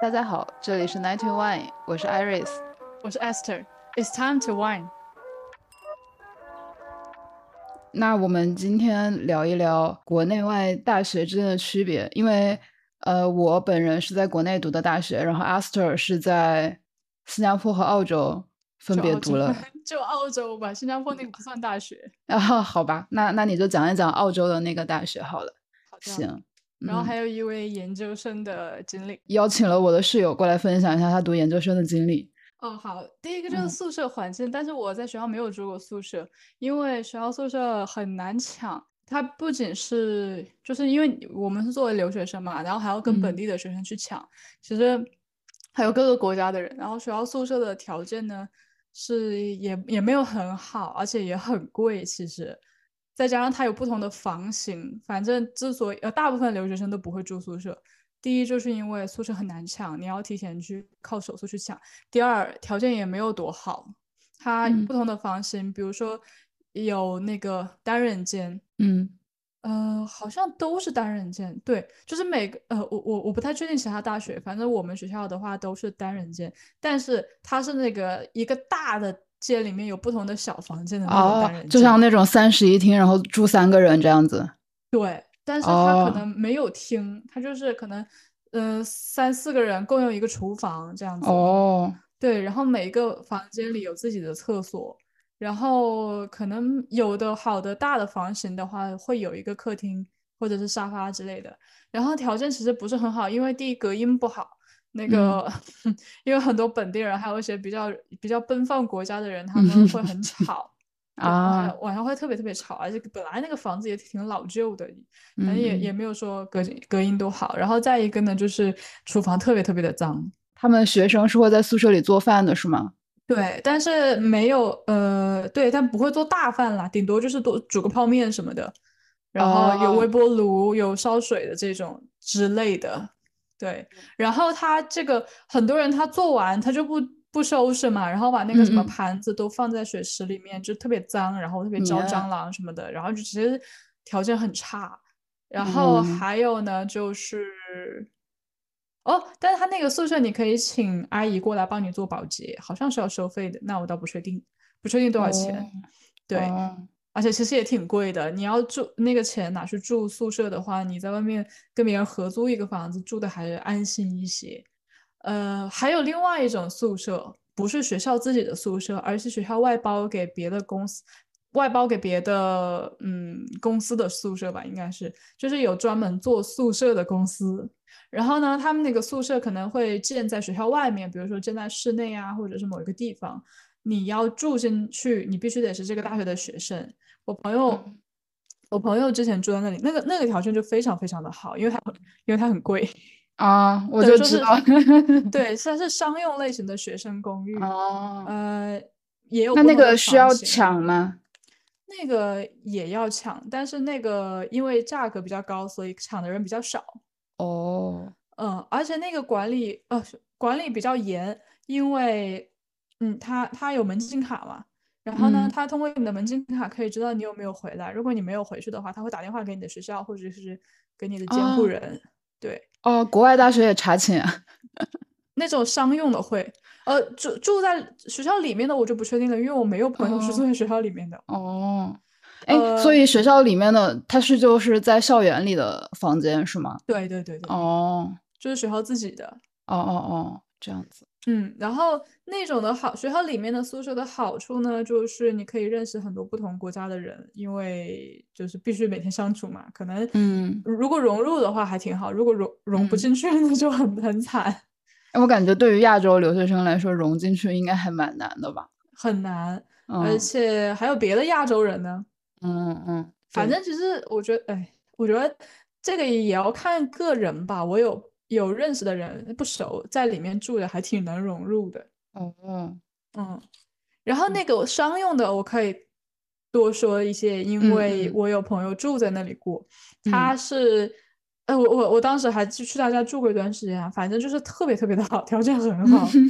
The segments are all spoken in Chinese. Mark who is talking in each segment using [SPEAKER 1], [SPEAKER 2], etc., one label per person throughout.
[SPEAKER 1] 大家好，这里是 Ninety One，我是 Iris。
[SPEAKER 2] 我是 Esther。It's time to wine。
[SPEAKER 1] 那我们今天聊一聊国内外大学之间的区别，因为呃，我本人是在国内读的大学，然后 Esther 是在新加坡和澳洲分别读了。
[SPEAKER 2] 就澳洲吧，新加坡那个不算大学。
[SPEAKER 1] 啊， 好吧，那那你就讲一讲澳洲的那个大学好了。
[SPEAKER 2] 好的。
[SPEAKER 1] 行，
[SPEAKER 2] 然后
[SPEAKER 1] 嗯
[SPEAKER 2] 还有一位研究生的经历。
[SPEAKER 1] 邀请了我的室友过来分享一下他读研究生的经历。
[SPEAKER 2] 哦，好，第一个就是
[SPEAKER 1] 嗯
[SPEAKER 2] 宿舍环境，但是我在学校没有住过宿舍，因为学校宿舍很难抢。它不仅是就是因为你我们是作为留学生嘛，然后还要跟本
[SPEAKER 1] 嗯
[SPEAKER 2] 地的学生去抢，其实还有各个国家的人。然后学校宿舍的条件呢是也也没有很好，而且也很贵，其实。再加上它有不同的房型，反正之所以呃大部分留学生都不会住宿舍，第一就是因为宿舍很难抢，你要提前去靠手速去抢。第二，条件也没有多好，它
[SPEAKER 1] 嗯
[SPEAKER 2] 不同的房型，比如说有那个单人间，
[SPEAKER 1] 嗯
[SPEAKER 2] 呃，好像都是单人间，对，就是每个呃，我我我不太确定其他大学，反正我们学校的话都是单人间，但是它是那个一个大的间里面有不同的小房嗯间的那种
[SPEAKER 1] 哦
[SPEAKER 2] 单人，
[SPEAKER 1] 就
[SPEAKER 2] 间
[SPEAKER 1] 像那种三室一厅，然后住三个人这样子。
[SPEAKER 2] 对，但是他可
[SPEAKER 1] 哦
[SPEAKER 2] 能没有厅，他就是可能，呃，三四个人共用一个厨房这样子。
[SPEAKER 1] 哦，
[SPEAKER 2] 对，然后每一个房间里有自己的厕所，然后可能有的好的大的房型的话，会有一个客厅或者是沙发之类的。然后条件其实不是很好，因为第一隔音不好，
[SPEAKER 1] 嗯
[SPEAKER 2] 那个 因为很多本地人还有一些比较比较奔放国家的人，他们会很 吵。对然后
[SPEAKER 1] 嗯
[SPEAKER 2] 还
[SPEAKER 1] 啊
[SPEAKER 2] 有，晚上会特别特别吵，而且本来那个房子也挺老旧的，反正
[SPEAKER 1] 嗯，
[SPEAKER 2] 也也没有说隔音隔音多好。然后再一个呢，就是厨房特别特别的脏，
[SPEAKER 1] 他们学生是会在宿舍里做饭的，是吗？
[SPEAKER 2] 对，但是没有呃，对，但不会做大饭啦，顶多就是多煮个泡面什么的，然后有微
[SPEAKER 1] 哦
[SPEAKER 2] 波炉、有烧水的这种之类的，对。
[SPEAKER 1] 嗯
[SPEAKER 2] 然后他这个很多人他做完他就不不收拾嘛，然后把那个什么
[SPEAKER 1] 嗯嗯
[SPEAKER 2] 盘子都放在水池里面，就特别脏，然后特别招
[SPEAKER 1] 呀
[SPEAKER 2] 蟑螂什么的，然后就直接条件很差。然后
[SPEAKER 1] 嗯
[SPEAKER 2] 还有呢，就是。哦，但是他那个宿舍你可以请阿姨过来帮你做保洁，好像是要收费的，那我倒不确定，不确定多少钱。
[SPEAKER 1] 哦
[SPEAKER 2] 对，
[SPEAKER 1] 哦
[SPEAKER 2] 而且其实也挺贵的，你要住那个钱拿去住宿舍的话，你在外面跟别人合租一个房子，住的还是安心一些。呃，还有另外一种宿舍，不是学校自己的宿舍，而是学校外包给别的公司，外包给别的嗯公司的宿舍吧，应该是，就是有专门做宿舍的公司。然后呢，他们那个宿舍可能会建在学校外面，比如说建在室内啊，或者是某一个地方。你要住进去，你必须得是这个大学的学生。我朋友，
[SPEAKER 1] 嗯
[SPEAKER 2] 我朋友之前住在那里，那个那个条件就非常非常的好，因为它很因为它 很贵。
[SPEAKER 1] 啊，我
[SPEAKER 2] 等于
[SPEAKER 1] 就
[SPEAKER 2] 说
[SPEAKER 1] 知
[SPEAKER 2] 是嗯
[SPEAKER 1] 道。
[SPEAKER 2] 对，它是商用类型的学生公寓，
[SPEAKER 1] 哦，
[SPEAKER 2] 呃，也有
[SPEAKER 1] 那
[SPEAKER 2] 不
[SPEAKER 1] 那
[SPEAKER 2] 同的
[SPEAKER 1] 个需
[SPEAKER 2] 房
[SPEAKER 1] 要
[SPEAKER 2] 型
[SPEAKER 1] 抢吗？
[SPEAKER 2] 那个也要抢，但是那个因为价格比较高，所以抢的人比较少。
[SPEAKER 1] 哦，
[SPEAKER 2] 嗯，而且那个管理呃管理比较严，因为嗯，他他有门禁卡嘛，然后呢，
[SPEAKER 1] 嗯
[SPEAKER 2] 他通过你的门禁卡可以知道你有没有回来。如果你没有回去的话，他会打电话给你的学校或者是给你的监护
[SPEAKER 1] 啊
[SPEAKER 2] 人。对，
[SPEAKER 1] 哦，国外大学也查寝啊？
[SPEAKER 2] 那种商用的会，呃，住住在学校里面的我就不确定了，因为我没有朋友是住
[SPEAKER 1] 哦
[SPEAKER 2] 在学校里面的。
[SPEAKER 1] 哦，哎，所
[SPEAKER 2] 呃
[SPEAKER 1] 以学校里面的它是就是在校园里的房间是吗？
[SPEAKER 2] 对对对对，
[SPEAKER 1] 哦，
[SPEAKER 2] 就是学校自己的。
[SPEAKER 1] 哦哦哦，这样子。
[SPEAKER 2] 嗯，然后那种的好，学校里面的宿舍的好处呢，就是你可以认识很多不同国家的人，因为就是必须每天相处嘛。可能
[SPEAKER 1] 嗯，
[SPEAKER 2] 如果融入的话还挺好，如果融融不
[SPEAKER 1] 嗯
[SPEAKER 2] 进去那就很很惨，
[SPEAKER 1] 哎我感觉对于亚洲留学生来说，融进去应该还蛮难的吧？
[SPEAKER 2] 很难。而
[SPEAKER 1] 嗯
[SPEAKER 2] 且还有别的亚洲人呢，
[SPEAKER 1] 嗯嗯，
[SPEAKER 2] 反
[SPEAKER 1] 对
[SPEAKER 2] 正其实我觉得，哎，我觉得这个也要看个人吧。我有有认识的人不熟，在里面住的还挺能融入的。
[SPEAKER 1] 哦，
[SPEAKER 2] 嗯，然后
[SPEAKER 1] 嗯
[SPEAKER 2] 那个商用的我可以多说一些，因
[SPEAKER 1] 嗯
[SPEAKER 2] 为
[SPEAKER 1] 嗯
[SPEAKER 2] 我有朋友住在那里过，
[SPEAKER 1] 嗯
[SPEAKER 2] 他是，呃，我我我当时还去去他家住过一段时间啊，反正就是特别特别的好，条件很好，
[SPEAKER 1] 嗯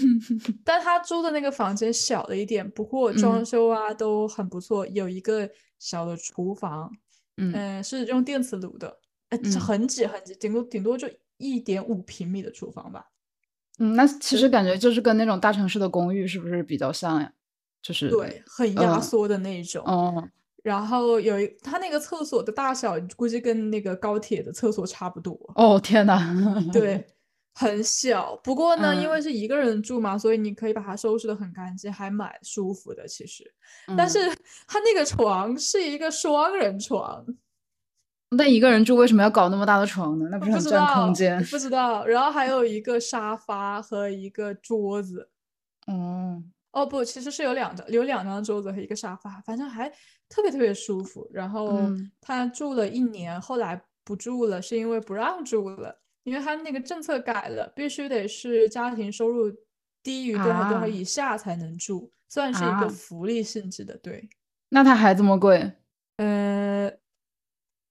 [SPEAKER 2] 但他租的那个房间小了一点，不过装
[SPEAKER 1] 嗯
[SPEAKER 2] 修啊都很不错，有一个小的厨房，
[SPEAKER 1] 嗯
[SPEAKER 2] 嗯、是用电磁炉的，呃，
[SPEAKER 1] 嗯
[SPEAKER 2] 很挤很挤，顶多顶多就一点五平米的厨房吧。
[SPEAKER 1] 嗯，那其实感觉就是跟那种大城市的公寓是不是比较像呀？就是
[SPEAKER 2] 对，很压
[SPEAKER 1] 嗯
[SPEAKER 2] 缩的那一种。
[SPEAKER 1] 哦，
[SPEAKER 2] 然后有一，它那个厕所的大小估计跟那个高铁的厕所差不多。
[SPEAKER 1] 哦，天呐，
[SPEAKER 2] 对，很小。不过呢，因
[SPEAKER 1] 嗯
[SPEAKER 2] 为是一个人住嘛，所以你可以把它收拾得很干净，还蛮舒服的。其实，但
[SPEAKER 1] 嗯
[SPEAKER 2] 是它那个床是一个双人床，
[SPEAKER 1] 那一个人住为什么要搞那么大的床呢？那不是
[SPEAKER 2] 不
[SPEAKER 1] 很
[SPEAKER 2] 知
[SPEAKER 1] 占
[SPEAKER 2] 道
[SPEAKER 1] 空间？
[SPEAKER 2] 不知道。然后还有一个沙发和一个桌子。
[SPEAKER 1] 哦，
[SPEAKER 2] 哦不，其实是有两张，有两张桌子和一个沙发，反正还特别特别舒服。然后
[SPEAKER 1] 嗯
[SPEAKER 2] 他住了一年，后来不住了，是因为不让住了，因为他那个政策改了，必须得是家庭收入低于多少多
[SPEAKER 1] 啊
[SPEAKER 2] 少以下才能住，算是一个
[SPEAKER 1] 啊
[SPEAKER 2] 福利性质的，对。
[SPEAKER 1] 那它还这么贵？
[SPEAKER 2] 呃，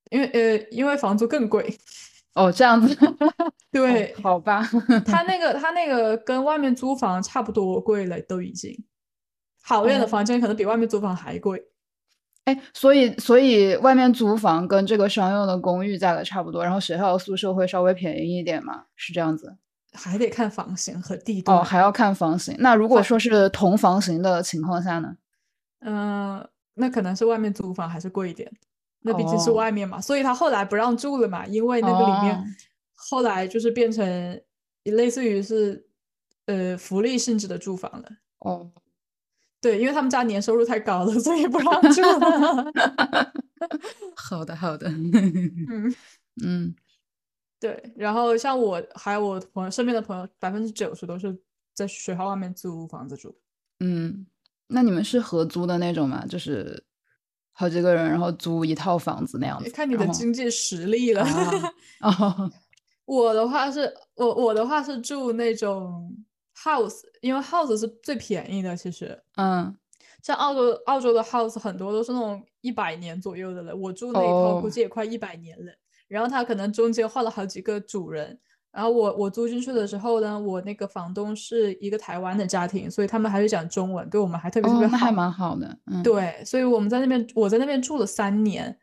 [SPEAKER 2] 因为呃，因为房租更贵，
[SPEAKER 1] 哦，这样子，哦
[SPEAKER 2] 对，
[SPEAKER 1] 好吧，
[SPEAKER 2] 他那个他那个跟外面租房差不多贵了，都已经。好一点的
[SPEAKER 1] 哦
[SPEAKER 2] 房间可能比外面租房还贵。
[SPEAKER 1] 哎，所以所以外面租房跟这个商用的公寓价格差不多，然后学校的宿舍会稍微便宜一点嘛？是这样子？
[SPEAKER 2] 还得看房型和地段。
[SPEAKER 1] 哦，还要看房型。那如果
[SPEAKER 2] 反
[SPEAKER 1] 说是同房型的情况下呢？
[SPEAKER 2] 嗯、那可能是外面租房还是贵一点，那毕竟是
[SPEAKER 1] 哦
[SPEAKER 2] 外面嘛，所以他后来不让住了嘛，因为那个里面、
[SPEAKER 1] 哦
[SPEAKER 2] 后来就是变成类似于是呃福利性质的住房了。
[SPEAKER 1] 哦，
[SPEAKER 2] 对，因为他们家年收入太高了，所以不让住了。
[SPEAKER 1] 好的好的，
[SPEAKER 2] 嗯，
[SPEAKER 1] 嗯，
[SPEAKER 2] 对。然后像我还有我朋友身边的朋友，百分之九十都是在学校外面租房子住。
[SPEAKER 1] 嗯，那你们是合租的那种吗？就是好几个人，然后租一套房子那样
[SPEAKER 2] 也
[SPEAKER 1] 子，
[SPEAKER 2] 看你
[SPEAKER 1] 然
[SPEAKER 2] 的
[SPEAKER 1] 后
[SPEAKER 2] 经济实力了。
[SPEAKER 1] 啊 哦
[SPEAKER 2] 我的话是我我的话是住那种 house，因为 house 是最便宜的。其实
[SPEAKER 1] 嗯
[SPEAKER 2] 像澳洲澳洲的 house 很多都是那种一百年左右的了，我住那一套估
[SPEAKER 1] 哦
[SPEAKER 2] 计也快一百年了。然后它可能中间换了好几个主人。然后我我租进去的时候呢，我那个房东是一个台湾的家庭，所以他们还是讲中文，对我们还特别特别
[SPEAKER 1] 哦，那
[SPEAKER 2] 好。
[SPEAKER 1] 还蛮好的，嗯
[SPEAKER 2] 对，所以我们在那边，我在那边住了三年，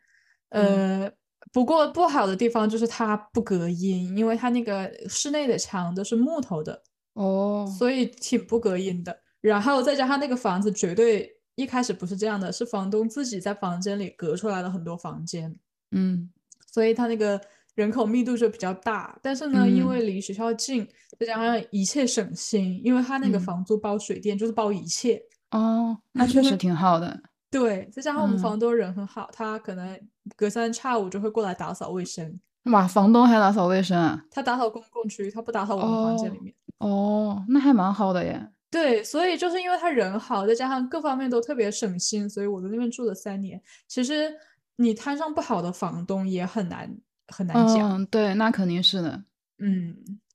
[SPEAKER 1] 嗯
[SPEAKER 2] 呃，不过不好的地方就是它不隔音，因为它那个室内的墙都是木头的，
[SPEAKER 1] 哦
[SPEAKER 2] 所以挺不隔音的。然后再加上那个房子绝对一开始不是这样的，是房东自己在房间里隔出来了很多房间，
[SPEAKER 1] 嗯
[SPEAKER 2] 所以它那个人口密度就比较大。但是呢，因
[SPEAKER 1] 嗯
[SPEAKER 2] 为离学校近，再加上一切省心，因为它那个
[SPEAKER 1] 嗯
[SPEAKER 2] 房租包水电，就是包一切。
[SPEAKER 1] 哦，
[SPEAKER 2] 嗯
[SPEAKER 1] 那确实挺好的，
[SPEAKER 2] 对，再加上我们
[SPEAKER 1] 嗯
[SPEAKER 2] 房东人很好，他可能隔三差五就会过来打扫卫生。
[SPEAKER 1] 哇，房东还打扫卫生啊，
[SPEAKER 2] 他打扫公共区域，他不打扫我们房间里
[SPEAKER 1] 哦
[SPEAKER 2] 面。
[SPEAKER 1] 哦，那还蛮好的耶，
[SPEAKER 2] 对，所以就是因为他人好，再加上各方面都特别省心，所以我在那边住了三年。其实你摊上不好的房东也很难很难讲，
[SPEAKER 1] 嗯，对，那肯定是的，
[SPEAKER 2] 嗯，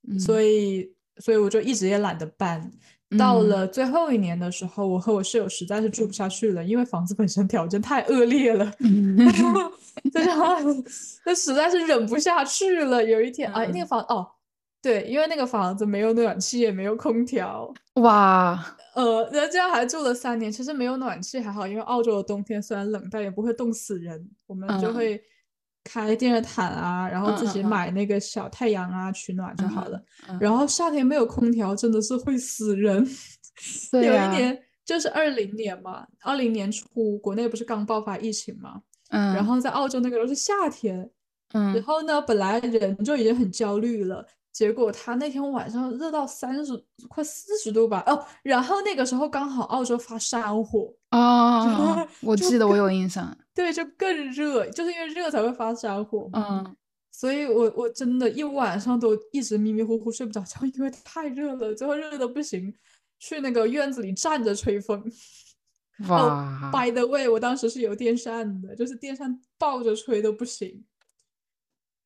[SPEAKER 1] 嗯
[SPEAKER 2] 所以所以我就一直也懒得搬。到
[SPEAKER 1] 嗯
[SPEAKER 2] 了最后一年的时候，我和我室友实在是住不下去了，因为房子本身条件太恶劣了。
[SPEAKER 1] 嗯
[SPEAKER 2] 这样，这实在是忍不下去了。有一天，哎，那个
[SPEAKER 1] 嗯
[SPEAKER 2] 房哦，对，因为那个房子没有暖气，也没有空调，
[SPEAKER 1] 哇，
[SPEAKER 2] 呃，那这样还住了三年。其实没有暖气还好，因为澳洲的冬天虽然冷，但也不会冻死人。我们就
[SPEAKER 1] 嗯
[SPEAKER 2] 会开电热毯啊，然后
[SPEAKER 1] 嗯
[SPEAKER 2] 自
[SPEAKER 1] 嗯
[SPEAKER 2] 己
[SPEAKER 1] 嗯
[SPEAKER 2] 买那个小太阳啊取暖就好了。
[SPEAKER 1] 嗯
[SPEAKER 2] 然后夏天没有空调真的是会死人。
[SPEAKER 1] 对
[SPEAKER 2] 有一
[SPEAKER 1] 呀，
[SPEAKER 2] 年就是二零年嘛，二零年初国内不是刚爆发疫情嘛，然
[SPEAKER 1] 嗯
[SPEAKER 2] 后在澳洲那个时候是夏天，然
[SPEAKER 1] 嗯
[SPEAKER 2] 后呢，本来人就已经很焦虑了，结果他那天晚上热到三十快四十度吧，哦，然后那个时候刚好澳洲发山火，
[SPEAKER 1] 哦哦，哦哦我
[SPEAKER 2] 就
[SPEAKER 1] 记得我
[SPEAKER 2] 更
[SPEAKER 1] 有印象，
[SPEAKER 2] 对，就更热，就是因为热才会发山火嘛。
[SPEAKER 1] 嗯
[SPEAKER 2] 所以我我真的一晚上都一直迷迷糊糊睡不着觉，因为太热了，最后热的不行，去那个院子里站着吹风。哦
[SPEAKER 1] 哇，
[SPEAKER 2] ，by the way，我当时是有电扇的，就是电扇抱着吹都不行。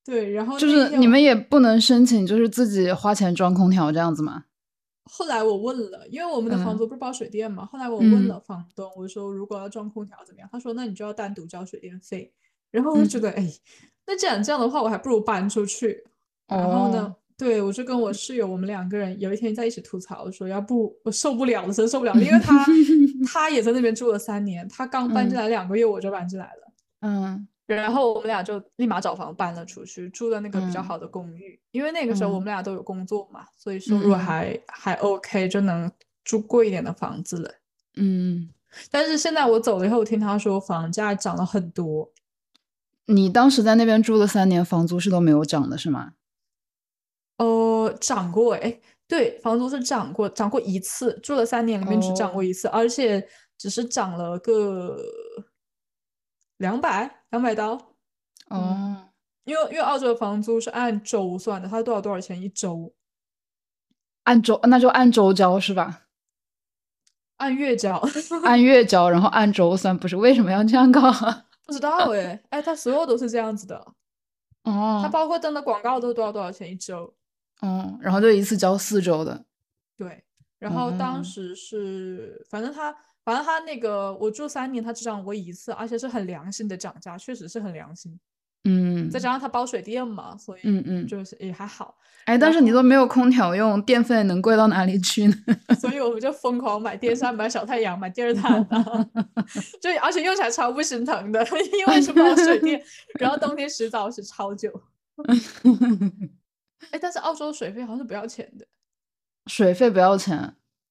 [SPEAKER 2] 对，然后
[SPEAKER 1] 就
[SPEAKER 2] 那一
[SPEAKER 1] 是
[SPEAKER 2] 天
[SPEAKER 1] 你
[SPEAKER 2] 我
[SPEAKER 1] 们也不能申请，就是自己花钱装空调这样子吗？
[SPEAKER 2] 后来我问了，因为我们的
[SPEAKER 1] 嗯
[SPEAKER 2] 房租不是包水电嘛，后来我问
[SPEAKER 1] 嗯
[SPEAKER 2] 了房东，我说如果要装空调怎么样？他说那你就要单独交水电费。然后我就觉
[SPEAKER 1] 嗯
[SPEAKER 2] 得，哎，那既然这样的话，我还不如搬出去。然后呢
[SPEAKER 1] 哦，，
[SPEAKER 2] 对我就跟我室友，我们两个人有一天在一起吐槽说，要不我受不了了，真受不了了，因为 他他也在那边住了三年，他刚搬进
[SPEAKER 1] 嗯
[SPEAKER 2] 来两个月我就搬进来了。
[SPEAKER 1] 嗯
[SPEAKER 2] 然后我们俩就立马找房搬了出去，住的那个比较
[SPEAKER 1] 嗯
[SPEAKER 2] 好的公寓。因为那个时候我
[SPEAKER 1] 嗯
[SPEAKER 2] 们俩都有工作嘛，所以收入
[SPEAKER 1] 嗯
[SPEAKER 2] 还、还 OK，就能住贵一点的房子了。
[SPEAKER 1] 嗯，
[SPEAKER 2] 但是现在我走了以后，我听他说房价涨了很多，
[SPEAKER 1] 你当时在那边住了三年，房租是都没有涨的是吗？
[SPEAKER 2] 呃，涨过哎，对，房租是涨过，涨过一次，住了三年里面只涨
[SPEAKER 1] 哦
[SPEAKER 2] 过一次，而且只是涨了个两百两百刀，嗯
[SPEAKER 1] 哦，
[SPEAKER 2] 因为因为澳洲的房租是按周算的，它多少多少钱一周，
[SPEAKER 1] 按周那就按周交是 吧？
[SPEAKER 2] 按月交，
[SPEAKER 1] 按月交，然后按周算，不是为什么要这样搞？
[SPEAKER 2] 不知道哎哎，它所有都是这样子的，它
[SPEAKER 1] 哦，
[SPEAKER 2] 包括登的广告都是多少多少钱一周，
[SPEAKER 1] 嗯，然后就一次交四周的，
[SPEAKER 2] 对，然后当
[SPEAKER 1] 嗯
[SPEAKER 2] 时是，反正他，反正他那个，我住三年，他只涨过一次，而且是很良心的涨价，确实是很良心。
[SPEAKER 1] 嗯，
[SPEAKER 2] 再加上他包水电嘛，所以
[SPEAKER 1] 嗯嗯
[SPEAKER 2] 就是也还好，
[SPEAKER 1] 哎，但是你都没有空调用，电费能贵到哪里去呢？
[SPEAKER 2] 所以我们就疯狂买电扇、买小太阳、买电热毯 啊，就而且用起来超不心疼的， 因为是包水电，然后冬天洗澡洗 超久。哎，但是澳洲水费好像是不要钱的，
[SPEAKER 1] 水费不要钱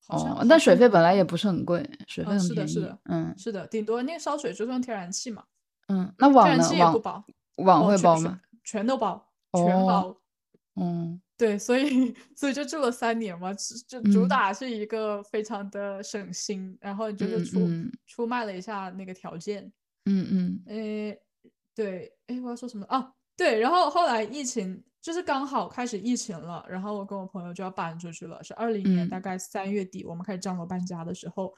[SPEAKER 2] 好像
[SPEAKER 1] 哦
[SPEAKER 2] 好，
[SPEAKER 1] 但水
[SPEAKER 2] 像
[SPEAKER 1] 费本来也不是很贵，水
[SPEAKER 2] 嗯
[SPEAKER 1] 费很
[SPEAKER 2] 是的
[SPEAKER 1] 便
[SPEAKER 2] 是
[SPEAKER 1] 宜
[SPEAKER 2] 的。
[SPEAKER 1] 嗯
[SPEAKER 2] 是的，顶多那个烧水就是用天然气嘛，
[SPEAKER 1] 嗯，那
[SPEAKER 2] 天
[SPEAKER 1] 网
[SPEAKER 2] 然
[SPEAKER 1] 呢
[SPEAKER 2] 气？也不
[SPEAKER 1] 网
[SPEAKER 2] 包。
[SPEAKER 1] 网
[SPEAKER 2] 哦
[SPEAKER 1] 会
[SPEAKER 2] 全
[SPEAKER 1] 包
[SPEAKER 2] 全
[SPEAKER 1] 吗？
[SPEAKER 2] 全都包，全
[SPEAKER 1] 哦
[SPEAKER 2] 包。
[SPEAKER 1] 嗯
[SPEAKER 2] 对，所以所以就住了三年嘛，只就
[SPEAKER 1] 嗯
[SPEAKER 2] 主打是一个非常的省心，然后就是
[SPEAKER 1] 嗯
[SPEAKER 2] 出、
[SPEAKER 1] 嗯
[SPEAKER 2] 出卖了一下那个条件。
[SPEAKER 1] 嗯嗯
[SPEAKER 2] 诶，对，诶，我要说什么啊？对，然后后来疫情就是刚好开始疫情了，然后我跟我朋友就要搬出去了，是二零年大
[SPEAKER 1] 嗯
[SPEAKER 2] 概三月底，我们开始张罗搬家的时候，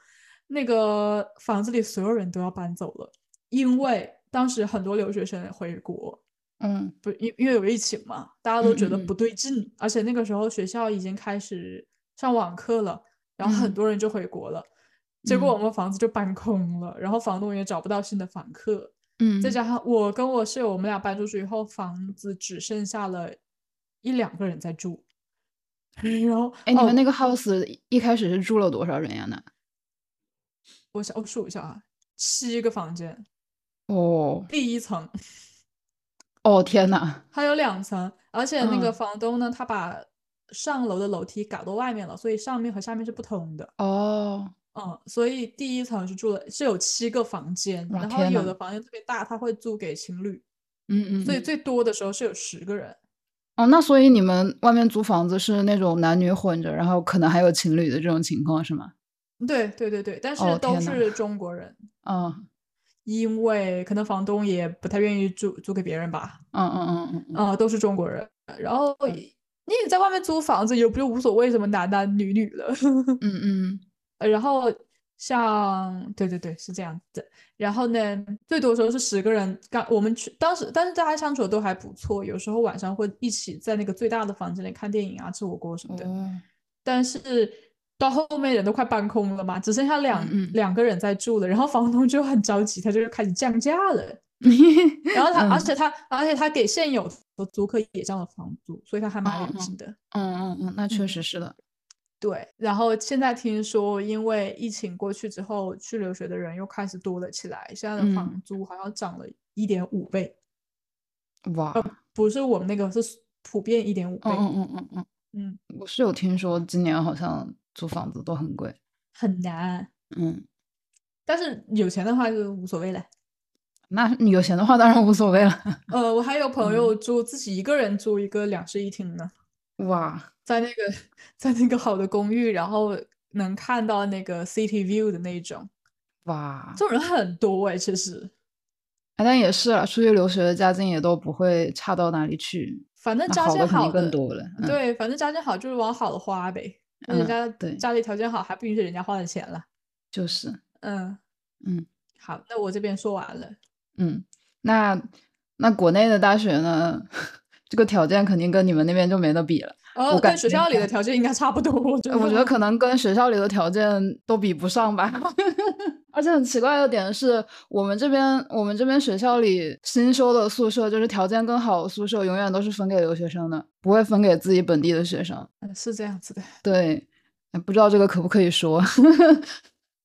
[SPEAKER 2] 那个房子里所有人都要搬走了，因为当时很多留学生回国，
[SPEAKER 1] 嗯
[SPEAKER 2] 不，因因为有疫情嘛，大家都
[SPEAKER 1] 嗯
[SPEAKER 2] 觉得
[SPEAKER 1] 嗯
[SPEAKER 2] 不对劲，而且那个时候学校已经开始上网课了，然后很
[SPEAKER 1] 嗯
[SPEAKER 2] 多人就回国了，结果
[SPEAKER 1] 嗯
[SPEAKER 2] 我们房子就搬空了，然后房东也找不到新的房客，
[SPEAKER 1] 嗯，
[SPEAKER 2] 再加上我跟我室友，我们俩搬出去以后，房子只剩下了一两个人在住，然后
[SPEAKER 1] 哎，你
[SPEAKER 2] 哦
[SPEAKER 1] 们，那个 house 一一开始是住了多少人呀？那
[SPEAKER 2] 我想我数一下啊，七个房间，
[SPEAKER 1] 哦
[SPEAKER 2] 第一层。
[SPEAKER 1] 哦天呐，
[SPEAKER 2] 它有两层，而且那个
[SPEAKER 1] 嗯
[SPEAKER 2] 房东呢，他把上楼的楼梯改到外面了，所以上面和下面是不通的。
[SPEAKER 1] 哦
[SPEAKER 2] 嗯，所以第一层是住了是有七个房间，
[SPEAKER 1] 哇
[SPEAKER 2] 然后
[SPEAKER 1] 天
[SPEAKER 2] 有
[SPEAKER 1] 呐
[SPEAKER 2] 的房间特别大，他会租给情侣，
[SPEAKER 1] 嗯嗯
[SPEAKER 2] 所以
[SPEAKER 1] 嗯
[SPEAKER 2] 最多的时候是有十个人。
[SPEAKER 1] 哦，那所以你们外面租房子是那种男女混着，然后可能还有情侣的这种情况是吗？
[SPEAKER 2] 对对对对，但是
[SPEAKER 1] 哦
[SPEAKER 2] 都
[SPEAKER 1] 天呐
[SPEAKER 2] 是中国人，
[SPEAKER 1] 嗯
[SPEAKER 2] 因为可能房东也不太愿意租租给别人吧。
[SPEAKER 1] 嗯嗯嗯嗯嗯
[SPEAKER 2] 啊、都是中国人。然后
[SPEAKER 1] 嗯
[SPEAKER 2] 你也在外面租房子，也不就无所谓什么男男女女了。
[SPEAKER 1] 嗯嗯
[SPEAKER 2] 呃然后像对对对是这样子，然后呢，最多时候是十个人，刚我们去当时，但是大家相处的都还不错，有时候晚上会一起在那个最大的房间里看电影啊、吃火锅什么的，
[SPEAKER 1] 哦
[SPEAKER 2] 但是。到后面人都快搬空了嘛，只剩下两
[SPEAKER 1] 嗯
[SPEAKER 2] 两个人在住了，然后房东就很着急，他就开始降价 了。
[SPEAKER 1] 嗯，
[SPEAKER 2] 然后他，而
[SPEAKER 1] 嗯
[SPEAKER 2] 且他，而且他给现有的租客也降了房租，所以他还蛮
[SPEAKER 1] 哦
[SPEAKER 2] 良
[SPEAKER 1] 哦
[SPEAKER 2] 心的。
[SPEAKER 1] 嗯嗯嗯，那确
[SPEAKER 2] 嗯
[SPEAKER 1] 实是的。
[SPEAKER 2] 对，然后现在听说，因为疫情过去之后，去留学的人又开始多了起来，现在的
[SPEAKER 1] 嗯，
[SPEAKER 2] 房租好像涨了一点五倍，
[SPEAKER 1] 嗯哇，
[SPEAKER 2] 不是我们那个，是普遍一点五
[SPEAKER 1] 嗯
[SPEAKER 2] 倍。
[SPEAKER 1] 嗯嗯嗯嗯，
[SPEAKER 2] 嗯，
[SPEAKER 1] 我是有听说今年好像租房子都很贵。
[SPEAKER 2] 很难，
[SPEAKER 1] 嗯，
[SPEAKER 2] 但是有钱的话就无所谓了。
[SPEAKER 1] 那你有钱的话当然无所谓了。
[SPEAKER 2] 呃，我还有朋
[SPEAKER 1] 嗯，
[SPEAKER 2] 友住自己一个人住一个两室一厅呢，
[SPEAKER 1] 哇，
[SPEAKER 2] 在那个 在那个好的公寓，然后能看到那个 city view 的那一种，
[SPEAKER 1] 哇，
[SPEAKER 2] 这种人很多哎、其实。
[SPEAKER 1] 哎，但也是了，出去留学的家境也都不会差到哪里去，
[SPEAKER 2] 反正
[SPEAKER 1] 那
[SPEAKER 2] 家
[SPEAKER 1] 好
[SPEAKER 2] 境
[SPEAKER 1] 的肯定
[SPEAKER 2] 好
[SPEAKER 1] 更
[SPEAKER 2] 的，
[SPEAKER 1] 多了。嗯
[SPEAKER 2] 对，反正家境好就是往好了花呗。那
[SPEAKER 1] 嗯，
[SPEAKER 2] 人家
[SPEAKER 1] 对，
[SPEAKER 2] 家里条件好，还不允许人家花的钱了。
[SPEAKER 1] 就是，
[SPEAKER 2] 嗯，
[SPEAKER 1] 嗯
[SPEAKER 2] 好，那我这边说完了。
[SPEAKER 1] 嗯，那那国内的大学呢， 这个条件肯定跟你们那边就没得比了。我
[SPEAKER 2] 哦，
[SPEAKER 1] 感
[SPEAKER 2] 对，
[SPEAKER 1] 觉
[SPEAKER 2] 学校里的条件应该差不多，我觉
[SPEAKER 1] 呃我觉得
[SPEAKER 2] 得。
[SPEAKER 1] 可能跟学校里的条件都比不上吧。 而且很奇怪的点是，我们这边我们这边学校里新修的宿舍，就是条件更好的宿舍，永远都是分给留学生的，不会分给自己本地的学生。
[SPEAKER 2] 嗯，是这样子的。
[SPEAKER 1] 对，呃不知道这个可不可以说？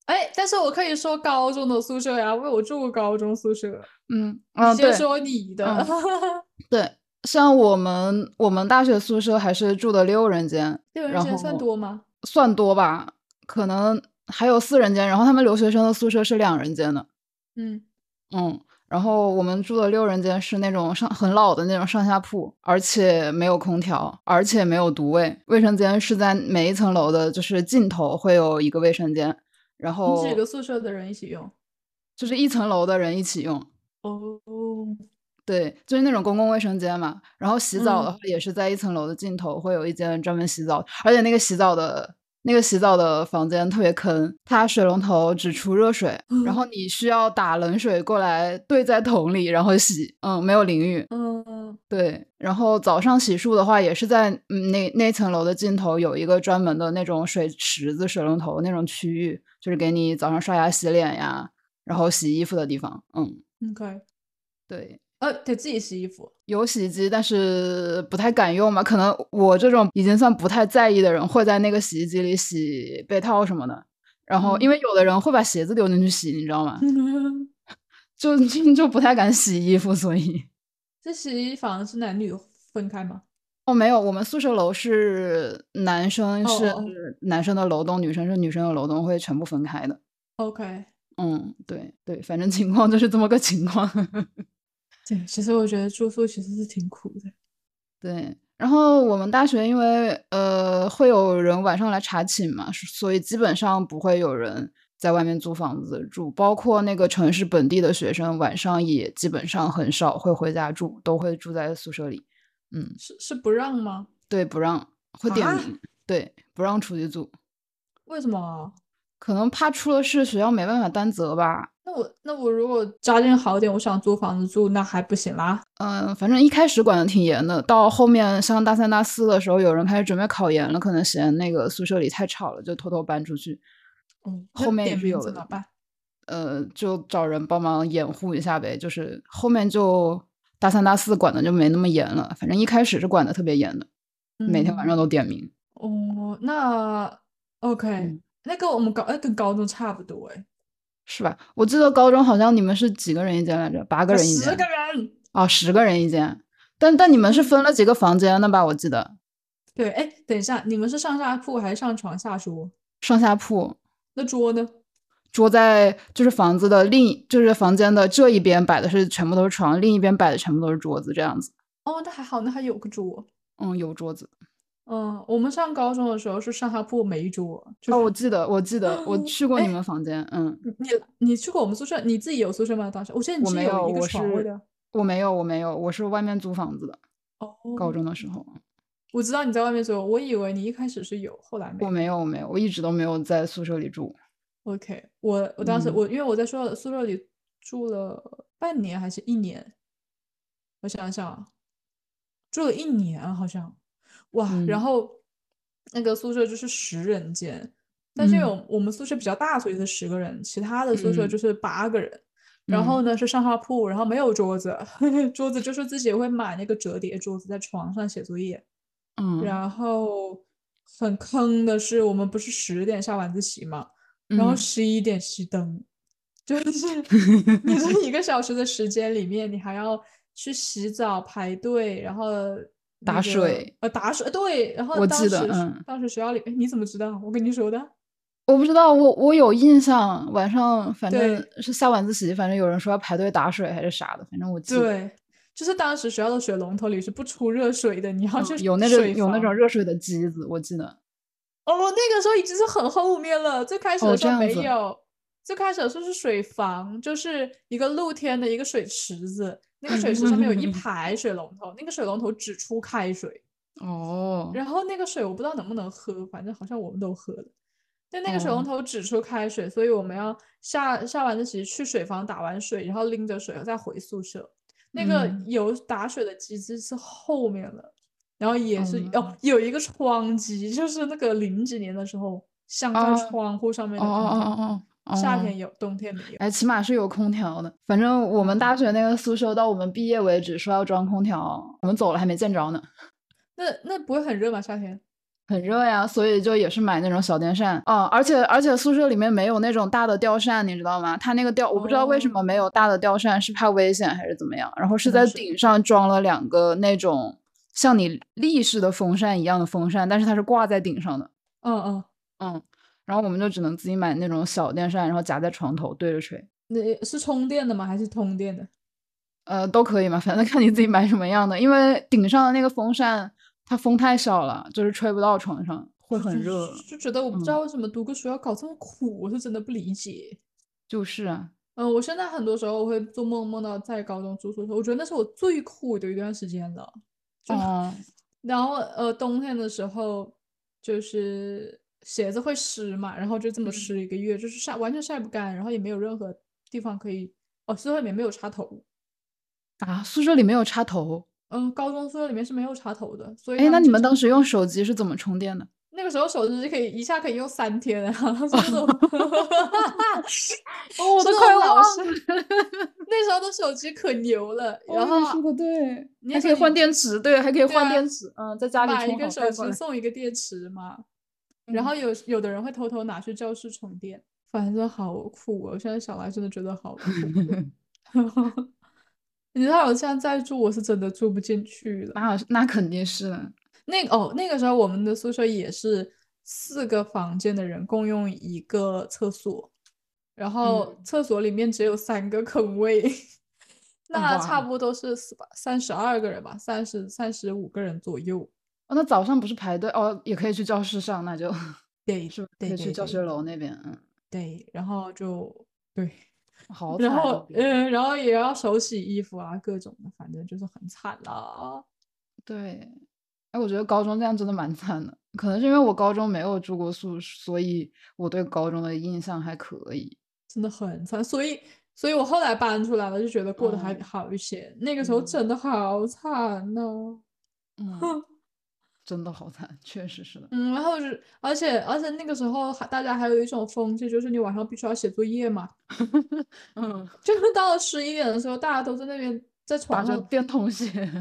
[SPEAKER 2] 哎，但是我可以说高中的宿舍呀，因为我住过高中宿舍。
[SPEAKER 1] 嗯
[SPEAKER 2] 你
[SPEAKER 1] 嗯，
[SPEAKER 2] 先
[SPEAKER 1] 对嗯
[SPEAKER 2] 说你的，
[SPEAKER 1] 对，像我们我们大学宿舍还是住的六人间，
[SPEAKER 2] 六人
[SPEAKER 1] 然
[SPEAKER 2] 间算
[SPEAKER 1] 后
[SPEAKER 2] 多吗？
[SPEAKER 1] 算多吧，可能还有四人间，然后他们留学生的宿舍是两人间的。
[SPEAKER 2] 嗯，
[SPEAKER 1] 嗯，然后我们住的六人间是那种上很老的那种上下铺，而且没有空调，而且没有独卫，卫生间是在每一层楼的，就是尽头会有一个卫生间，然后
[SPEAKER 2] 你几个宿舍的人一起用？
[SPEAKER 1] 就是一层楼的人一起用，
[SPEAKER 2] 哦，
[SPEAKER 1] 对，就是那种公共卫生间嘛。然后洗澡的
[SPEAKER 2] 嗯
[SPEAKER 1] 话，也是在一层楼的尽头会有一间专门洗澡，而且那个洗澡的那个洗澡的房间特别坑，它水龙头只出热水，然后你需要打冷水过来兑在桶里，然后洗。嗯，没有淋浴。
[SPEAKER 2] 嗯，
[SPEAKER 1] 对，然后早上洗漱的话，也是在嗯那那层楼的尽头有一个专门的那种水池子、水龙头那种区域，就是给你早上刷牙、洗脸呀，然后洗衣服的地方。嗯，
[SPEAKER 2] 嗯可以。
[SPEAKER 1] 对。
[SPEAKER 2] 呃，得自己洗 衣服。
[SPEAKER 1] 有洗衣机，但是不太敢用吧？可能我这种已经算不太在意的人，会在那个洗衣机里洗被套什么的。然后，
[SPEAKER 2] 嗯
[SPEAKER 1] 因为有的人会把鞋子丢进去洗，你知道吗？就 就就不太敢洗衣服，所以
[SPEAKER 2] 这洗衣房是男女分开吗？
[SPEAKER 1] 哦，没有，我们宿舍楼是男生
[SPEAKER 2] 哦
[SPEAKER 1] 是
[SPEAKER 2] 哦哦
[SPEAKER 1] 男生的楼栋，女生是女生的楼栋，会全部分开的。
[SPEAKER 2] OK，
[SPEAKER 1] 嗯，对对，反正情况就是这么个情况。
[SPEAKER 2] 对，其实我觉得住宿其实是挺苦的。
[SPEAKER 1] 对，然后我们大学因为呃会有人晚上来查寝嘛，是所以基本上不会有人在外面租房子住，包括那个城市本地的学生晚上也基本上很少会回家住，都会住在宿舍里。嗯，
[SPEAKER 2] 是是不让吗？
[SPEAKER 1] 对，不让会点
[SPEAKER 2] 啊
[SPEAKER 1] 名，对，不让出去住，
[SPEAKER 2] 为什么啊？
[SPEAKER 1] 可能怕出了事学校没办法担责吧。
[SPEAKER 2] 那我那我如果家境好点，我想租房子住，那还不行啦？
[SPEAKER 1] 嗯，反正一开始管的挺严的，到后面上大三、大四的时候，有人开始准备考研了，可能嫌那个宿舍里太吵了，就偷偷搬出去。
[SPEAKER 2] 嗯，
[SPEAKER 1] 哦后
[SPEAKER 2] 那
[SPEAKER 1] 面也
[SPEAKER 2] 点
[SPEAKER 1] 是
[SPEAKER 2] 名
[SPEAKER 1] 有
[SPEAKER 2] 怎
[SPEAKER 1] 的
[SPEAKER 2] 么办？
[SPEAKER 1] 呃，就找人帮忙掩护一下呗。就是后面就大三、大四管的就没那么严了，反正一开始是管的特别严的，每天晚
[SPEAKER 2] 嗯
[SPEAKER 1] 上都点名。
[SPEAKER 2] 哦，那 OK，、
[SPEAKER 1] 嗯
[SPEAKER 2] 那跟我们高，那跟高中差不多哎，
[SPEAKER 1] 是吧？我记得高中好像你们是几个人一间来着？八个
[SPEAKER 2] 啊
[SPEAKER 1] 人一
[SPEAKER 2] 十
[SPEAKER 1] 间
[SPEAKER 2] 个人。
[SPEAKER 1] 哦，十个人一间。但但你们是分了几个房间的吧？我记得
[SPEAKER 2] 对，哎，等一下，你们是上下铺还是上床下桌？
[SPEAKER 1] 上下铺，
[SPEAKER 2] 那桌呢？
[SPEAKER 1] 桌在就是房子的另一就是房间的这一边摆的是全部都是床，另一边摆的全部都是桌子，这样子。
[SPEAKER 2] 哦，那还好，那还有个桌。
[SPEAKER 1] 嗯，有桌子。
[SPEAKER 2] 嗯，我们上高中的时候是上下铺没桌，就
[SPEAKER 1] 哦，
[SPEAKER 2] 是
[SPEAKER 1] 我记得，我记得，我去过你
[SPEAKER 2] 哎
[SPEAKER 1] 们房间。嗯，
[SPEAKER 2] 你你你去过我们宿舍，你自己有宿舍吗？当时我记得你
[SPEAKER 1] 我
[SPEAKER 2] 是
[SPEAKER 1] 没有，
[SPEAKER 2] 一个
[SPEAKER 1] 我
[SPEAKER 2] 床位
[SPEAKER 1] 是
[SPEAKER 2] 的。
[SPEAKER 1] 我没有，我没有，我是外面租房子的。
[SPEAKER 2] 哦，
[SPEAKER 1] 高中的时候，
[SPEAKER 2] 我知道你在外面住，我以为你一开始是有，后来没
[SPEAKER 1] 我
[SPEAKER 2] 有。
[SPEAKER 1] 没有，我没有，我一直都没有在宿舍里住。
[SPEAKER 2] OK，我我当时
[SPEAKER 1] 嗯
[SPEAKER 2] 我因为我在宿舍宿舍里住了半年还是一年，我想想啊，住了一年啊好像，哇，然
[SPEAKER 1] 嗯
[SPEAKER 2] 后那个宿舍就是十人间，但是因为
[SPEAKER 1] 嗯
[SPEAKER 2] 我我们宿舍比较大，所以是十个人，其他的宿舍
[SPEAKER 1] 嗯
[SPEAKER 2] 就是八个人。然后呢是上下铺，然后没有桌子， 桌子就是自己会买那个折叠桌子在床上写作业。
[SPEAKER 1] 嗯嗯
[SPEAKER 2] 然后很坑的是，我们不是十点下晚自习嘛，然后
[SPEAKER 1] 嗯
[SPEAKER 2] 十一点熄灯， 就是你这一个小时的时间里面，你还要去洗澡、排队，然后、那
[SPEAKER 1] 打
[SPEAKER 2] 个
[SPEAKER 1] 水，
[SPEAKER 2] 呃，打水，对，然后
[SPEAKER 1] 我
[SPEAKER 2] 当
[SPEAKER 1] 记
[SPEAKER 2] 时
[SPEAKER 1] 得嗯
[SPEAKER 2] 当时学校里，哎，你怎么知道？我跟你说的，
[SPEAKER 1] 我不知道，我我有印象，晚上反正
[SPEAKER 2] 对
[SPEAKER 1] 是下晚自习，反正有人说要排队打水还是啥的，反正我记得。
[SPEAKER 2] 对。就是当时学校的水龙头里是不出热水的，你要去
[SPEAKER 1] 嗯，有那种
[SPEAKER 2] 水
[SPEAKER 1] 有那
[SPEAKER 2] 房
[SPEAKER 1] 种热水的机子，我记得。
[SPEAKER 2] 哦，那个时候已经是很后面了，最开始
[SPEAKER 1] 哦
[SPEAKER 2] 的时
[SPEAKER 1] 这
[SPEAKER 2] 候
[SPEAKER 1] 样
[SPEAKER 2] 没
[SPEAKER 1] 子
[SPEAKER 2] 有，最开始的时候是水房，就是一个露天的一个水池子，那
[SPEAKER 1] 嗯
[SPEAKER 2] 个水池上面有一排水龙头，那个水龙头只出开水，
[SPEAKER 1] 哦，
[SPEAKER 2] 然后那个水我不知道能不能喝，反正好像我们都喝了。但那个水龙
[SPEAKER 1] 哦
[SPEAKER 2] 头只出开水，所以我们要下下完自习去水房打完水，然后拎着水再回宿舍。那个
[SPEAKER 1] 嗯
[SPEAKER 2] 有打水的机制是后面了，然后也是哦
[SPEAKER 1] 嗯，
[SPEAKER 2] 有一个窗机，就是那个零几年的时候镶
[SPEAKER 1] 啊
[SPEAKER 2] 在窗户上面
[SPEAKER 1] 哦
[SPEAKER 2] 的空调，
[SPEAKER 1] 哦哦哦哦，
[SPEAKER 2] 夏
[SPEAKER 1] 哦
[SPEAKER 2] 天有，冬天没有。
[SPEAKER 1] 哎，起码是有空调的。反正我们大
[SPEAKER 2] 嗯
[SPEAKER 1] 学那个宿舍到我们毕业为止说要装空调，我们走了还没见着呢。
[SPEAKER 2] 那那不会很热吗？夏天？
[SPEAKER 1] 很热呀，所以就也是买那种小电扇啊、而且而且宿舍里面没有那种大的吊扇，你知道吗？它那个吊我不知道为什么没有大的吊扇，是怕危险还是怎么样？然后是
[SPEAKER 2] 可能
[SPEAKER 1] 在
[SPEAKER 2] 哦是
[SPEAKER 1] 顶上装了两个那种像你立式的风扇一样的风扇，但是它是挂在顶上的，
[SPEAKER 2] 嗯嗯，
[SPEAKER 1] 嗯，然后我们就只能自己买那种小电扇，然后夹在床头对着吹，
[SPEAKER 2] 那是充电的吗？还是通电的？
[SPEAKER 1] 呃，都可以嘛，反正看你自己买什么样的，因为顶上的那个风扇它风太小了，就是吹不到床上，会
[SPEAKER 2] 就
[SPEAKER 1] 很
[SPEAKER 2] 就
[SPEAKER 1] 热，
[SPEAKER 2] 就觉得我不知
[SPEAKER 1] 嗯
[SPEAKER 2] 道为什么读个书要搞这么苦，我是真的不理解。
[SPEAKER 1] 就是啊。
[SPEAKER 2] 嗯，我现在很多时候我会做梦，梦到在高中住宿舍，我觉得那是我最苦的一段时间了。就
[SPEAKER 1] 哦
[SPEAKER 2] 然后呃，冬天的时候就是鞋子会湿嘛，然后就这么
[SPEAKER 1] 嗯
[SPEAKER 2] 湿一个月，就是晒完全晒不干，然后也没有任何地方可以，哦，宿舍里面没有插头，
[SPEAKER 1] 啊，宿舍里没有插头。
[SPEAKER 2] 嗯，高中宿舍里面是没有插头的，所以
[SPEAKER 1] 哎，
[SPEAKER 2] 他
[SPEAKER 1] 那
[SPEAKER 2] 们
[SPEAKER 1] 你
[SPEAKER 2] 就
[SPEAKER 1] 们
[SPEAKER 2] 是
[SPEAKER 1] 当时用手机是怎么充电 的？
[SPEAKER 2] 那个时候手机可以一下可以用三天啊， 是那 种
[SPEAKER 1] 哦，我都
[SPEAKER 2] 是那
[SPEAKER 1] 快
[SPEAKER 2] 种老
[SPEAKER 1] 忘
[SPEAKER 2] 师
[SPEAKER 1] 了。
[SPEAKER 2] 那时候的手机可牛了，
[SPEAKER 1] 哦
[SPEAKER 2] 然
[SPEAKER 1] 你
[SPEAKER 2] 后
[SPEAKER 1] 说的对，
[SPEAKER 2] 你
[SPEAKER 1] 还可
[SPEAKER 2] 也可
[SPEAKER 1] 以
[SPEAKER 2] 以
[SPEAKER 1] 换电池，对，还可以
[SPEAKER 2] 对
[SPEAKER 1] 换
[SPEAKER 2] 啊
[SPEAKER 1] 电池。嗯，在家里
[SPEAKER 2] 买一
[SPEAKER 1] 充
[SPEAKER 2] 个
[SPEAKER 1] 好
[SPEAKER 2] 手
[SPEAKER 1] 再回
[SPEAKER 2] 机
[SPEAKER 1] 来。
[SPEAKER 2] 送一个电池嘛，然后
[SPEAKER 1] 嗯
[SPEAKER 2] 有有的人会偷偷拿去教室充电，反正好苦啊！我现在想来真的觉得好 苦。 你知道我现在在住，我是真的住不进去了。
[SPEAKER 1] 那啊那肯定是的。
[SPEAKER 2] 那个哦，那个时候我们的宿舍也是四个房间的人共用一个厕所，然后
[SPEAKER 1] 嗯
[SPEAKER 2] 厕所里面只有三个坑位，那差
[SPEAKER 1] 哇
[SPEAKER 2] 不多是四三十二个人吧，三十三十五个人左右。
[SPEAKER 1] 哦，那早上不是排队哦，也可以去教室上，那就
[SPEAKER 2] 对
[SPEAKER 1] 是吧？可
[SPEAKER 2] 对
[SPEAKER 1] 以去
[SPEAKER 2] 对
[SPEAKER 1] 教
[SPEAKER 2] 对
[SPEAKER 1] 学楼那边，嗯，
[SPEAKER 2] 对，然后就对，
[SPEAKER 1] 好惨
[SPEAKER 2] 然后
[SPEAKER 1] 哦。
[SPEAKER 2] 嗯，然后也要手洗衣服啊，各种的，反正就是很惨啦。
[SPEAKER 1] 对，哎，我觉得高中这样真的蛮惨的，可能是因为我高中没有住过宿舍，所以我对高中的印象还可以。
[SPEAKER 2] 真的很惨，所以，所以我后来搬出来了，就觉得过得还
[SPEAKER 1] 嗯
[SPEAKER 2] 好一些。那个时候
[SPEAKER 1] 嗯
[SPEAKER 2] 真的好惨哦呢、
[SPEAKER 1] 嗯，真的好惨，确实是的。
[SPEAKER 2] 嗯，然后是，而且而且那个时候还大家还有一种风气，就是你晚上必须要写作业嘛，
[SPEAKER 1] 嗯，
[SPEAKER 2] 就是 到了十一点的时候，大家都在那边在
[SPEAKER 1] 打
[SPEAKER 2] 床
[SPEAKER 1] 着
[SPEAKER 2] 上
[SPEAKER 1] 电筒写，
[SPEAKER 2] 啊，对呀，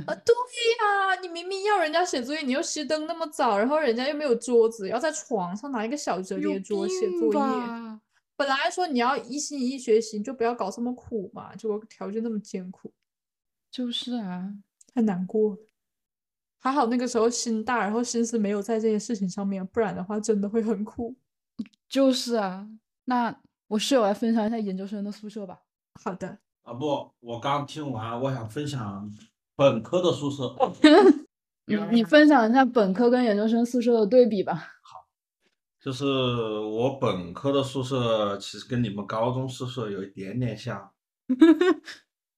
[SPEAKER 2] 你明明要人家写作业，你又熄灯那么早，然后人家又没有桌子，要在床上拿一个小折
[SPEAKER 1] 有
[SPEAKER 2] 叠桌写
[SPEAKER 1] 病
[SPEAKER 2] 作业。
[SPEAKER 1] 吧？
[SPEAKER 2] 本来说你要一心一意学习，你就不要搞这么苦嘛，结果条件那么艰苦，
[SPEAKER 1] 就是啊，
[SPEAKER 2] 太难过了。还好那个时候心大，然后心思没有在这些事情上面，不然的话真的会很苦。
[SPEAKER 1] 就是啊。那我室友来分享一下研究生的宿舍吧。
[SPEAKER 2] 好的，
[SPEAKER 3] 啊不，我刚听完，我想分享本科的宿舍。
[SPEAKER 2] 哦
[SPEAKER 1] 你
[SPEAKER 3] 啊
[SPEAKER 1] 你分享一下本科跟研究生宿舍的对比吧。
[SPEAKER 3] 就是我本科的宿舍，其实跟你们高中宿舍有一点 点像，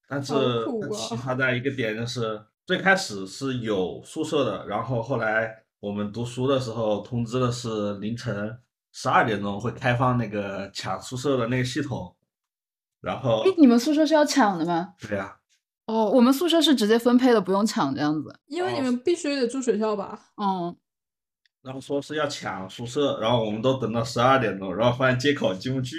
[SPEAKER 3] 但是
[SPEAKER 2] 好苦
[SPEAKER 3] 但奇
[SPEAKER 2] 啊
[SPEAKER 3] 葩在一个点就是，最开始是有宿舍的，然后后来我们读书的时候通知的是凌晨十二点钟会开放那个抢宿舍的那个系统，然后
[SPEAKER 1] 哎，你们宿舍是要抢的吗？
[SPEAKER 3] 对呀、
[SPEAKER 1] 哦，我们宿舍是直接分配的，不用抢这样子。
[SPEAKER 2] 因为你
[SPEAKER 3] 哦
[SPEAKER 2] 们必须得住学校吧？
[SPEAKER 1] 嗯，
[SPEAKER 3] 然后说是要抢宿舍，然后我们都等到十二点多，然后发现接口进不去，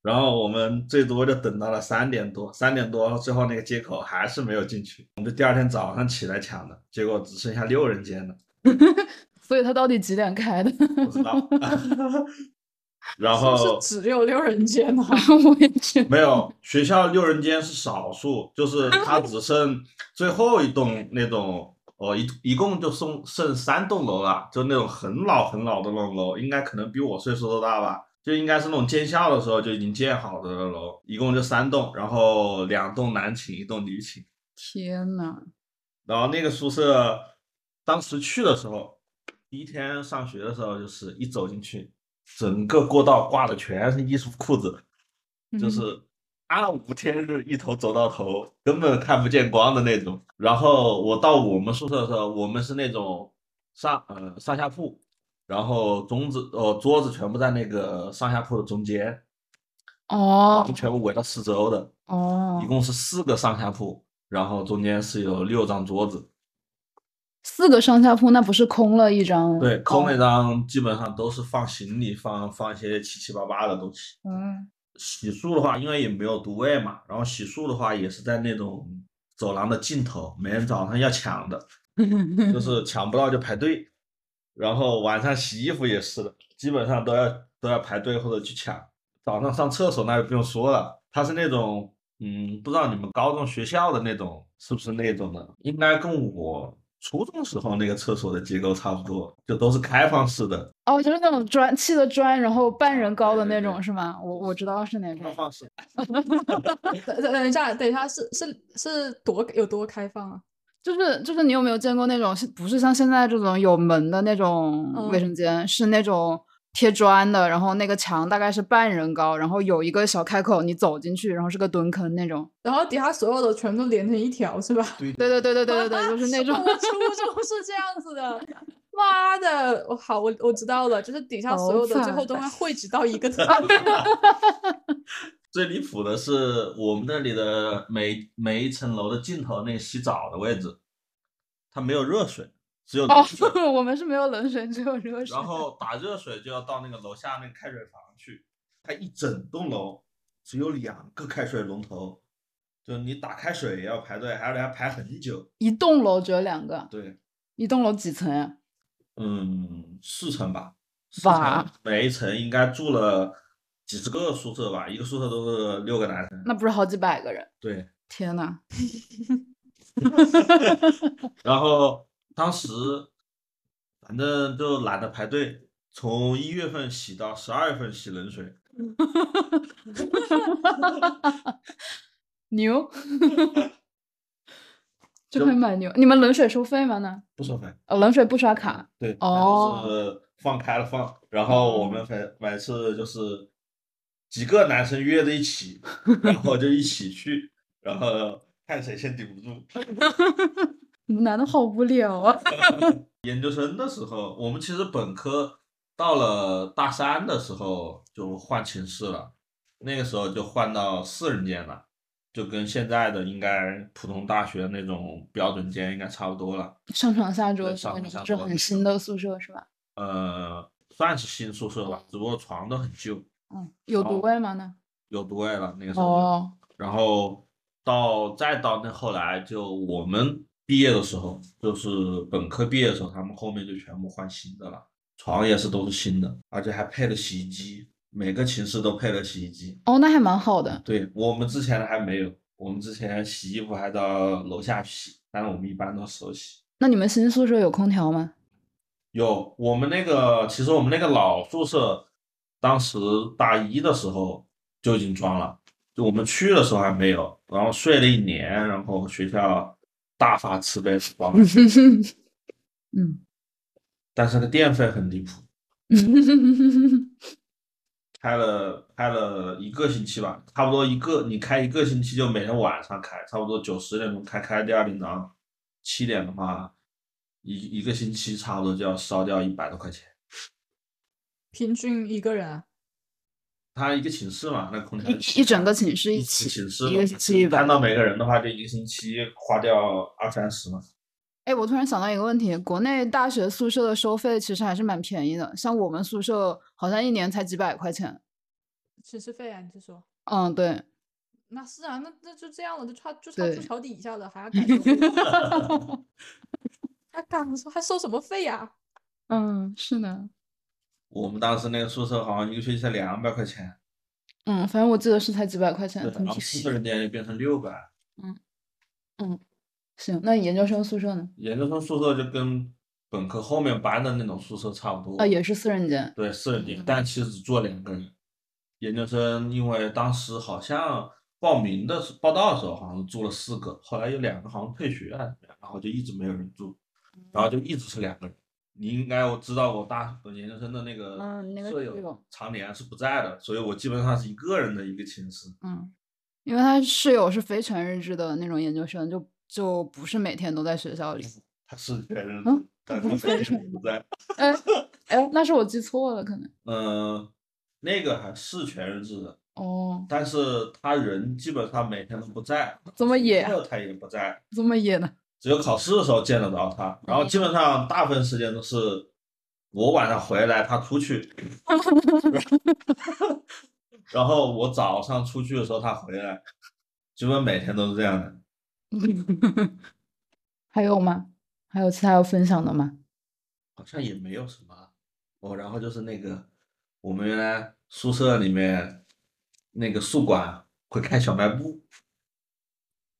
[SPEAKER 3] 然后我们最多就等到了三点多，三点多最后那个接口还是没有进去，我们就第二天早上起来抢的，结果只剩下六人间了，
[SPEAKER 1] 所以他到底几点开的？
[SPEAKER 3] 不知 道。 然
[SPEAKER 2] 是不是
[SPEAKER 3] 后
[SPEAKER 2] 只有六人间呢、啊
[SPEAKER 1] 我也觉得
[SPEAKER 3] 没有学校六人间是少数，就是它只剩最后一栋那种，哦，一一共就剩剩三栋楼了，就那种很老很老的那种楼，应该可能比我岁数都大吧，就应该是那种建校的时候就已经建好的那种楼，一共就三栋，然后两栋男寝，一栋女寝，
[SPEAKER 1] 天呐，
[SPEAKER 3] 然后那个宿舍当时去的时候，第一天上学的时候，就是一走进去，整个过道挂的全是衣服裤子。就
[SPEAKER 1] 嗯
[SPEAKER 3] 是暗无天日，一头走到头，根本看不见光的那种。然后我到我们宿舍的时候，我们是那种上呃上下铺，然后中子呃桌子全部在那个上下铺的中间，
[SPEAKER 1] 哦
[SPEAKER 3] 全部围到四周的，
[SPEAKER 1] 哦
[SPEAKER 3] 一，共是四个上下铺，然后中间是有六张桌子，
[SPEAKER 1] 四个上下铺那不是空了一张？
[SPEAKER 3] 对，空
[SPEAKER 1] 哦
[SPEAKER 3] 那张基本上都是放行李，放放一些七七八八的东西。
[SPEAKER 1] 嗯，
[SPEAKER 3] 洗漱的话，因为也没有独卫嘛，然后洗漱的话也是在那种
[SPEAKER 1] 嗯
[SPEAKER 3] 走廊的尽头，每天早上要抢的，就是抢不到就排队。然后晚上洗衣服也是的，基本上都要都要排队或者去抢。早上上厕所那就不用说了，它是那种嗯，不知道你们高中学校的那种是不是那种的，应该跟我初中时候那个厕所的结构差不多，就都是开放式的，
[SPEAKER 1] 哦，就是那种砖砌的砖，然后半人高的
[SPEAKER 3] 对对
[SPEAKER 1] 那
[SPEAKER 3] 对
[SPEAKER 1] 种是吗？我我知道是哪
[SPEAKER 3] 开
[SPEAKER 1] 种。
[SPEAKER 3] 放式
[SPEAKER 2] 等等等一下，等一下，是是是多有多开放啊？
[SPEAKER 1] 就是就是你有没有见过那种是不是像现在这种有门的那种卫
[SPEAKER 2] 嗯
[SPEAKER 1] 生间，是那种贴砖的，然后那个墙大概是半人高，然后有一个小开口，你走进去，然后是个蹲坑那种。
[SPEAKER 2] 然后底下所有的全都连成一条，是吧？
[SPEAKER 3] 对
[SPEAKER 1] 对对对对对对 对，就是那 种
[SPEAKER 2] 我初中是这样子的，妈的！我好，我我知道了，就是底下所
[SPEAKER 1] 好
[SPEAKER 2] 有的最
[SPEAKER 1] 惨
[SPEAKER 2] 后都会汇集 到一个地方。
[SPEAKER 3] 最离谱的是，我们那里的每每一层楼的尽头那个洗澡的位置，它没有热水，只有冷水。
[SPEAKER 1] 哦， 我们是没有冷水，只有热水。
[SPEAKER 3] 然后打热水就要到那个楼下那个开水房去。它一整栋楼只有两个开水龙头，就你打开水也要排队，还要要排很久。
[SPEAKER 1] 一栋楼只有两个，
[SPEAKER 3] 对，
[SPEAKER 1] 一栋楼几层呀？
[SPEAKER 3] 嗯，四层吧，四层
[SPEAKER 1] 哇，
[SPEAKER 3] 每一层应该住了几十个宿舍吧，一个宿舍都是六个男生。
[SPEAKER 1] 那不是好几百个人？
[SPEAKER 3] 对，
[SPEAKER 1] 天呐，
[SPEAKER 3] 然后当时反正就懒得排队，从一月份洗到十二月份洗冷水，
[SPEAKER 1] 牛，这
[SPEAKER 3] 就
[SPEAKER 1] 还蛮牛。你们冷水收费吗？那
[SPEAKER 3] 不收费。
[SPEAKER 1] 呃，冷水不刷卡。
[SPEAKER 3] 对，它
[SPEAKER 1] 哦
[SPEAKER 3] 就是放开了放。然后我们每每次就是几个男生约着一起，然后就一起去，然后看谁先顶不住。
[SPEAKER 1] 你们男的好无聊啊！
[SPEAKER 3] 研究生的时候，我们其实本科到了大三的时候就换寝室了，那个时候就换到四人间了，就跟现在的应该普通大学那种标准间应该差不多了。
[SPEAKER 1] 上床下桌
[SPEAKER 3] 对
[SPEAKER 1] 是
[SPEAKER 3] 上
[SPEAKER 1] 那种
[SPEAKER 3] 床下
[SPEAKER 1] 就
[SPEAKER 3] 桌
[SPEAKER 1] 很
[SPEAKER 3] 那
[SPEAKER 1] 新的宿舍是吧？
[SPEAKER 3] 呃，算是新宿舍吧，只不过床都很旧，
[SPEAKER 1] 嗯，有独
[SPEAKER 3] 哦
[SPEAKER 1] 卫吗？那
[SPEAKER 3] 有独卫了那个时候就。
[SPEAKER 1] 哦，
[SPEAKER 3] 然后到再到那后来，就我们毕业的时候，就是本科毕业的时候，他们后面就全部换新的了，床也是都是新的，而且还配了洗衣机，每个寝室都配了洗衣机。
[SPEAKER 1] 哦，那还蛮好的。
[SPEAKER 3] 对，我们之前的还没有，我们之前洗衣服还到楼下去洗，但是我们一般都手洗。
[SPEAKER 1] 那你们新宿舍有空调吗？
[SPEAKER 3] 有我们那个，其实我们那个老宿舍，当时大一的时候就已经装了，就我们去的时候还没有，然后睡了一年，然后学校大发慈悲装了，
[SPEAKER 1] 嗯，
[SPEAKER 3] 但是那个电费很离谱，开了开了一个星期吧，差不多一个，你开一个星期就每天晚上开，差不多九十点钟开，开第二天早上七点的话，一一个星期差不多就要烧掉一百多块钱。
[SPEAKER 2] 平均一个人啊，
[SPEAKER 3] 他一个寝室嘛， 那空调
[SPEAKER 1] 一
[SPEAKER 3] 起
[SPEAKER 1] 一一整个寝室
[SPEAKER 3] 一
[SPEAKER 1] 起
[SPEAKER 3] 寝室
[SPEAKER 1] 一
[SPEAKER 3] 嘛
[SPEAKER 1] 个星期一百
[SPEAKER 3] 看。到每个人的话，就一个星期花掉二三十 嘛。
[SPEAKER 1] 哎，我突然想到一个问题，国内大学宿舍的收费其实还是蛮便宜的，像我们宿舍好像一年才几百块钱。
[SPEAKER 2] 寝室费啊，你是说？
[SPEAKER 1] 嗯，对，
[SPEAKER 2] 那是啊，那那就这样了，就差就差
[SPEAKER 1] 对
[SPEAKER 2] 住桥底下了，还要赶着回 还赶说还收什么费啊呀、
[SPEAKER 1] 嗯，是的，
[SPEAKER 3] 我们当时那个宿舍好像一个学期才两百块钱，
[SPEAKER 1] 嗯，反正我记得是才几百块钱
[SPEAKER 3] 对，
[SPEAKER 1] 总
[SPEAKER 3] 然后
[SPEAKER 1] 体
[SPEAKER 3] 四
[SPEAKER 1] 系
[SPEAKER 3] 个。人间就变成六百。
[SPEAKER 1] 行，那研究生宿舍呢？
[SPEAKER 3] 研究生宿舍就跟本科后面搬的那种宿舍差不多。
[SPEAKER 1] 啊，也是四人间。
[SPEAKER 3] 对，四人间
[SPEAKER 2] 嗯，
[SPEAKER 3] 但其实只住了两个人。研究生因为当时好像报名的时报道的时候好像住了四个，后来有两个好像退学啊了，然后就一直没有人住，然后就一直是两个人。你应该我知道我大我研究生的那个
[SPEAKER 1] 嗯那个
[SPEAKER 3] 舍
[SPEAKER 1] 室友
[SPEAKER 3] 友常年是不在的，所以我基本上是一个人的一个寝室。
[SPEAKER 1] 嗯， 因为他室友是非全日制的那种研究生，就就不是每天都在学校里。
[SPEAKER 3] 他是全日
[SPEAKER 1] 嗯
[SPEAKER 3] 制，但
[SPEAKER 1] 不
[SPEAKER 3] 他
[SPEAKER 1] 是
[SPEAKER 3] 每
[SPEAKER 1] 全
[SPEAKER 3] 天不在。
[SPEAKER 1] 哎哎，那是我记错了，可能。
[SPEAKER 3] 嗯，那个还是全日制的，
[SPEAKER 1] 哦，
[SPEAKER 3] 但是他人基本上每天都不在，
[SPEAKER 1] 这么野啊，
[SPEAKER 3] 课他也不在。
[SPEAKER 1] 这么野呢？
[SPEAKER 3] 只有考试的时候见得着他，
[SPEAKER 1] 嗯
[SPEAKER 3] 然后基本上大部分时间都是我晚上回来，他 出去，然后我早上出去的时候他回来，基本每天都是这样的。
[SPEAKER 1] 还有吗？还有其他要分享的吗？
[SPEAKER 3] 好像也没有什么哦。然后就是那个我们原来宿舍里面那个宿管会开小卖部，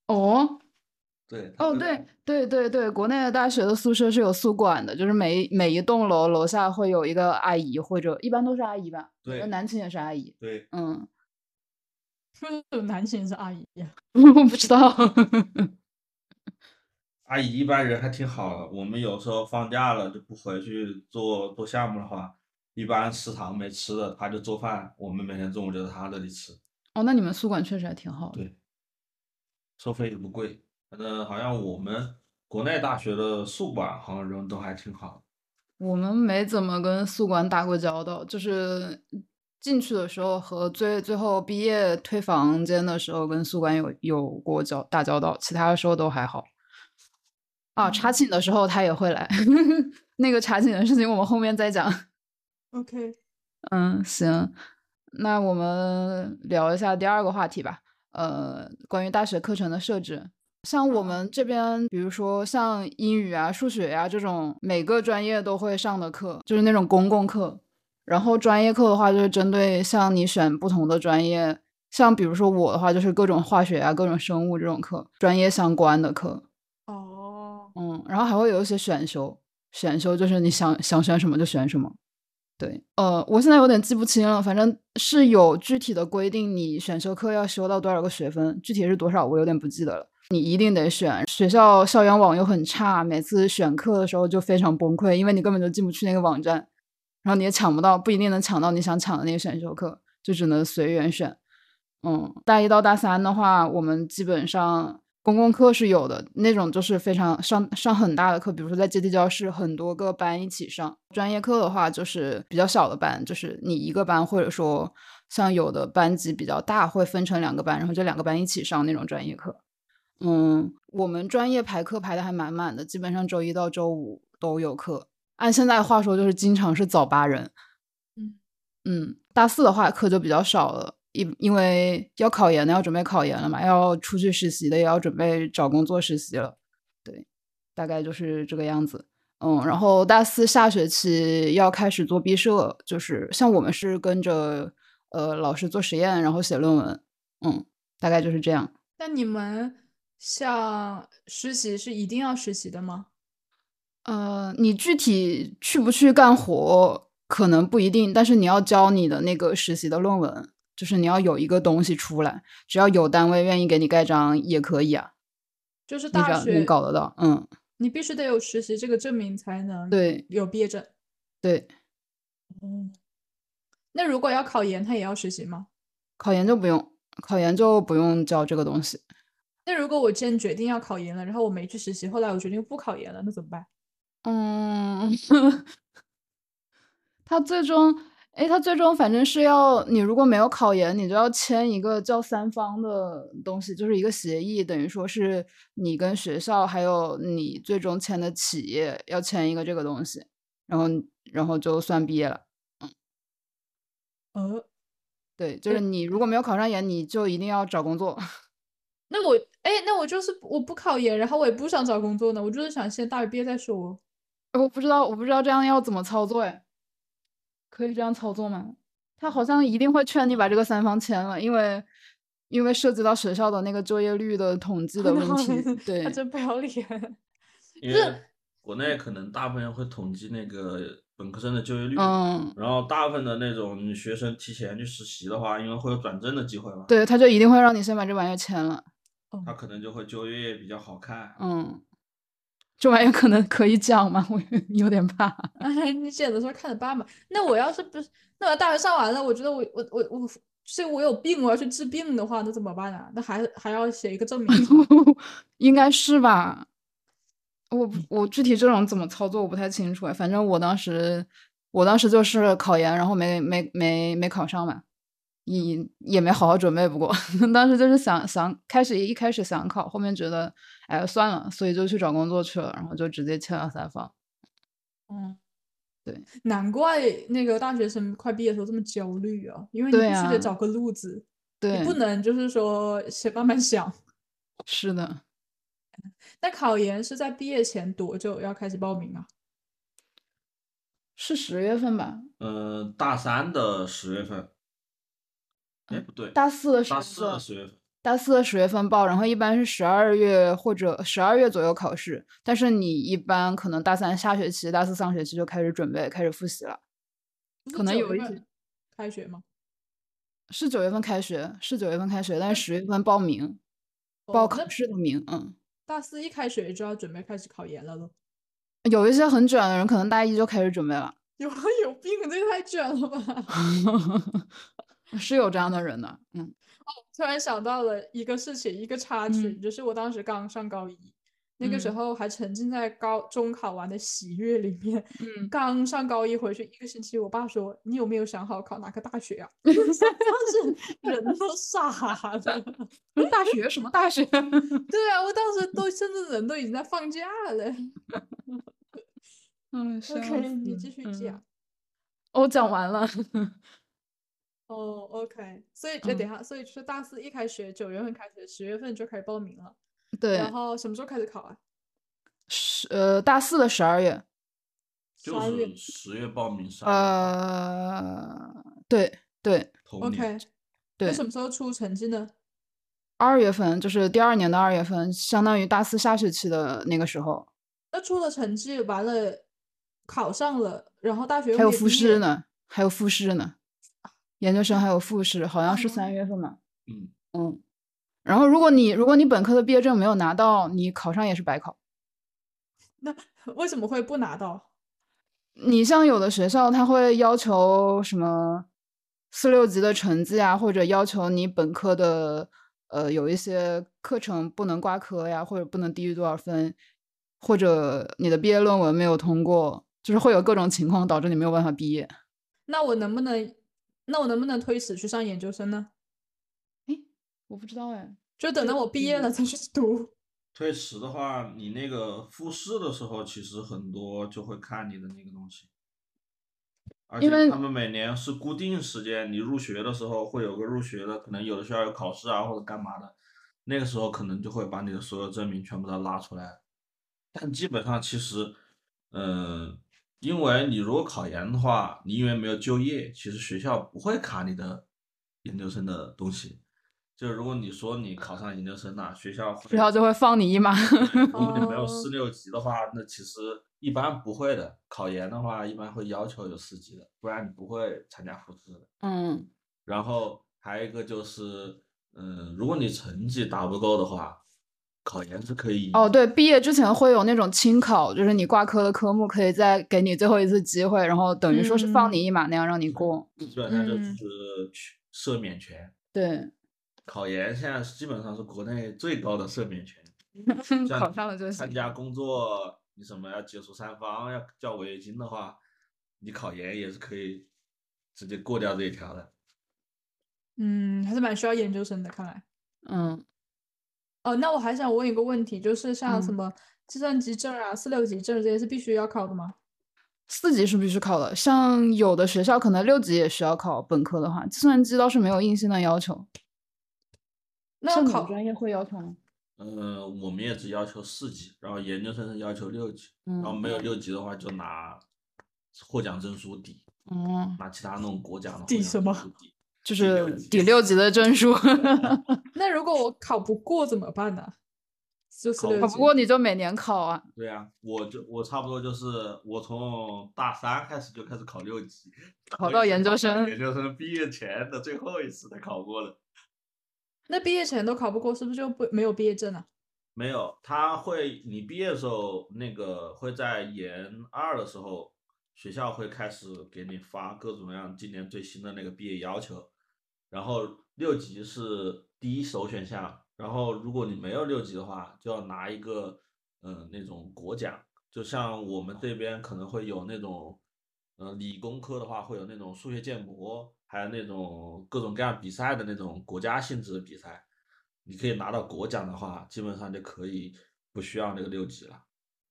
[SPEAKER 1] 哦
[SPEAKER 3] 对，他
[SPEAKER 1] 哦，
[SPEAKER 3] 会
[SPEAKER 1] 对对对对，国内的大学的宿舍是有宿管的，就是每一每一栋楼楼下会有一个阿姨，或者一般都是阿姨吧，
[SPEAKER 3] 对
[SPEAKER 1] 那南秦也是阿姨，
[SPEAKER 3] 对，
[SPEAKER 1] 嗯，
[SPEAKER 2] 为什么男寝是阿姨呀、
[SPEAKER 1] 我不知道，
[SPEAKER 3] 阿姨一般人还挺好的。我们有时候放假了就不回去做做项目的话，一般食堂没吃的，她就做饭，我们每天中午就在她那里吃。
[SPEAKER 1] 哦，那你们宿管确实还挺好的，
[SPEAKER 3] 对，收费也不贵，反正好像我们国内大学的宿管好像人都还挺好
[SPEAKER 1] 我们没怎么跟宿管打过交道，就是进去的时候和最最后毕业退房间的时候跟宿管有有过交打交道，其他的时候都还好。啊，查
[SPEAKER 2] 嗯
[SPEAKER 1] 寝的时候他也会来， 那个查寝的事情我们后面再讲。
[SPEAKER 2] o k
[SPEAKER 1] 嗯，行，那我们聊一下第二个话题吧。呃，关于大学课程的设置，像我
[SPEAKER 2] 嗯
[SPEAKER 1] 们这边，比如说像英语啊、数学呀、这种每个专业都会上的课，就是那种公共课。然后专业课的话，就是针对像你选不同的专业，像比如说我的话，就是各种化学啊、各种生物这种课，专业相关的课。
[SPEAKER 2] 哦，
[SPEAKER 1] 嗯，然后还会有一些选修，选修就是你想想选什么就选什么。对，呃，我现在有点记不清了，反正是有具体的规定，你选修课要修到多少个学分，具体是多少我有点不记得了。你一定得选，学校校园网又很差，每次选课的时候就非常崩溃，因为你根本就进不去那个网站，然后你也抢不到，不一定能抢到你想抢的那个选修课，就只能随缘选。嗯，大一到大三的话，我们基本上公共课是有的，那种就是非常上上很大的课，比如说在阶梯教室，很多个班一起上。专业课的话，就是比较小的班，就是你一个班，或者说像有的班级比较大，会分成两个班，然后这两个班一起上那种专业课。嗯，我们专业排课排的还满满的，基本上周一到周五都有课。按现在话说，就是经常是早八人。
[SPEAKER 2] 嗯
[SPEAKER 1] 嗯，大四的话课就比较少了，因因为要考研的要准备考研了嘛，要出去实习的也要准备找工作实习了，对，大概就是这个样子。嗯，然后大四下学期要开始做毕设，就是像我们是跟着呃老师做实验，然后写论文，嗯，大概就是这样。
[SPEAKER 2] 那你们像实习是一定要实习的吗？
[SPEAKER 1] 呃，你具体去不去干活可能不一定，但是你要交你的那个实习的论文，就是你要有一个东西出来，只要有单位愿意给你盖章也可以啊，
[SPEAKER 2] 就是
[SPEAKER 1] 你只
[SPEAKER 2] 大
[SPEAKER 1] 要
[SPEAKER 2] 学
[SPEAKER 1] 你搞得到，嗯，
[SPEAKER 2] 你必须得有实习这个证明才能
[SPEAKER 1] 对
[SPEAKER 2] 有毕业证。
[SPEAKER 1] 对，
[SPEAKER 2] 哦，那如果要考研，他也要实习吗？
[SPEAKER 1] 考研就不用，考研就不用交这个东西，
[SPEAKER 2] 那如果我既然决定要考研了，然后我没去实习，后来我决定不考研了，那怎么办？
[SPEAKER 1] 嗯， 他最终，哎，他最终反正是要你如果没有考研，你就要签一个叫三方的东西，就是一个协议，等于说是你跟学校还有你最终签的企业要签一个这个东西，然后然后就算毕业了。
[SPEAKER 2] 呃，
[SPEAKER 1] 对，就是你如果没有考上研，你就一定要找工作。
[SPEAKER 2] 那我哎，那我就是我不考研，然后我也不想找工作呢，我就是想先大学毕业再说哦。
[SPEAKER 1] 我不知道，我不知道这样要怎么操作哎，可以这样操作吗？他好像一定会劝你把这个三方签了，因为因为涉及到学校的那个就业率的统计的问题。对
[SPEAKER 2] 他，真不要脸。
[SPEAKER 3] 因为国内可能大部分人会统计那个本科生的就业率，
[SPEAKER 1] 嗯，
[SPEAKER 3] 然后大部分的那种学生提前去实习的话，因为会有转正的机会嘛，
[SPEAKER 1] 对，他就一定会让你先把这玩意儿签了。
[SPEAKER 2] 哦
[SPEAKER 3] 他，可能就会就业比较好看。
[SPEAKER 1] 嗯，这玩意儿可能可以讲吗？ 我有点怕。
[SPEAKER 2] 哎，你简直说看着办吧。那我要是不是，那我大学上完了，我觉得我我我我，是我有病，我要去治病的话，那怎么办啊？那还还要写一个证明是吗。
[SPEAKER 1] 应该是吧？我不我具体这种怎么操作我不太清楚哎，反正我当时我当时就是考研，然后没没没没考上嘛，也也没好好准备。不过 当时就是想想开始一开始想考，后面觉得哎算了，所以就去找工作去了，然后就直接签了三方。
[SPEAKER 2] 嗯，
[SPEAKER 1] 对，
[SPEAKER 2] 难怪那个大学生快毕业的时候这么焦虑啊，因为你
[SPEAKER 1] 对
[SPEAKER 2] 必须
[SPEAKER 1] 啊
[SPEAKER 2] 得找个路子，
[SPEAKER 1] 对
[SPEAKER 2] 你，不能就是说先慢慢想。
[SPEAKER 1] 是的，
[SPEAKER 2] 那考研是在毕业前多久要开始报名啊？
[SPEAKER 1] 是十月份吧？
[SPEAKER 3] 嗯、大三的十月份，哎，不对，
[SPEAKER 1] 大四的时
[SPEAKER 3] 大
[SPEAKER 1] 候，
[SPEAKER 3] 四的十月份，
[SPEAKER 1] 大四的十月份报，然后一般是十二月或者十二月左右考试，但是你一般可能大三下学期、大四上学期就开始准备、开始复习了。可能有一些
[SPEAKER 2] 开学吗？
[SPEAKER 1] 是九月份开学，是九月份开学，但是十月份报名，
[SPEAKER 2] 哦
[SPEAKER 1] 报考
[SPEAKER 2] 那
[SPEAKER 1] 试的名。嗯，
[SPEAKER 2] 大四一开学就要准备开始考研了咯。
[SPEAKER 1] 有一些很卷的人，可能大一就开始准备了，
[SPEAKER 2] 有有病，这也太卷了吧！
[SPEAKER 1] 是有这样的人的。嗯，
[SPEAKER 2] 突然想到了一个事情，一个插曲，
[SPEAKER 1] 嗯
[SPEAKER 2] 就是我当时刚上高一，那个时
[SPEAKER 1] 嗯
[SPEAKER 2] 候还沉浸在高中考完的喜悦里面。
[SPEAKER 1] 嗯
[SPEAKER 2] 刚上高一回去一个星期，我爸说：“你有没有想好考哪个大学 啊？”当时人都傻了。
[SPEAKER 1] 大学什么大学？
[SPEAKER 2] 对啊，我当时都甚至人都已经在放假了。
[SPEAKER 1] 嗯笑
[SPEAKER 2] OK，你
[SPEAKER 1] 死
[SPEAKER 2] 继续
[SPEAKER 1] 嗯
[SPEAKER 2] 讲。
[SPEAKER 1] 我讲完了。
[SPEAKER 2] 哦，OK，所以
[SPEAKER 1] 嗯
[SPEAKER 2] 这等一下，所以就是大四一开学，九月份开学，十月份就开始报名了。
[SPEAKER 1] 对，
[SPEAKER 2] 然后什么时候开始考啊？
[SPEAKER 1] 十呃大四的十二月，
[SPEAKER 3] 就
[SPEAKER 2] 12月
[SPEAKER 3] 是十月报名上
[SPEAKER 1] 呃，对对，
[SPEAKER 3] 同
[SPEAKER 2] OK，
[SPEAKER 3] 年
[SPEAKER 2] 那
[SPEAKER 1] 对
[SPEAKER 2] 什么时候出成绩呢？
[SPEAKER 1] 二月份就是第二年的二月份，相当于大四下学期的那个时候，
[SPEAKER 2] 那出了成绩，完了考上了，然后大学又
[SPEAKER 1] 还有
[SPEAKER 2] 没
[SPEAKER 1] 复
[SPEAKER 2] 毕业啊
[SPEAKER 1] 试，呢，还有复试呢，研究生还有复试，好像是
[SPEAKER 2] 哦
[SPEAKER 1] 三月份吧。
[SPEAKER 3] 嗯
[SPEAKER 1] 嗯，然后如果你如果你本科的毕业证没有拿到，你考上也是白考。
[SPEAKER 2] 为什么会不拿到？
[SPEAKER 1] 你像有的学校，他会要求什么四六级的成绩啊，或者要求你本科的呃有一些课程不能挂科呀，或者不能低于多少分，或者你的毕业论文没有通过，就是会有各种情况导致你没有办法毕业。
[SPEAKER 2] 那我能不能，那我能不能推迟去上研究生呢？
[SPEAKER 1] 我不知道哎，
[SPEAKER 2] 就等到我毕
[SPEAKER 3] 嗯
[SPEAKER 2] 业了再去读。
[SPEAKER 3] 推迟的话，你那个复试的时候，其实很多就会看你的那个东西，而且
[SPEAKER 1] 因为
[SPEAKER 3] 他们每年是固定时间，你入学的时候会有个入学的，可能有的学校有考试啊或者干嘛的，那个时候可能就会把你的所有证明全部都拉出来。但基本上其实，嗯，因为你如果考研的话，你因为没有就业，其实学校不会卡你的研究生的东西。就如果你说你考上研究生了、学校会
[SPEAKER 1] 学校就会放你一马。
[SPEAKER 3] 如果你没有
[SPEAKER 2] 哦
[SPEAKER 3] 四六级的话，那其实一般不会的。考研的话，一般会要求有四级的，不然你不会参加复试的。
[SPEAKER 1] 嗯
[SPEAKER 3] 然后还有一个就是，嗯，如果你成绩打不够的话，考研是可以。
[SPEAKER 1] 哦，对，毕业之前会有那种清考，就是你挂科的科目可以再给你最后一次机会，然后等于说是放你一马那样让你过。
[SPEAKER 3] 基本上就
[SPEAKER 2] 嗯
[SPEAKER 3] 是去赦免权。
[SPEAKER 1] 对，
[SPEAKER 3] 考研现在是基本上是国内最高的赦 免权，像
[SPEAKER 1] 考上了就行
[SPEAKER 3] 参。加工作，你什么要解除三方，要交违约金的话，你考研也是可以直接过掉这一条的。
[SPEAKER 2] 嗯，还是蛮需要研究生的，看来。
[SPEAKER 1] 嗯，
[SPEAKER 2] 哦，那我还想问一个问题，就是像什
[SPEAKER 1] 嗯
[SPEAKER 2] 么计算机证啊、四六级证这些是必须要考的吗？
[SPEAKER 1] 四级是必须考的，像有的学校可能六级也需要考本科的话，计算机倒是没有硬性的要求。
[SPEAKER 2] 那要考
[SPEAKER 1] 业会要求吗？
[SPEAKER 3] 呃，我们也只要求四级，然后研究生是要求六级，
[SPEAKER 1] 嗯，
[SPEAKER 3] 然后没有六级的话就拿获奖证书抵，
[SPEAKER 1] 嗯，
[SPEAKER 3] 拿其他那种国奖的获
[SPEAKER 2] 抵
[SPEAKER 3] 奖
[SPEAKER 2] 什
[SPEAKER 3] 证
[SPEAKER 2] 么
[SPEAKER 3] 书抵。
[SPEAKER 1] 就
[SPEAKER 3] 六
[SPEAKER 1] 是
[SPEAKER 3] 级
[SPEAKER 1] 第六级的证书，
[SPEAKER 2] 那如果我考不过怎么办呢？就四
[SPEAKER 3] 考
[SPEAKER 2] 六
[SPEAKER 1] 考
[SPEAKER 2] 级
[SPEAKER 1] 不过你就每年考啊。
[SPEAKER 3] 对啊，我就我差不多就是我从大三开始就开始考六级，
[SPEAKER 1] 考
[SPEAKER 3] 一
[SPEAKER 1] 到
[SPEAKER 3] 直
[SPEAKER 1] 研究
[SPEAKER 2] 嗯
[SPEAKER 1] 生
[SPEAKER 3] 研究生毕业前的最后一次才考过的。
[SPEAKER 2] 那毕业前都考不过，是不是就不没有毕业证啊？
[SPEAKER 3] 没有，他会，你毕业的时候，那个会在研二的时候，学校会开始给你发各种各样今年最新的那个毕业要求，然后六级是第一首选项，然后如果你没有六级的话，就要拿一个嗯、呃那种国奖，就像我们这边可能会有那种，呃理工科的话会有那种数学建模，还有那种各种各样比赛的那种国家性质的比赛。你可以拿到国奖的话，基本上就可以不需要那个六级了。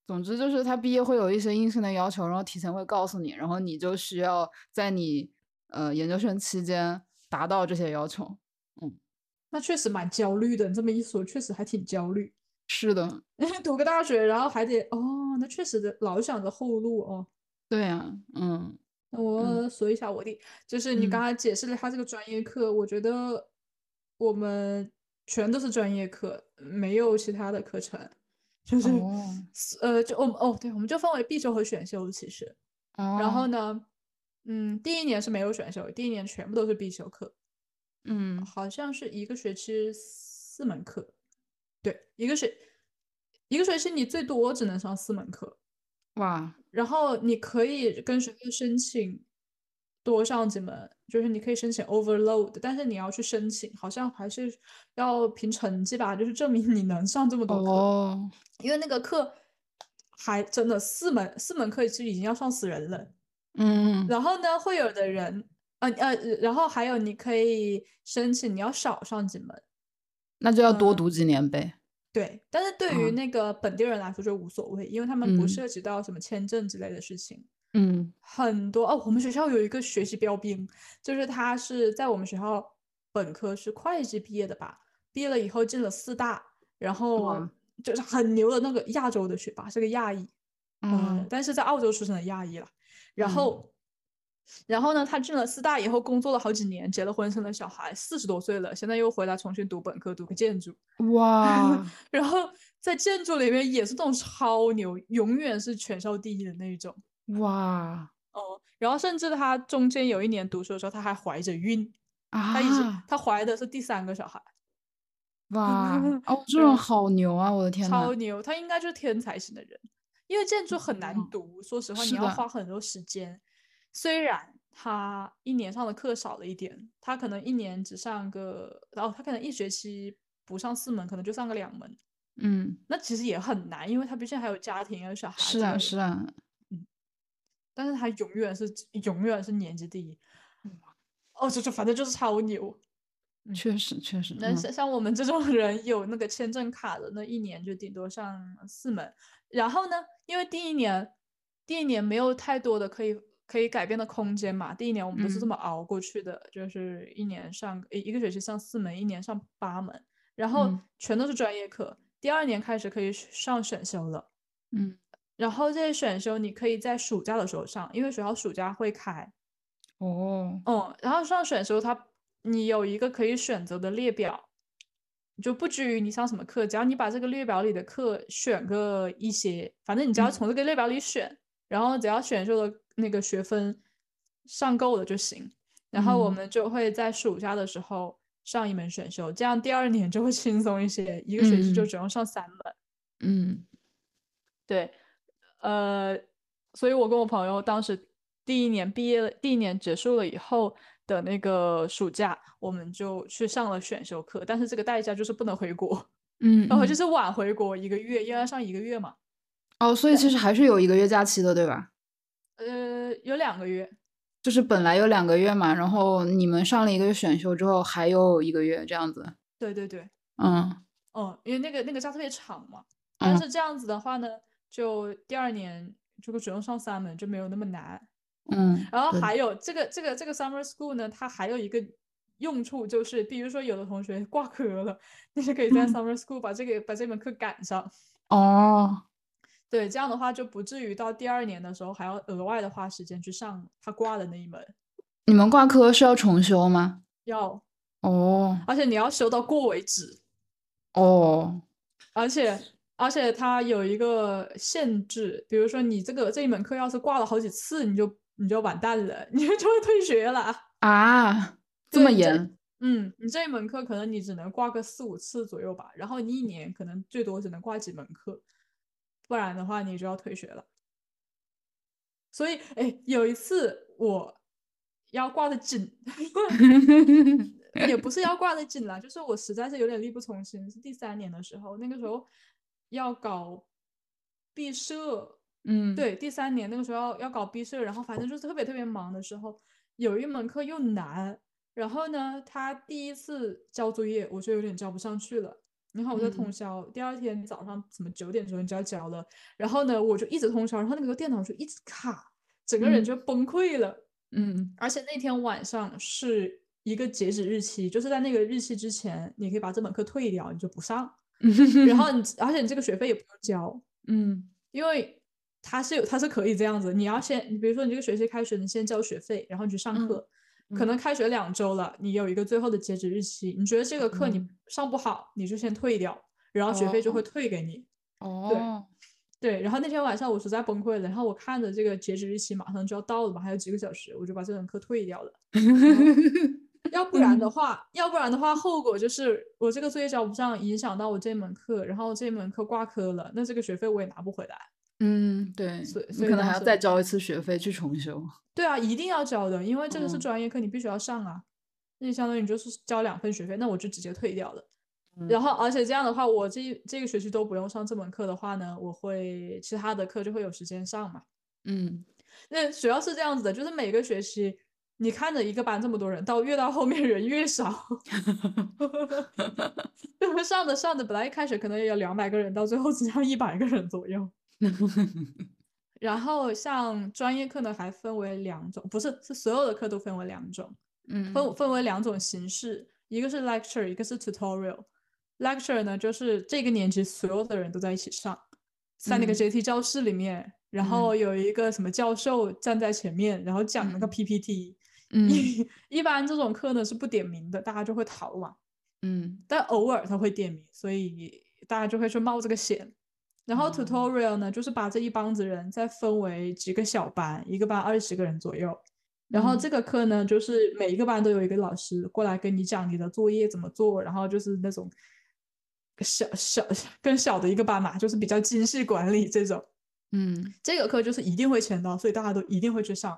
[SPEAKER 1] 总之就是他毕业会有一些硬性的要求，然后提前会告诉你，然后你就需要在你呃研究生期间达到这些要求。
[SPEAKER 2] 那确实蛮焦虑的，你这么一说，确实还挺焦虑。
[SPEAKER 1] 是的，
[SPEAKER 2] 读个大学，然后还得哦，那确实的，老想着后路哦。
[SPEAKER 1] 对啊，嗯
[SPEAKER 2] 那我说一下我的，就是你
[SPEAKER 1] 嗯
[SPEAKER 2] 刚才解释了他这个专业课，我觉得我们全都是专业课，没有其他的课程， 就是、
[SPEAKER 1] 哦
[SPEAKER 2] 呃，就我们哦，对，我们就分为必修和选修，其实，然后
[SPEAKER 1] 哦
[SPEAKER 2] 呢，嗯，第一年是没有选修，第一年全部都是必修课，
[SPEAKER 1] 嗯
[SPEAKER 2] 好像是一个学期四门课，对，一个学一个学期你最多只能上四门课，
[SPEAKER 1] 哇
[SPEAKER 2] 然后你可以跟学校申请多上几门，就是你可以申请 overload，但是你要去申请，好像还是要凭成绩吧，就是证明你能上这么多课，
[SPEAKER 1] 哦
[SPEAKER 2] 因为那个课还真的四门四门课就已经要上死人了。
[SPEAKER 1] 嗯
[SPEAKER 2] 然后呢，会有的人，呃呃，然后还有你可以申请，你要少上几门，
[SPEAKER 1] 那就要多
[SPEAKER 2] 嗯
[SPEAKER 1] 读几年呗。
[SPEAKER 2] 对，但是对于
[SPEAKER 1] 嗯
[SPEAKER 2] 那个本地人来说就无所谓，因为他们不
[SPEAKER 1] 嗯
[SPEAKER 2] 涉及到什么签证之类的事情。
[SPEAKER 1] 嗯
[SPEAKER 2] 很多哦，我们学校有一个学习标兵，就是他是在我们学校本科是会计毕业的吧，毕业了以后进了四大，然后
[SPEAKER 1] 哇
[SPEAKER 2] 就是很牛的那个亚洲的学霸，是个亚裔，呃
[SPEAKER 1] 嗯，
[SPEAKER 2] 但是在澳洲出生的亚裔了。然
[SPEAKER 1] 嗯
[SPEAKER 2] 后，然后呢，他进了四大以后，工作了好几年，结了婚，生了小孩，四十多岁了，现在又回来重新读本科，读个建筑。
[SPEAKER 1] 哇
[SPEAKER 2] 然后在建筑里面也是那种超牛，永远是全校第一的那一种。
[SPEAKER 1] 哇
[SPEAKER 2] 哦，然后甚至他中间有一年读书的时候，他还怀着孕，他已经
[SPEAKER 1] 啊
[SPEAKER 2] 他怀的是第三个小孩，
[SPEAKER 1] 哇哦，这
[SPEAKER 2] 然
[SPEAKER 1] 种
[SPEAKER 2] 后
[SPEAKER 1] 好牛啊！我的天呐
[SPEAKER 2] 超，牛，他应该就是天才型的人，因为建筑很难
[SPEAKER 1] 嗯
[SPEAKER 2] 读，说实话你
[SPEAKER 1] 是
[SPEAKER 2] 要
[SPEAKER 1] 的
[SPEAKER 2] 花很多时间。虽然他一年上的课少了一点，他可能一年只上个，然后他可能一学期不上四门，可能就上个两门，
[SPEAKER 1] 嗯，
[SPEAKER 2] 那其实也很难，因为他毕竟还有家庭，还有小孩
[SPEAKER 1] 是
[SPEAKER 2] 之类
[SPEAKER 1] 啊
[SPEAKER 2] 的
[SPEAKER 1] 是啊，
[SPEAKER 2] 但是他永远是永远是年级第一。
[SPEAKER 1] 嗯
[SPEAKER 2] 哦，就就反正就是超牛。嗯
[SPEAKER 1] 确实确实，
[SPEAKER 2] 那
[SPEAKER 1] 嗯
[SPEAKER 2] 像像我们这种人有那个签证卡的，那一年就顶多上四门。然后呢，因为第一年，第一年没有太多的可以可以改变的空间嘛。第一年我们都是这
[SPEAKER 1] 嗯
[SPEAKER 2] 么熬过去的，就是一年上一一个学期上四门，一年上八门，然后
[SPEAKER 1] 嗯
[SPEAKER 2] 全都是专业课。第二年开始可以上选修了，
[SPEAKER 1] 嗯，
[SPEAKER 2] 然后这些选修你可以在暑假的时候上，因为学校暑假会开，
[SPEAKER 1] 哦，
[SPEAKER 2] 嗯，然后上选修它，你有一个可以选择的列表，就不拘于你上什么课，只要你把这个列表里的课选个一些，反正你只要
[SPEAKER 1] 嗯
[SPEAKER 2] 从这个列表里选，然后只要选修的那个学分上够了就行。然后我
[SPEAKER 1] 嗯
[SPEAKER 2] 们就会在暑假的时候上一门选修，这样第二年就会轻松一些，一个学期就
[SPEAKER 1] 嗯
[SPEAKER 2] 只用上三门。
[SPEAKER 1] 嗯
[SPEAKER 2] 对，呃，所以我跟我朋友当时第一年毕业了，第一年结束了以后的那个暑假，我们就去上了选修课，但是这个代价就是不能回国，
[SPEAKER 1] 嗯，
[SPEAKER 2] 然后哦就
[SPEAKER 1] 嗯
[SPEAKER 2] 是晚回国一个月，因为要上一个月嘛，
[SPEAKER 1] 哦，所以其实还是有一个月假期的，对吧？
[SPEAKER 2] 呃，有两个月，
[SPEAKER 1] 就是本来有两个月嘛，然后你们上了一个月选修之后还有一个月这样子，
[SPEAKER 2] 对对对，
[SPEAKER 1] 嗯
[SPEAKER 2] 嗯，因为那个那个假特别长嘛，但
[SPEAKER 1] 嗯
[SPEAKER 2] 是这样子的话呢，就第二年就只用上三门，就没有那么难。
[SPEAKER 1] 嗯，
[SPEAKER 2] 然后
[SPEAKER 1] 对
[SPEAKER 2] 还有这个这个这个 summer school 呢，它还有一个用处就是，比如说有的同学挂科了，那就可以在
[SPEAKER 1] 嗯
[SPEAKER 2] summer school 把这个把这门课赶上。
[SPEAKER 1] 哦，
[SPEAKER 2] 对，这样的话就不至于到第二年的时候还要额外的花时间去上他挂的那一门。
[SPEAKER 1] 你们挂科是要重修吗？
[SPEAKER 2] 要，
[SPEAKER 1] 哦
[SPEAKER 2] 而且你要修到过为止，
[SPEAKER 1] 哦，
[SPEAKER 2] 而且而且它有一个限制，比如说你这个这一门课要是挂了好几次，你就你就完蛋了，你就 会退学了。
[SPEAKER 1] 啊，这么
[SPEAKER 2] 对这
[SPEAKER 1] 严，
[SPEAKER 2] 嗯，你这一门课可能你只能挂个四五次左右吧，然后你一年可能最多只能挂几门课，不然的话你就要退学了。所以，哎，有一次我要挂的紧，也不是要挂的紧啦，就是我实在是有点力不从心。是第三年的时候，那个时候要搞毕设，
[SPEAKER 1] 嗯，
[SPEAKER 2] 对，第三年那个时候要要搞毕设，然后反正就是特别特别忙的时候，有一门课又难，然后呢，他第一次交作业我就有点交不上去了，然后我就通
[SPEAKER 1] 嗯
[SPEAKER 2] 宵，第二天早上什么九点钟就要交了，然后呢我就一直通宵，然后那个电脑就一直卡，整个人
[SPEAKER 1] 嗯
[SPEAKER 2] 就崩溃了，
[SPEAKER 1] 嗯
[SPEAKER 2] 而且那天晚上是。一个截止日期，就是在那个日期之前，你可以把这门课退 掉，你就不上，然后你，而且你这个学费也不用交，
[SPEAKER 1] 嗯
[SPEAKER 2] 因为它是有它是可以这样子，你要先，你比如说你这个学期开学，你先交学费，然后你去上课，可
[SPEAKER 1] 嗯
[SPEAKER 2] 能开学两周了，你有一个最后的截止日期，你觉得这个课你
[SPEAKER 1] 嗯
[SPEAKER 2] 上不好，你就先退掉，然后学费就会退给你。
[SPEAKER 1] 哦，
[SPEAKER 2] 对，然后那天晚上我实在崩溃了，然后我看着这个截止日期马上就要到了嘛，还有几个小时，我就把这门课退掉了。 要不
[SPEAKER 1] 嗯
[SPEAKER 2] 然的话，要不然的话，后果就是我这个作业交不上，影响到我这门课，然后这门课挂科了，那这个学费我也拿不回来。
[SPEAKER 1] 嗯，对，
[SPEAKER 2] 所以
[SPEAKER 1] 你
[SPEAKER 2] 所以
[SPEAKER 1] 可能
[SPEAKER 2] 当
[SPEAKER 1] 还要
[SPEAKER 2] 时
[SPEAKER 1] 再交一次学费去重修。
[SPEAKER 2] 对啊，一定要交的，因为这个是
[SPEAKER 1] 嗯
[SPEAKER 2] 专业课，你必须要上啊。那相当于你就是交两份学费，那我就直接退掉了。
[SPEAKER 1] 嗯
[SPEAKER 2] 然后，而且这样的话，我这一这个学期都不用上这门课的话呢，我会其他的课就会有时间上嘛。
[SPEAKER 1] 嗯，
[SPEAKER 2] 那主要是这样子的，就是每个学期你看着一个班这么多人，到越到后面人越少， 就是上着上着，本来一开始可能也有两百个人，到最后只剩一百个人左右。然后像专业课呢，还分为两种，不是，是所有的课都分为两种，
[SPEAKER 1] 嗯，
[SPEAKER 2] 分分为两种形式，一个是 lecture，一个是 tutorial。lecture 呢，就是这个年级所有的人都在一起上，在那个
[SPEAKER 1] 嗯
[SPEAKER 2] JT 教室里面，然后有一个什么教授站在前面，然后讲那个
[SPEAKER 1] 嗯
[SPEAKER 2] PPT。
[SPEAKER 1] 嗯
[SPEAKER 2] 一 一般这种课呢是不点名的，大家就会逃嘛。
[SPEAKER 1] 嗯
[SPEAKER 2] 但偶尔他会点名，所以大家就会去冒这个险。然后
[SPEAKER 1] 哦
[SPEAKER 2] tutorial 呢，就是把这一帮子人再分为几个小班，一个班二十个人左右。然后
[SPEAKER 1] 嗯
[SPEAKER 2] 这个课呢，就是每一个班都有一个老师过来跟你讲你的作业怎么做，然后就是那种小小更小的一个班嘛，就是比较精细管理这种。
[SPEAKER 1] 嗯
[SPEAKER 2] 这个课就是一定会签到，所以大家都一定会去上。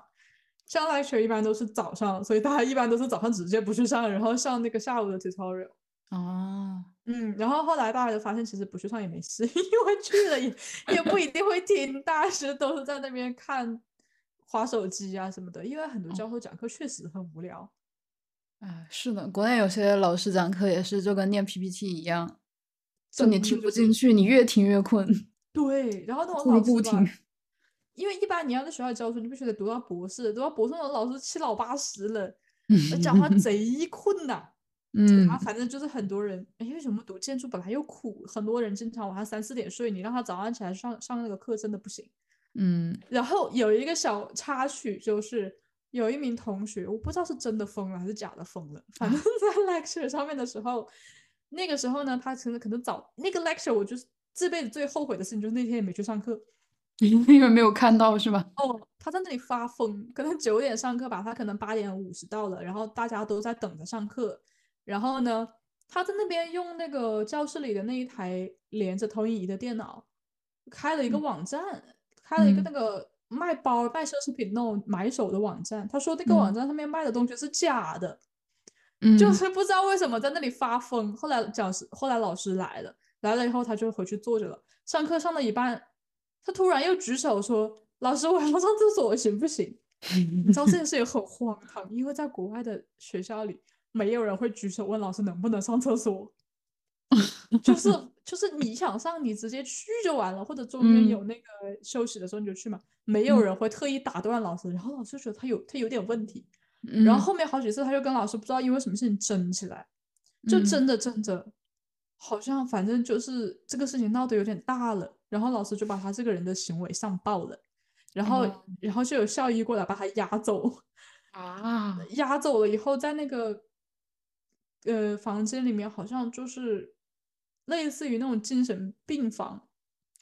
[SPEAKER 2] 上 lecture 一般都是早上，所以大家一般都是早上直接不去上，然后上那个下午的 tutorial。
[SPEAKER 1] 哦，
[SPEAKER 2] 嗯，然后后来大家就发现，其实不去上也没事，因 为去了也也不一定会听，大家是都是在那边看、划手机啊什么的。因为很
[SPEAKER 1] 哦
[SPEAKER 2] 多教授讲课确实很无聊，
[SPEAKER 1] 哎，是的，国内有些老师讲课也是就跟念 PPT 一样，就
[SPEAKER 2] 真
[SPEAKER 1] 你
[SPEAKER 2] 的
[SPEAKER 1] 听
[SPEAKER 2] 就
[SPEAKER 1] 不
[SPEAKER 2] 是
[SPEAKER 1] 进去，你越听越困。
[SPEAKER 2] 对，然后那
[SPEAKER 1] 不
[SPEAKER 2] 种
[SPEAKER 1] 如
[SPEAKER 2] 老师
[SPEAKER 1] 不
[SPEAKER 2] 吧
[SPEAKER 1] 听，
[SPEAKER 2] 因为一般你要在学校教书，你必须得读到博士，读到博士那种老师七老八十了，呃 讲话贼困呐。
[SPEAKER 1] 嗯
[SPEAKER 2] 然后反正就是很多人，哎，为什么读建筑本来又苦，很多人经常晚上三四点睡，你让他早上起来上上那个课真的不行。
[SPEAKER 1] 嗯
[SPEAKER 2] 然后有一个小插曲，就是有一名同学，我不知道是真的疯了还是假的疯了，反正在 lecture 上面的时候，那个时候呢，他可能可能早那个 lecture，我就是这辈子最后悔的事情就是那天也没去上课。
[SPEAKER 1] 因为没有看到是吧？
[SPEAKER 2] 哦，他在那里发疯，可能九点上课吧，他可能八点五十到了，然后大家都在等着上课，然后呢，他在那边用那个教室里的那一台连着投影仪的电脑，开了一个
[SPEAKER 1] 嗯
[SPEAKER 2] 网站，开了一个
[SPEAKER 1] 嗯
[SPEAKER 2] 那个卖包、卖奢侈品那种买手的网站。他说那个网
[SPEAKER 1] 嗯
[SPEAKER 2] 站上面卖的东西是假的，
[SPEAKER 1] 嗯，
[SPEAKER 2] 就是不知道为什么在那里发疯。后来讲师，后来老师来了，来了以后他就回去坐着了。上课上到一半，他突然又举手说：“老师，我要上厕所，行不行？”你知道这件事也很荒唐，因为在国外的学校里，没有人会举手问老师能不能上厕 所，就是就是你想上你直接去就完了，或者中间
[SPEAKER 1] 嗯
[SPEAKER 2] 有那个休息的时候你就去嘛，没有
[SPEAKER 1] 嗯
[SPEAKER 2] 人会特意打断老师，然后老师觉得他有他有点问题，
[SPEAKER 1] 嗯
[SPEAKER 2] 然后后面好几次他就跟老师不知道因为什么事情争起来，就
[SPEAKER 1] 嗯
[SPEAKER 2] 争着争着，好像反正就是这个事情闹得有点大了，然后老师就把他这个人的行为上报了，然后、
[SPEAKER 1] 哦
[SPEAKER 2] 然后就有校医过来把他押走，
[SPEAKER 1] 啊，
[SPEAKER 2] 押走了以后在那个呃房间里面好像就是类似于那种精神病房，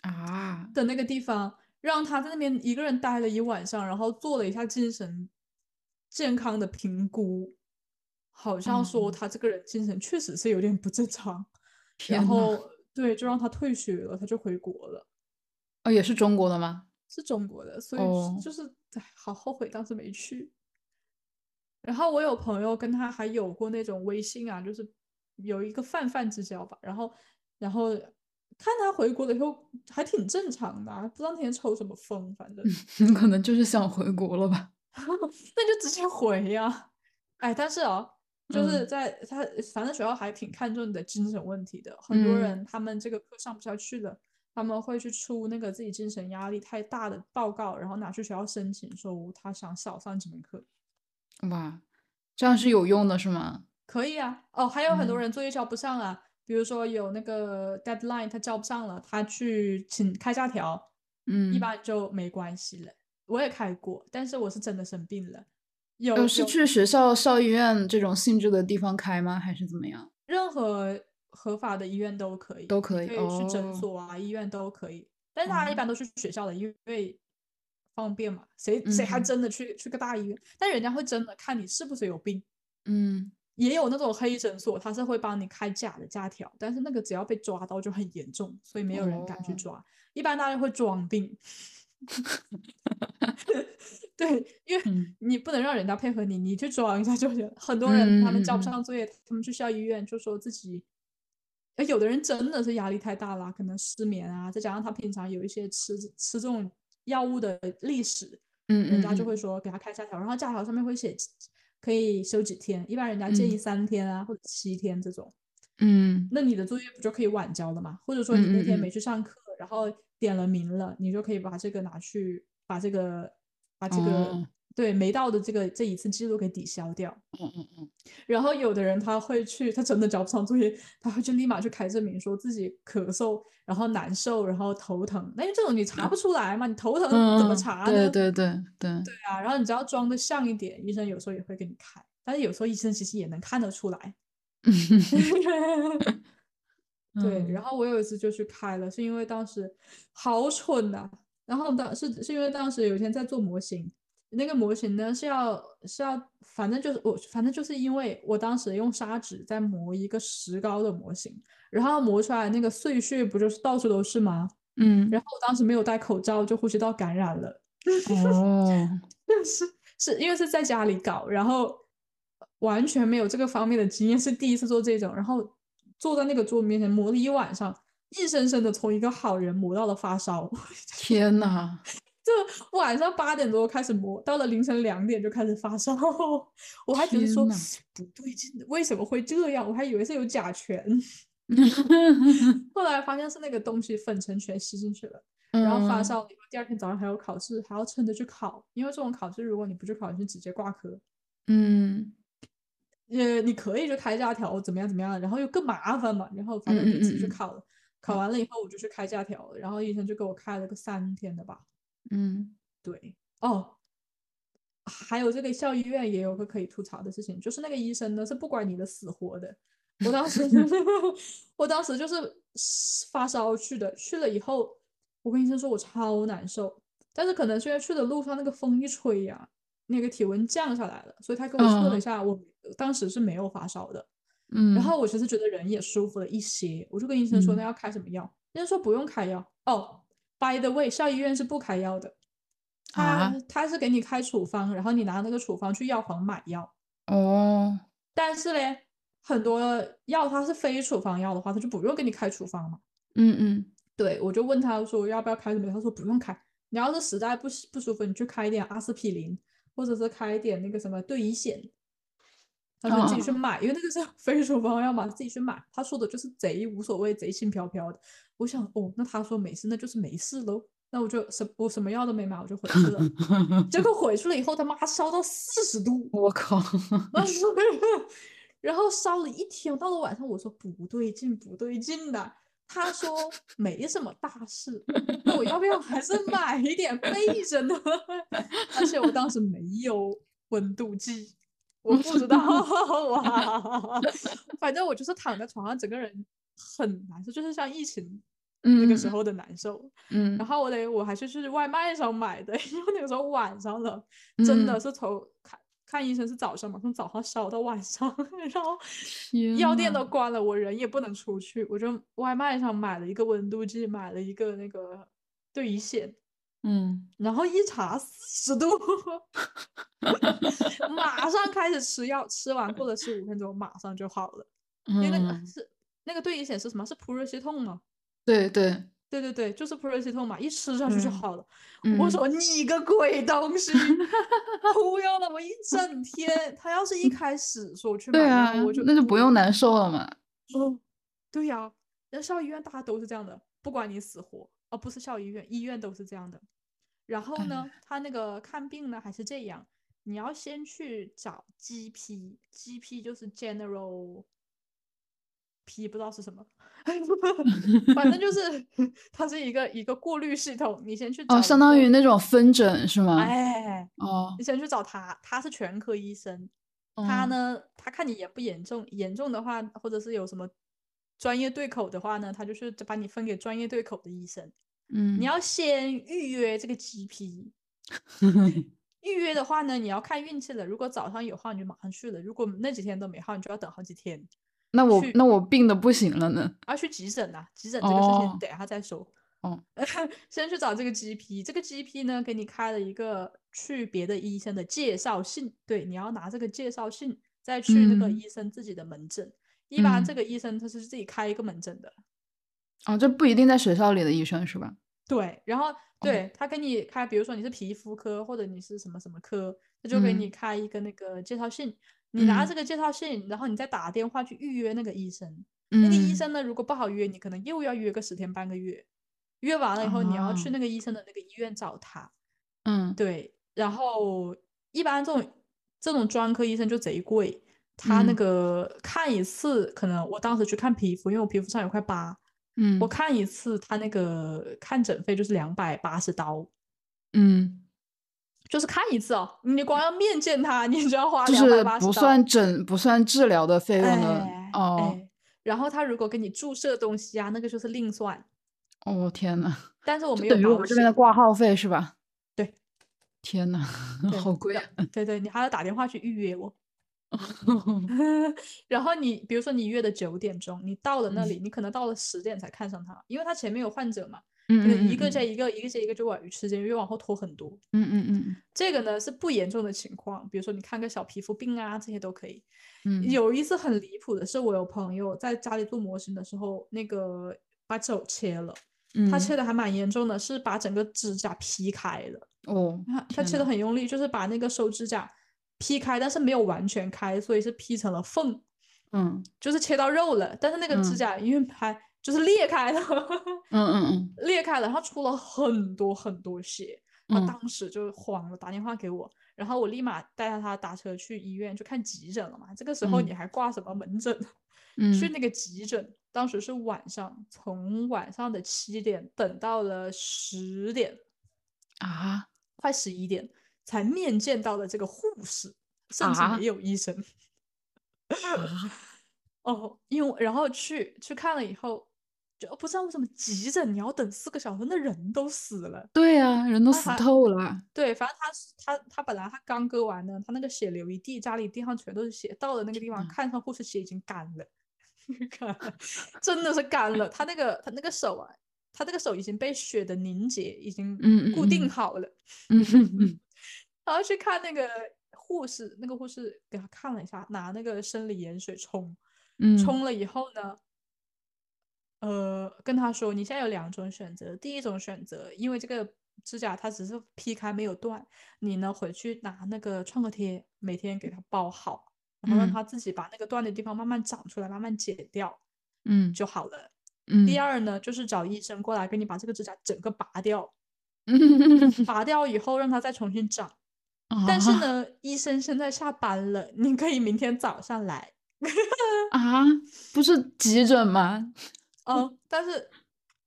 [SPEAKER 1] 啊，
[SPEAKER 2] 的那个地方，让他在那边一个人待了一晚上，然后做了一下精神健康的评估，好像说
[SPEAKER 1] 嗯
[SPEAKER 2] 他这个人精神确实是有点不正 常，然
[SPEAKER 1] 天呐，
[SPEAKER 2] 后对，就让他退学了，他就回国了，
[SPEAKER 1] 哦，也是中国的吗？
[SPEAKER 2] 是中国的，所以
[SPEAKER 1] 哦
[SPEAKER 2] 就是、唉好后悔当时没去。然后我有朋友跟他还有过那种微信啊，就是有一个泛泛之交吧。然后，然后看他回国了以后还挺正常的、啊，不知道那天抽什么风，反正
[SPEAKER 1] 可能就是想回国了吧？
[SPEAKER 2] 那就直接回呀。哎，但是哦，就是
[SPEAKER 1] 嗯
[SPEAKER 2] 在他反正学校还挺看重你的精神问题的，很多
[SPEAKER 1] 嗯
[SPEAKER 2] 人他们这个课上不下去了。他们会去出那个自己精神压力太大的报告，然后拿去学校申请，说他想少上几门课。嗯
[SPEAKER 1] 哇，这样是有用的是吗？
[SPEAKER 2] 可以啊，哦，还有很
[SPEAKER 1] 嗯
[SPEAKER 2] 多人作业交不上啊，比如说有那个 deadline 他交不上了，他去请开假条，
[SPEAKER 1] 嗯，
[SPEAKER 2] 一般就没关系了。我也开过，但是我是真的生病了。有、
[SPEAKER 1] 呃是去学校、校医院这种性质的地方开吗？还是怎么样？
[SPEAKER 2] 任何合法的医院都可以，
[SPEAKER 1] 都
[SPEAKER 2] 你
[SPEAKER 1] 可
[SPEAKER 2] 可
[SPEAKER 1] 以
[SPEAKER 2] 去诊
[SPEAKER 1] 哦嗯
[SPEAKER 2] 所啊、医院都可以。但是它一般都是学校的，因为方便嘛。谁谁还
[SPEAKER 1] 嗯
[SPEAKER 2] 真的去、去个大医院？但人家会真的看你是不是有病。
[SPEAKER 1] 嗯，
[SPEAKER 2] 也有那种黑诊所，他是会帮你开假的假条，但是那个只要被抓到就很严重，所以没有人敢去
[SPEAKER 1] 哦
[SPEAKER 2] 抓。一般大家会装病， 对，因为
[SPEAKER 1] 嗯
[SPEAKER 2] 你不能让人家配合你，你去装一下就行。很多人他们交不
[SPEAKER 1] 嗯嗯嗯
[SPEAKER 2] 上作业，他们去校医院就说自己，哎，有的人真的是压力太大了，可能失眠啊，再加上他平常有一些吃吃这种药物的历史，
[SPEAKER 1] 嗯，
[SPEAKER 2] 人家就
[SPEAKER 1] 嗯
[SPEAKER 2] 会
[SPEAKER 1] 嗯
[SPEAKER 2] 说给他开假条，然后假条上面会写可以休几天，一般人家建议三天啊、或者七天这种。
[SPEAKER 1] 嗯
[SPEAKER 2] 那你的作业不就可以晚交了吗？或者说你那天
[SPEAKER 1] 嗯嗯嗯
[SPEAKER 2] 没去上课，然后点了名了，你就可以把这个拿去把这个把这个、
[SPEAKER 1] 哦
[SPEAKER 2] 对没到的这个这一次记录给抵消掉。
[SPEAKER 1] 嗯嗯嗯，
[SPEAKER 2] 然后有的人他会去，他真的交不上作业，他会去立马去开证明，说自己咳嗽，然后难受，然后头疼。那这种你查不出来嘛？你头疼怎么
[SPEAKER 1] 嗯
[SPEAKER 2] 查呢？
[SPEAKER 1] 对对对对，
[SPEAKER 2] 对啊，然后你只要装的像一点，医生有时候也会给你开，但是有时候医生其实也能看得出来。 对，然
[SPEAKER 1] 后
[SPEAKER 2] 后我有一次就去开了，是因为当时好蠢呐、然后当是是因为当时有一天在做模型，那个模型呢是要是要，反正就是我反正就是因为我当时用砂纸在磨一个石膏的模型，然后磨出来那个碎屑不就是到处都是吗？
[SPEAKER 1] 嗯，
[SPEAKER 2] 然后我当时没有戴口罩，就呼吸道感染了。
[SPEAKER 1] 哦，
[SPEAKER 2] 是是因为是在家里搞，然后完全没有这个方面的经验，是第一次做这种，然后坐在那个桌子面前磨了一晚上，硬生生的从一个好人磨到了发烧，
[SPEAKER 1] 天哪，
[SPEAKER 2] 就晚上八点多开始磨，到了凌晨两点就开始发烧， 我还觉得说
[SPEAKER 1] 天哪
[SPEAKER 2] 不对劲，为什么会这样？我还以为是有 甲醛，后来发现是那个东西粉尘全吸进去了。 然后发
[SPEAKER 1] 嗯，
[SPEAKER 2] 烧了以后，第二天早上还有考试，还要撑着去考，因为这种考试如果你不去考，你是直接挂科。
[SPEAKER 1] 嗯
[SPEAKER 2] 呃，你可以就开假条，怎么样怎么样，然后又更麻烦嘛，然后反
[SPEAKER 1] 嗯
[SPEAKER 2] 正就
[SPEAKER 1] 嗯
[SPEAKER 2] 自己
[SPEAKER 1] 嗯
[SPEAKER 2] 去
[SPEAKER 1] 嗯
[SPEAKER 2] 考了，考完了以后我就去开假条，然后医生就给我开了个三天的吧，
[SPEAKER 1] 嗯
[SPEAKER 2] 对，哦，还有这个校医院也有个可以吐槽的事情，就是那个医生呢是不管你的死活的，我当时我当时就是发烧去的，去了以后我跟医生说我超难受，但是可能是因为去的路上那个风一吹呀、那个体温降下来了，所以他给我测
[SPEAKER 1] 嗯
[SPEAKER 2] 了一下，我当时是没有发烧的。
[SPEAKER 1] 嗯，
[SPEAKER 2] 然后我其实觉得人也舒服了一些，我就跟医生说
[SPEAKER 1] 嗯
[SPEAKER 2] 那要开什么药，医生说不用开药。哦，by the way，校医院是不开药的，他、
[SPEAKER 1] 啊
[SPEAKER 2] 他是给你开处方，然后你拿那个处方去药房买药。
[SPEAKER 1] 哦，
[SPEAKER 2] 但是嘞，很多药它是非处方药的话，他就不用给你开处方嘛。
[SPEAKER 1] 嗯嗯
[SPEAKER 2] 对，我就问他说要不要开什么药，他说不用开，你要是实在不不舒服，你去开一点阿司匹林，或者是开一点那个什么对乙酰。他说你自己去
[SPEAKER 1] 嗯
[SPEAKER 2] 买，因为那个 是非处方药嘛，自己去买。他说的就是贼无所谓，贼轻飘飘的。我想哦，那他说没事，那就是没事喽。那我就什我什么药都没买，我就回去了。结果回去了以后，他妈烧到四十度，
[SPEAKER 1] 我靠，
[SPEAKER 2] 然后烧了一天，到了晚上我说不对劲，不对劲的。他说没什么大事，那我要不要还是买一点备着呢？而且我当时没有温度计，我不知道 啊。反正我就是躺在床上，整个人很难受，就是像疫情那个
[SPEAKER 1] 嗯
[SPEAKER 2] 时候的难受。
[SPEAKER 1] 嗯，
[SPEAKER 2] 然后我得我还是去外卖上买的， 因为那个时候晚上了，真的
[SPEAKER 1] 嗯
[SPEAKER 2] 是从看看医生是早上嘛，从早上烧到晚上， 然后
[SPEAKER 1] 天
[SPEAKER 2] 药店都
[SPEAKER 1] 呐
[SPEAKER 2] 关了，我人也不能出去，我就外卖上买了一个温度计，买了一个那个对乙酰，
[SPEAKER 1] 嗯
[SPEAKER 2] 然后一查四十度， 马上开始吃药，吃完过了十五分钟马上就好了，因为那个
[SPEAKER 1] 嗯，
[SPEAKER 2] 是那个对乙酰是什么？是普热西痛吗？
[SPEAKER 1] 对对，
[SPEAKER 2] 对对对，就是普热西痛嘛，一吃下去就
[SPEAKER 1] 嗯
[SPEAKER 2] 好了。我
[SPEAKER 1] 嗯
[SPEAKER 2] 说你个鬼东西，忽悠了我一整天。他要是一开始说我去买
[SPEAKER 1] 对
[SPEAKER 2] 药，
[SPEAKER 1] 啊
[SPEAKER 2] 我就，
[SPEAKER 1] 那就不
[SPEAKER 2] 我
[SPEAKER 1] 用难受了嘛，
[SPEAKER 2] 哦，对呀、那校医院大家都是这样的，不管你死活啊，不是校医院，医院都是这样的。然后呢，他那个看病呢还是这样，你要先去找 GP，GP 就是 General P 不知道是什么， 反正就是 它是一个一个过滤系统，你先去找
[SPEAKER 1] 哦，
[SPEAKER 2] 一
[SPEAKER 1] 相当
[SPEAKER 2] 个
[SPEAKER 1] 于那种分诊是吗？
[SPEAKER 2] 哎，
[SPEAKER 1] 哦，
[SPEAKER 2] 你先去找他，他是全科医生，他
[SPEAKER 1] 嗯？
[SPEAKER 2] 呢，他看你严不严重，严重的话，或者是有什么专业对口的话呢，他就是把你分给专业对口的医生。
[SPEAKER 1] 嗯，
[SPEAKER 2] 你要先预约这个 GP，预约的话呢，你要看运气了。如果早上有号，你就马上去了；如果那几天都没号，你就要等好几天。
[SPEAKER 1] 那我
[SPEAKER 2] 去
[SPEAKER 1] 那我病的不行了呢？
[SPEAKER 2] 要去急诊呐、急诊这个事
[SPEAKER 1] 哦
[SPEAKER 2] 情等一下再说。
[SPEAKER 1] 哦，
[SPEAKER 2] 先去找这个 GP，这个 GP 呢给你开了一个去别的医生的介绍信，对，你要拿这个介绍信再去那个
[SPEAKER 1] 嗯
[SPEAKER 2] 医生自己的门诊。一般
[SPEAKER 1] 嗯
[SPEAKER 2] 这个医生他是自己开一个门诊的，
[SPEAKER 1] 哦，这不一定在学校里的医生是吧？
[SPEAKER 2] 对，然
[SPEAKER 1] 哦
[SPEAKER 2] 后对他给你开，比如说你是皮肤科或者你是什么什么科，他就给你
[SPEAKER 1] 嗯
[SPEAKER 2] 开一个那个介绍信，你拿
[SPEAKER 1] 嗯
[SPEAKER 2] 这个介绍信，然后你再打电话去预约那个医生。那
[SPEAKER 1] 那
[SPEAKER 2] 个医生呢，如果不好约，你可能又要约个十天半个月。约完了以后，你要去
[SPEAKER 1] 啊
[SPEAKER 2] 那个医生的那个医院找他。
[SPEAKER 1] 嗯
[SPEAKER 2] 对，然后一般这种这种专科医生就贼贵，他那
[SPEAKER 1] 嗯
[SPEAKER 2] 个看一次，可能我当时去看皮肤，因为我皮肤上有块疤，
[SPEAKER 1] 嗯
[SPEAKER 2] 我看一次他那个看诊费就是两百八十刀，
[SPEAKER 1] 嗯，
[SPEAKER 2] 就是看一次哦，你光要面见他，你就要花
[SPEAKER 1] 就
[SPEAKER 2] 两百
[SPEAKER 1] 是
[SPEAKER 2] 八十刀。
[SPEAKER 1] 不算诊不算治疗的费用的
[SPEAKER 2] 哎
[SPEAKER 1] 哦。
[SPEAKER 2] 哎，然后他如果给你注射东西啊，那个就是另算。
[SPEAKER 1] 哦天呐，
[SPEAKER 2] 但哎是我
[SPEAKER 1] 就
[SPEAKER 2] 们有
[SPEAKER 1] 等于我
[SPEAKER 2] 保
[SPEAKER 1] 们这边的
[SPEAKER 2] 险
[SPEAKER 1] 挂号费是吧？
[SPEAKER 2] 对，
[SPEAKER 1] 天呐，
[SPEAKER 2] 对
[SPEAKER 1] 好贵
[SPEAKER 2] 然
[SPEAKER 1] 啊！
[SPEAKER 2] 对对，你还要打电话去预约我。然后你比如说你约的九点钟，你到了那
[SPEAKER 1] 嗯
[SPEAKER 2] 里，你可能到了十点才看上他，因为他前面有患者嘛，可能
[SPEAKER 1] 嗯
[SPEAKER 2] 一个接
[SPEAKER 1] 嗯
[SPEAKER 2] 一个，一个接一个，就往时间越往后拖很多。
[SPEAKER 1] 嗯嗯嗯
[SPEAKER 2] 这个呢是不严重的情况，比如说你看个小皮肤病啊，这些都可以。
[SPEAKER 1] 嗯，嗯
[SPEAKER 2] 有一次很离谱的是，我有朋友在家里做模型的时候，那个把手切了，他
[SPEAKER 1] 嗯
[SPEAKER 2] 切的还蛮严重的，是把整个指甲劈开了。
[SPEAKER 1] 哦
[SPEAKER 2] 他他
[SPEAKER 1] 天
[SPEAKER 2] 切的
[SPEAKER 1] 呐
[SPEAKER 2] 很用力，就是把那个手指甲劈开，但是没有完全开，所以是劈成了缝，
[SPEAKER 1] 嗯
[SPEAKER 2] 就是切到肉了。但是那个指
[SPEAKER 1] 嗯
[SPEAKER 2] 甲因为还就是裂开了，
[SPEAKER 1] 嗯嗯
[SPEAKER 2] 裂开了，然后出了很多很多血。他
[SPEAKER 1] 嗯
[SPEAKER 2] 当时就慌了，打电话给我，然后我立马带着他打车去医院去看急诊了嘛。这个时候你还挂什么门诊？
[SPEAKER 1] 嗯
[SPEAKER 2] 去
[SPEAKER 1] 嗯
[SPEAKER 2] 那个急诊，当时是晚上，从晚上的七点等到了十点，
[SPEAKER 1] 啊
[SPEAKER 2] 快十一点才面见到了这个护士，甚至
[SPEAKER 1] 啊
[SPEAKER 2] 没有医生。 哦，因为然后去去看了以后，就哦不知道为什么急诊你要等四个小时，那人都死了。
[SPEAKER 1] 对呀，人都
[SPEAKER 2] 那
[SPEAKER 1] 死
[SPEAKER 2] 还
[SPEAKER 1] 透 了。
[SPEAKER 2] 对，反正他是他他本来他刚割完呢，他那个血流一地，家里地上全都是血，到了那个地方
[SPEAKER 1] 嗯
[SPEAKER 2] 看上护士血已经干了，干了，真的是干了。他那个他那个手啊，他那个手已经被血的凝结已经
[SPEAKER 1] 嗯嗯
[SPEAKER 2] 固定
[SPEAKER 1] 嗯
[SPEAKER 2] 好了。
[SPEAKER 1] 嗯嗯嗯
[SPEAKER 2] 然后去看那个护士，那个护士给他看了一下，拿那个生理盐水冲，
[SPEAKER 1] 嗯，
[SPEAKER 2] 冲了以后呢，呃，跟他说你现在有两种选择，第一种选择，因为这个指甲它只是劈开没有断，你呢回去拿那个创可贴，每天给它包好，然后让
[SPEAKER 1] 嗯
[SPEAKER 2] 它自己把那个断的地方慢慢长出来，慢慢剪掉
[SPEAKER 1] 嗯
[SPEAKER 2] 就好了。
[SPEAKER 1] 嗯，
[SPEAKER 2] 第二呢，就是找医生过来给你把这个指甲整个拔掉，
[SPEAKER 1] 嗯，
[SPEAKER 2] 拔掉以后让它再重新长。但是
[SPEAKER 1] 啊
[SPEAKER 2] 呢，医生现在下班了，你可以明天早上来。
[SPEAKER 1] 啊，不是急诊吗？
[SPEAKER 2] 嗯，但是，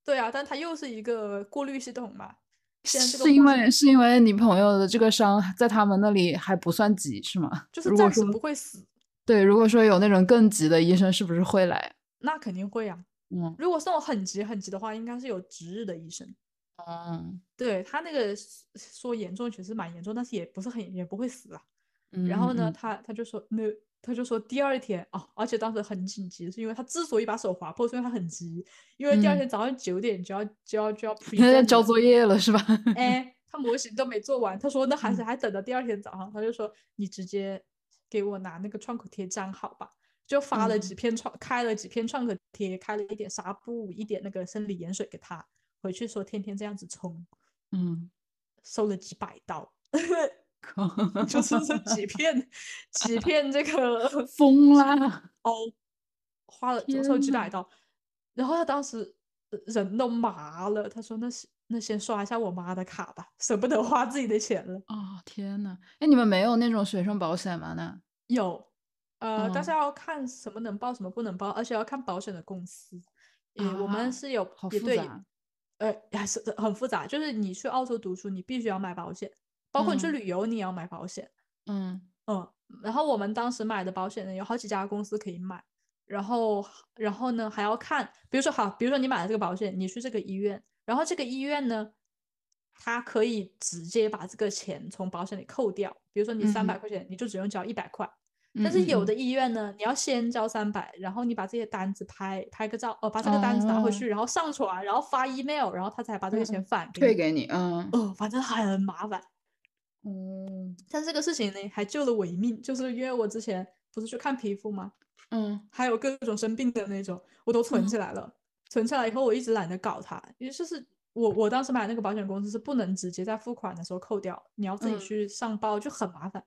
[SPEAKER 2] 对啊，但他又是一个过滤系统嘛。现在这个
[SPEAKER 1] 是因
[SPEAKER 2] 护士
[SPEAKER 1] 为是因为你朋友的这个伤在他们那里还不算急是吗？
[SPEAKER 2] 就是
[SPEAKER 1] 如果
[SPEAKER 2] 暂时
[SPEAKER 1] 说
[SPEAKER 2] 不会死，
[SPEAKER 1] 对，如果说有那种更急的医生，是不是会来？
[SPEAKER 2] 那肯定会啊。
[SPEAKER 1] 嗯
[SPEAKER 2] 如果是那种很急很急的话，应该是有值日的医生。哦
[SPEAKER 1] 嗯
[SPEAKER 2] 对他那个说严重，其实蛮严重，但是也不是很也不会死啊。
[SPEAKER 1] 嗯，
[SPEAKER 2] 然后呢，
[SPEAKER 1] 嗯
[SPEAKER 2] 他他就说那。他就说第二天哦，而且当时很紧急，是因为他之所以把手划破，是因为他很急，因为第二
[SPEAKER 1] 嗯
[SPEAKER 2] 天早上九点就要就 要就要
[SPEAKER 1] 他在
[SPEAKER 2] present
[SPEAKER 1] 交
[SPEAKER 2] 了
[SPEAKER 1] 作业了是吧？
[SPEAKER 2] 哎，他模型都没做完，他说那还是
[SPEAKER 1] 嗯
[SPEAKER 2] 还等到第二天早上，他就说你直接给我拿那个创可贴粘好吧，就发
[SPEAKER 1] 嗯
[SPEAKER 2] 了几片创，开了几片创可贴，开了一点纱布，一点那个生理盐水给他，回去说天天这样子冲，
[SPEAKER 1] 嗯，
[SPEAKER 2] 收了几百刀，
[SPEAKER 1] 靠，
[SPEAKER 2] 就是这几片几片这个
[SPEAKER 1] 疯 啦！
[SPEAKER 2] 花了
[SPEAKER 1] 天
[SPEAKER 2] 收了几
[SPEAKER 1] 呐
[SPEAKER 2] 百刀，然后他当时呃人都麻了，他说那是那先刷一下我妈的卡吧，舍不得花自己的钱了。
[SPEAKER 1] 哦天呐，哎，你们没有那种学生保险吗？那
[SPEAKER 2] 有，呃，
[SPEAKER 1] 嗯
[SPEAKER 2] 但是要看什么能报，什么不能报，而且要看保险的公司。也我
[SPEAKER 1] 啊
[SPEAKER 2] 们是有
[SPEAKER 1] 好
[SPEAKER 2] 也
[SPEAKER 1] 复
[SPEAKER 2] 对
[SPEAKER 1] 杂，
[SPEAKER 2] 呃，还是很复杂。就是你去澳洲读书，你必须要买保险，包括你去
[SPEAKER 1] 嗯
[SPEAKER 2] 旅游，你也要买保险。
[SPEAKER 1] 嗯
[SPEAKER 2] 嗯，然后我们当时买的保险呢，有好几家公司可以买，然后然后呢还要看，比如说好，比如说你买了这个保险，你去这个医院，然后这个医院呢，它可以直接把这个钱从保险里扣掉，比如说你三百
[SPEAKER 1] 嗯
[SPEAKER 2] 块钱，你就只用交一百块，
[SPEAKER 1] 嗯，
[SPEAKER 2] 但是有的
[SPEAKER 1] 嗯
[SPEAKER 2] 医院呢，你要先交三百，然后你把这些单子拍拍个照，哦，把这个单子拿回去，然后上传，然后发 email，然后他才把这个
[SPEAKER 1] 嗯
[SPEAKER 2] 钱返
[SPEAKER 1] 退
[SPEAKER 2] 给你。
[SPEAKER 1] 给你， 嗯，
[SPEAKER 2] 哦，反正很麻烦。
[SPEAKER 1] 嗯
[SPEAKER 2] 但这个事情呢，还救了我一命，就是因为我之前不是去看皮肤吗？
[SPEAKER 1] 嗯
[SPEAKER 2] 还有各种生病的那种，我都存起来了。存起来以后，我一直懒得搞它，也就是我我当时买那个保险公司是不能直接在付款的时候扣掉，你要自己
[SPEAKER 1] 嗯
[SPEAKER 2] 去上报，就很麻烦。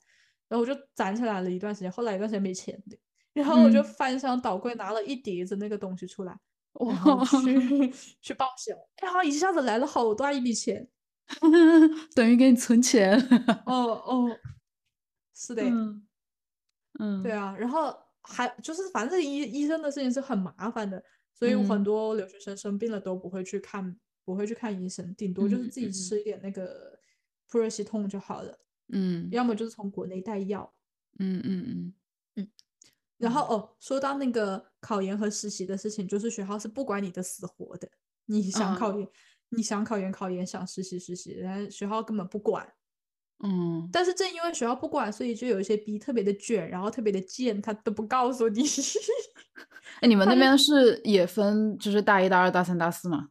[SPEAKER 2] 然后我就攒起来了一段时间，后来一段时间没钱的，然后我就
[SPEAKER 1] 嗯
[SPEAKER 2] 翻箱倒柜拿了一叠子那个东西出来，然 后去 去报销，然后一下子来了好大一笔钱。
[SPEAKER 1] 等于给你存钱，
[SPEAKER 2] 哦哦， 是的。
[SPEAKER 1] 嗯嗯，
[SPEAKER 2] 对啊，然后还就是反正医医生的事情是很麻烦的，所以很
[SPEAKER 1] 嗯
[SPEAKER 2] 多留学生生病了都不会去看，不会去看医生，顶多就是
[SPEAKER 1] 嗯
[SPEAKER 2] 自己
[SPEAKER 1] 嗯
[SPEAKER 2] 吃一点那个普热西痛就好了，
[SPEAKER 1] 嗯
[SPEAKER 2] 要么就是从国内带药。
[SPEAKER 1] 嗯嗯嗯，
[SPEAKER 2] 然后哦，说到那个考研和实习的事情，就是学校是不管你的死活的，你
[SPEAKER 1] 嗯
[SPEAKER 2] 想考研，你想考研考研，想实习实习，然后学校根本不管。
[SPEAKER 1] 嗯，
[SPEAKER 2] 但是正因为学校不管，所以就有一些逼特别的卷，然后特别的贱，他都不告诉你。
[SPEAKER 1] 哎，你们
[SPEAKER 2] 他
[SPEAKER 1] 那
[SPEAKER 2] 就
[SPEAKER 1] 边是也分，就是大一、大二、大三、大四吗？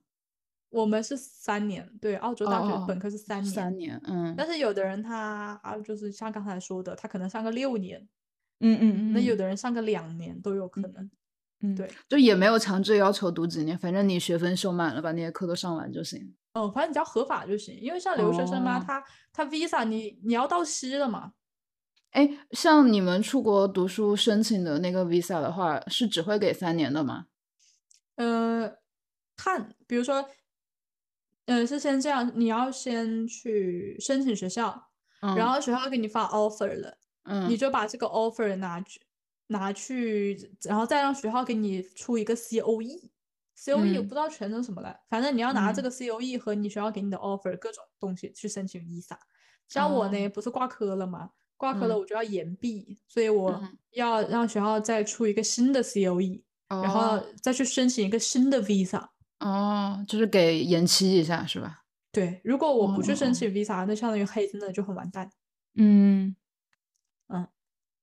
[SPEAKER 2] 我们是三年，对，澳洲大
[SPEAKER 1] 哦
[SPEAKER 2] 学本科是三年，
[SPEAKER 1] 三年，嗯，
[SPEAKER 2] 但是有的人他啊，就是像刚才说的，他可能上个六年，
[SPEAKER 1] 嗯嗯
[SPEAKER 2] 那有的人上个两年都有可能。
[SPEAKER 1] 嗯，
[SPEAKER 2] 对，
[SPEAKER 1] 就也没有强制要求读几年，反正你学分修满了，把那些课都上完就行。
[SPEAKER 2] 哦，反正你只要合法就行，因为像留学生嘛，
[SPEAKER 1] 哦
[SPEAKER 2] 他他 visa 你你要到期了嘛，
[SPEAKER 1] 哎，像你们出国读书申请的那个 visa 的话，是只会给三年的吗？
[SPEAKER 2] 呃，看，比如说，呃，是先这样，你要先去申请学校，
[SPEAKER 1] 嗯，
[SPEAKER 2] 然后学校给你发 offer 了。
[SPEAKER 1] 嗯，
[SPEAKER 2] 你就把这个 offer 拿去拿去，然后再让学校给你出一个 E COE。COE 我
[SPEAKER 1] 嗯
[SPEAKER 2] 不知道全称什么来，反正你要拿这
[SPEAKER 1] 嗯
[SPEAKER 2] 个 COE 和你学校给你的 offer 各种东西去申请 visa。像我呢，不是挂科了吗？挂科了
[SPEAKER 1] 哦嗯
[SPEAKER 2] 我就要延毕，所以我
[SPEAKER 1] 嗯
[SPEAKER 2] 要让学校再出一个新的 COE，然后
[SPEAKER 1] 哦
[SPEAKER 2] 再去申请一个新的 visa。
[SPEAKER 1] 哦，就是给延期一下是吧？
[SPEAKER 2] 对，如果我不去
[SPEAKER 1] 哦
[SPEAKER 2] 申请 visa，那相当于黑真的就很完蛋。
[SPEAKER 1] 嗯
[SPEAKER 2] 嗯，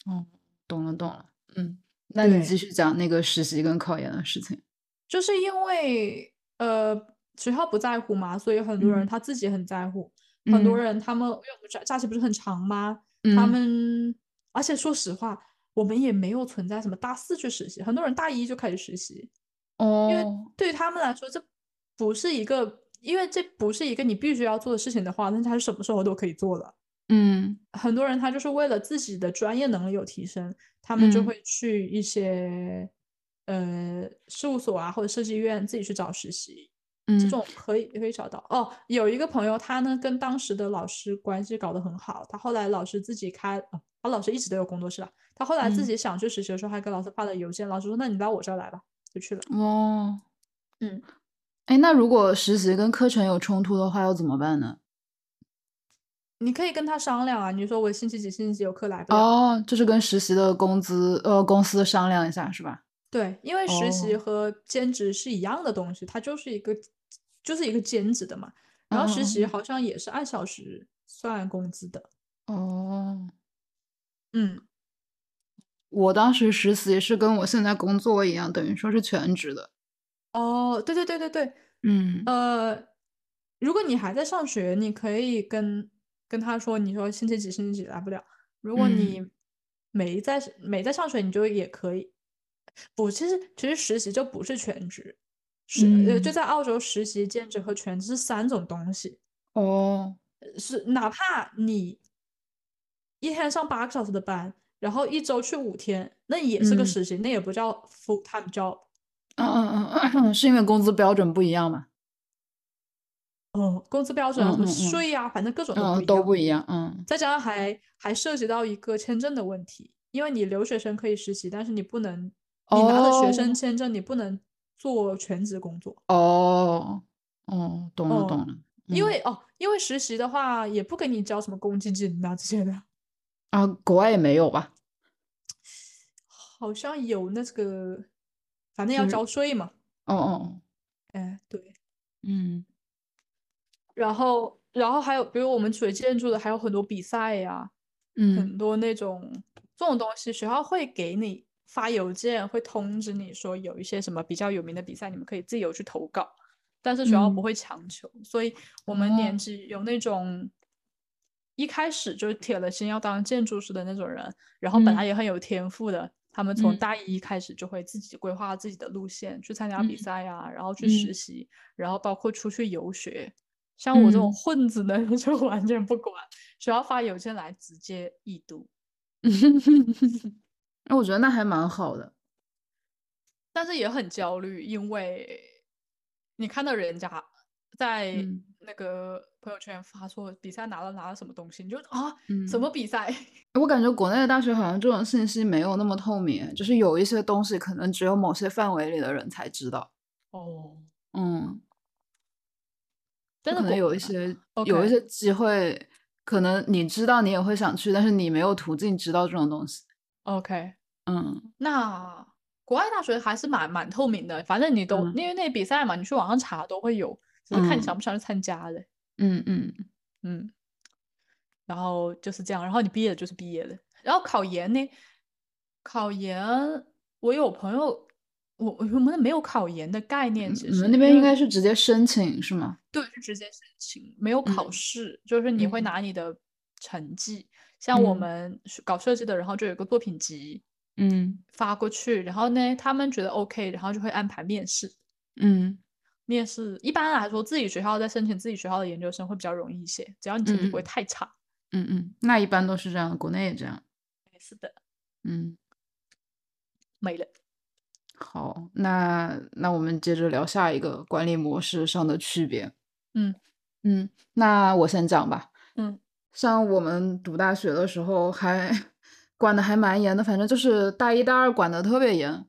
[SPEAKER 1] 哦，懂了懂了，嗯，那你
[SPEAKER 2] 对
[SPEAKER 1] 继续讲那个实习跟考研的事情。
[SPEAKER 2] 就是因为呃学校不在乎嘛，所以很多
[SPEAKER 1] 嗯
[SPEAKER 2] 人他自己很在乎，很多
[SPEAKER 1] 嗯
[SPEAKER 2] 人他们因为我们假假期不是很长吗？他
[SPEAKER 1] 嗯
[SPEAKER 2] 们而且说实话，我们也没有存在什么大四去实习，很多人大一就开始实习，因为
[SPEAKER 1] 哦，
[SPEAKER 2] 对于他们来说这不是一个，因为这不是一个你必须要做的事情的话，那他是什么时候都可以做的。
[SPEAKER 1] 嗯
[SPEAKER 2] 很多人他就是为了自己的专业能力有提升，他们就
[SPEAKER 1] 嗯
[SPEAKER 2] 会去一些、呃事务所啊或者设计院自己去找实习，这
[SPEAKER 1] 嗯
[SPEAKER 2] 种可以可以找到。哦，有一个朋友他呢跟当时的老师关系搞得很好，他后来老师自己开，呃他老师一直都有工作室啊，他后来自
[SPEAKER 1] 嗯
[SPEAKER 2] 己想去实习的时候还给老师发了邮件，老师说那你到我这儿来吧，就去了。
[SPEAKER 1] 哦，
[SPEAKER 2] 嗯，
[SPEAKER 1] 哎，那如果实习跟课程有冲突的话，要怎么办呢？
[SPEAKER 2] 你可以跟他商量啊，你说我星期几星期几有课来不了。
[SPEAKER 1] 哦，就是跟实习的工资呃公司商量一下是吧？嗯
[SPEAKER 2] 对，因为实习
[SPEAKER 1] 哦
[SPEAKER 2] 和兼职是一样的东西，它就是一个就是一个兼职的嘛。然后实习
[SPEAKER 1] 嗯
[SPEAKER 2] 好像也是按小时算工资的。
[SPEAKER 1] 哦，
[SPEAKER 2] 嗯，
[SPEAKER 1] 我当时实习是跟我现在工作一样，等于说是全职的。
[SPEAKER 2] 哦，对对对对对，
[SPEAKER 1] 嗯
[SPEAKER 2] 呃，如果你还在上学，你可以跟跟他说，你说星期几星期几来不了。如
[SPEAKER 1] 嗯
[SPEAKER 2] 果你没在没在上学，你就也可以。不，其实其实实习就不是全职，是呃就
[SPEAKER 1] 嗯
[SPEAKER 2] 在澳洲实习、兼职和全职是三种东西。呃
[SPEAKER 1] 哦，
[SPEAKER 2] 是哪怕你一天上八个小时的班，然后一周去五天，那也是个
[SPEAKER 1] 嗯
[SPEAKER 2] 实习，那也不叫 full time job。
[SPEAKER 1] 嗯嗯嗯嗯，是因为工资标准不一样嘛？
[SPEAKER 2] 哦，工资标准啊，
[SPEAKER 1] 嗯
[SPEAKER 2] 什
[SPEAKER 1] 嗯
[SPEAKER 2] 么
[SPEAKER 1] 嗯
[SPEAKER 2] 税啊，反正各种
[SPEAKER 1] 嗯，都
[SPEAKER 2] 都
[SPEAKER 1] 不
[SPEAKER 2] 不一
[SPEAKER 1] 一
[SPEAKER 2] 样。
[SPEAKER 1] 样。嗯
[SPEAKER 2] 再加上还还涉及到一个签证的问题，因为你留学生可以实习，但是你不能，你拿了学生
[SPEAKER 1] 哦
[SPEAKER 2] 签证，你不能做全职工作。
[SPEAKER 1] 哦，哦，懂了
[SPEAKER 2] 哦
[SPEAKER 1] 懂了，
[SPEAKER 2] 因
[SPEAKER 1] 嗯
[SPEAKER 2] 为哦，因为实习的话也不给你交什么公积金呐、这些的，
[SPEAKER 1] 啊，国外也没有吧？
[SPEAKER 2] 好像有那个，反正要
[SPEAKER 1] 就是
[SPEAKER 2] 交税嘛。
[SPEAKER 1] 哦哦，
[SPEAKER 2] 哎，对。
[SPEAKER 1] 嗯，
[SPEAKER 2] 然后，然后还有，比如我们学建筑的，还有很多比赛呀、
[SPEAKER 1] 嗯
[SPEAKER 2] 很多那种这种东西，学校会给你发邮件，会通知你说有一些什么比较有名的比赛，你们可以自由去投稿，但是学校不
[SPEAKER 1] 嗯
[SPEAKER 2] 会强求。所以我们年
[SPEAKER 1] 哦
[SPEAKER 2] 级有那种一开始就是铁了心要当建筑师的那种人，然后本来
[SPEAKER 1] 嗯
[SPEAKER 2] 也很有天赋的。他们从
[SPEAKER 1] 嗯
[SPEAKER 2] 大一开始就会自己规划自己的路线，去参加比
[SPEAKER 1] 嗯
[SPEAKER 2] 赛呀、然后去
[SPEAKER 1] 嗯
[SPEAKER 2] 实习，然后包括出去游学。像我这种
[SPEAKER 1] 嗯
[SPEAKER 2] 混子呢， 就完全不管。学校发邮件来直接已读。
[SPEAKER 1] 那我觉得那还蛮好的，
[SPEAKER 2] 但是也很焦虑，因为你看到人家在
[SPEAKER 1] 嗯
[SPEAKER 2] 那个朋友圈发说比赛拿了拿了什么东西，你就啊
[SPEAKER 1] 嗯，
[SPEAKER 2] 什么比赛？
[SPEAKER 1] 我感觉国内的大学好像这种信息没有那么透明，就是有一些东西可能只有某些范围里的人才知道。
[SPEAKER 2] 哦，
[SPEAKER 1] 嗯，
[SPEAKER 2] 但
[SPEAKER 1] 就是可能
[SPEAKER 2] 国
[SPEAKER 1] 有一些有一
[SPEAKER 2] OK
[SPEAKER 1] 些机会，可能你知道你也会想去，但是你没有途径知道这种东西。
[SPEAKER 2] OK，
[SPEAKER 1] 嗯
[SPEAKER 2] 那国外大学还是蛮蛮透明的，反正你都、
[SPEAKER 1] 嗯
[SPEAKER 2] 因为那比赛嘛，你去网上查都会有，只是看你
[SPEAKER 1] 嗯
[SPEAKER 2] 想不想去参加的。
[SPEAKER 1] 嗯嗯，
[SPEAKER 2] 嗯，然后就是这样，然后你毕业了就是毕业了。然后考研呢，考研我有朋友，我我们没有考研的概念，其
[SPEAKER 1] 嗯
[SPEAKER 2] 实
[SPEAKER 1] 你们那
[SPEAKER 2] 因
[SPEAKER 1] 边应
[SPEAKER 2] 为
[SPEAKER 1] 该是直接申请是吗？
[SPEAKER 2] 对，是直接申请，没有考
[SPEAKER 1] 嗯
[SPEAKER 2] 试，就是你会
[SPEAKER 1] 嗯
[SPEAKER 2] 拿你的成绩，像我
[SPEAKER 1] 嗯
[SPEAKER 2] 们是搞设计的，然后就有一个作品集
[SPEAKER 1] 嗯
[SPEAKER 2] 发过去，然后呢，他们觉得 OK，然后就会安排面试。
[SPEAKER 1] 嗯
[SPEAKER 2] 面试一般来说，自己学校在申请自己学校的研究生会比较容易一些，只要你成绩不会
[SPEAKER 1] 嗯嗯
[SPEAKER 2] 太差。
[SPEAKER 1] 嗯嗯，那一般都是这样的，国内也这样。
[SPEAKER 2] 是的，
[SPEAKER 1] 嗯，
[SPEAKER 2] 没了。
[SPEAKER 1] 好，那那我们接着聊下一个管理模式上的区别。
[SPEAKER 2] 嗯
[SPEAKER 1] 嗯，那我先讲吧。
[SPEAKER 2] 嗯
[SPEAKER 1] 像我们读大学的时候还管的还蛮严的，反正就是大一、大二管的特别严。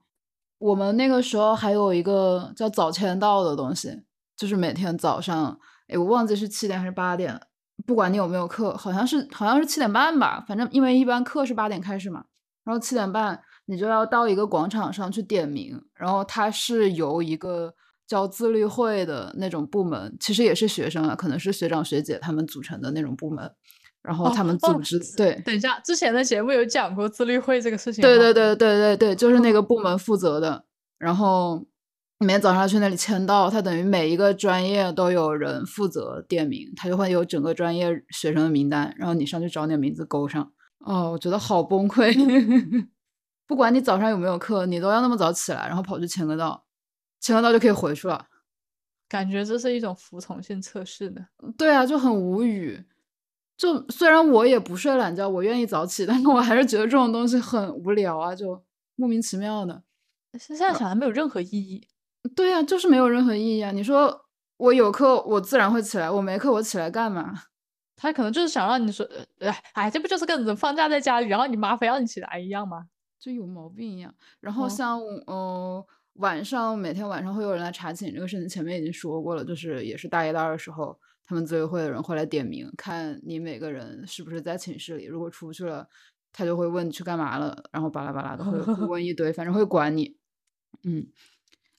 [SPEAKER 1] 我们那个时候还有一个叫早签到的东西，就是每天早上，哎，我忘记是七点还是八点，不管你有没有课，好像是好像是七点半吧，反正因为一般课是八点开始嘛，然后七点半你就要到一个广场上去点名，然后它是由一个叫自律会的那种部门，其实也是学生啊，可能是学长学姐他们组成的那种部门，然后
[SPEAKER 2] 哦
[SPEAKER 1] 他们
[SPEAKER 2] 哦
[SPEAKER 1] 组织、对。
[SPEAKER 2] 等一下，之前的节目有讲过自律会这个事情。
[SPEAKER 1] 对对，对对对对，就是那个部门负责的。然后每天早上去那里签到，他等于每一个专业都有人负责点名，他就会有整个专业学生的名单，然后你上去找你的名字勾上。哦，我觉得好崩溃。 不管你早上有没有课，你都要那么早起来，然后跑去签个到，签个到就可以回去了。
[SPEAKER 2] 感觉这是一种服从性测试呢。
[SPEAKER 1] 对啊，就很无语。就虽然我也不睡懒觉，我愿意早起，但是我还是觉得这种东西很无聊啊，就莫名其妙的。
[SPEAKER 2] 现在想来没有任何意义。
[SPEAKER 1] 对呀、就是没有任何意义啊！你说我有课，我自然会起来；我没课，我起来干嘛？
[SPEAKER 2] 他可能就是想让你说，呃哎哎，这不就是跟人放假在家里，然后你妈非要你起来一样吗？
[SPEAKER 1] 就有毛病一样。然后
[SPEAKER 2] 哦
[SPEAKER 1] 像嗯、呃晚上每天晚上会有人来查寝，这个事情前面已经说过了，就是也是大一、大二的时候，他们自由会的人会来点名，看你每个人是不是在寝室里。如果出去了，他就会问你去干嘛了，然后巴拉巴拉的会会问一堆，反正会管你。嗯，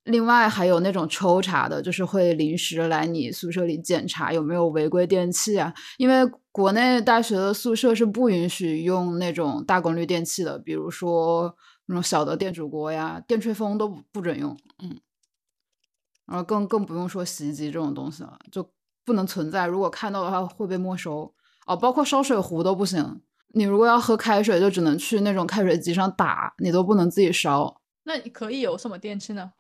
[SPEAKER 1] 另外还有那种抽查的，就是会临时来你宿舍里检查有没有违规电器啊，因为国内大学的宿舍是不允许用那种大功率电器的，比如说那种小的电煮锅呀、电吹风都不不准用，嗯，然后更更不用说洗衣机这种东西了，就不能存在，如果看到的话会被没收哦，包括烧水壶都不行，你如果要喝开水，就只能去那种开水机上打，你都不能自己烧，
[SPEAKER 2] 那你可以有什么电器呢？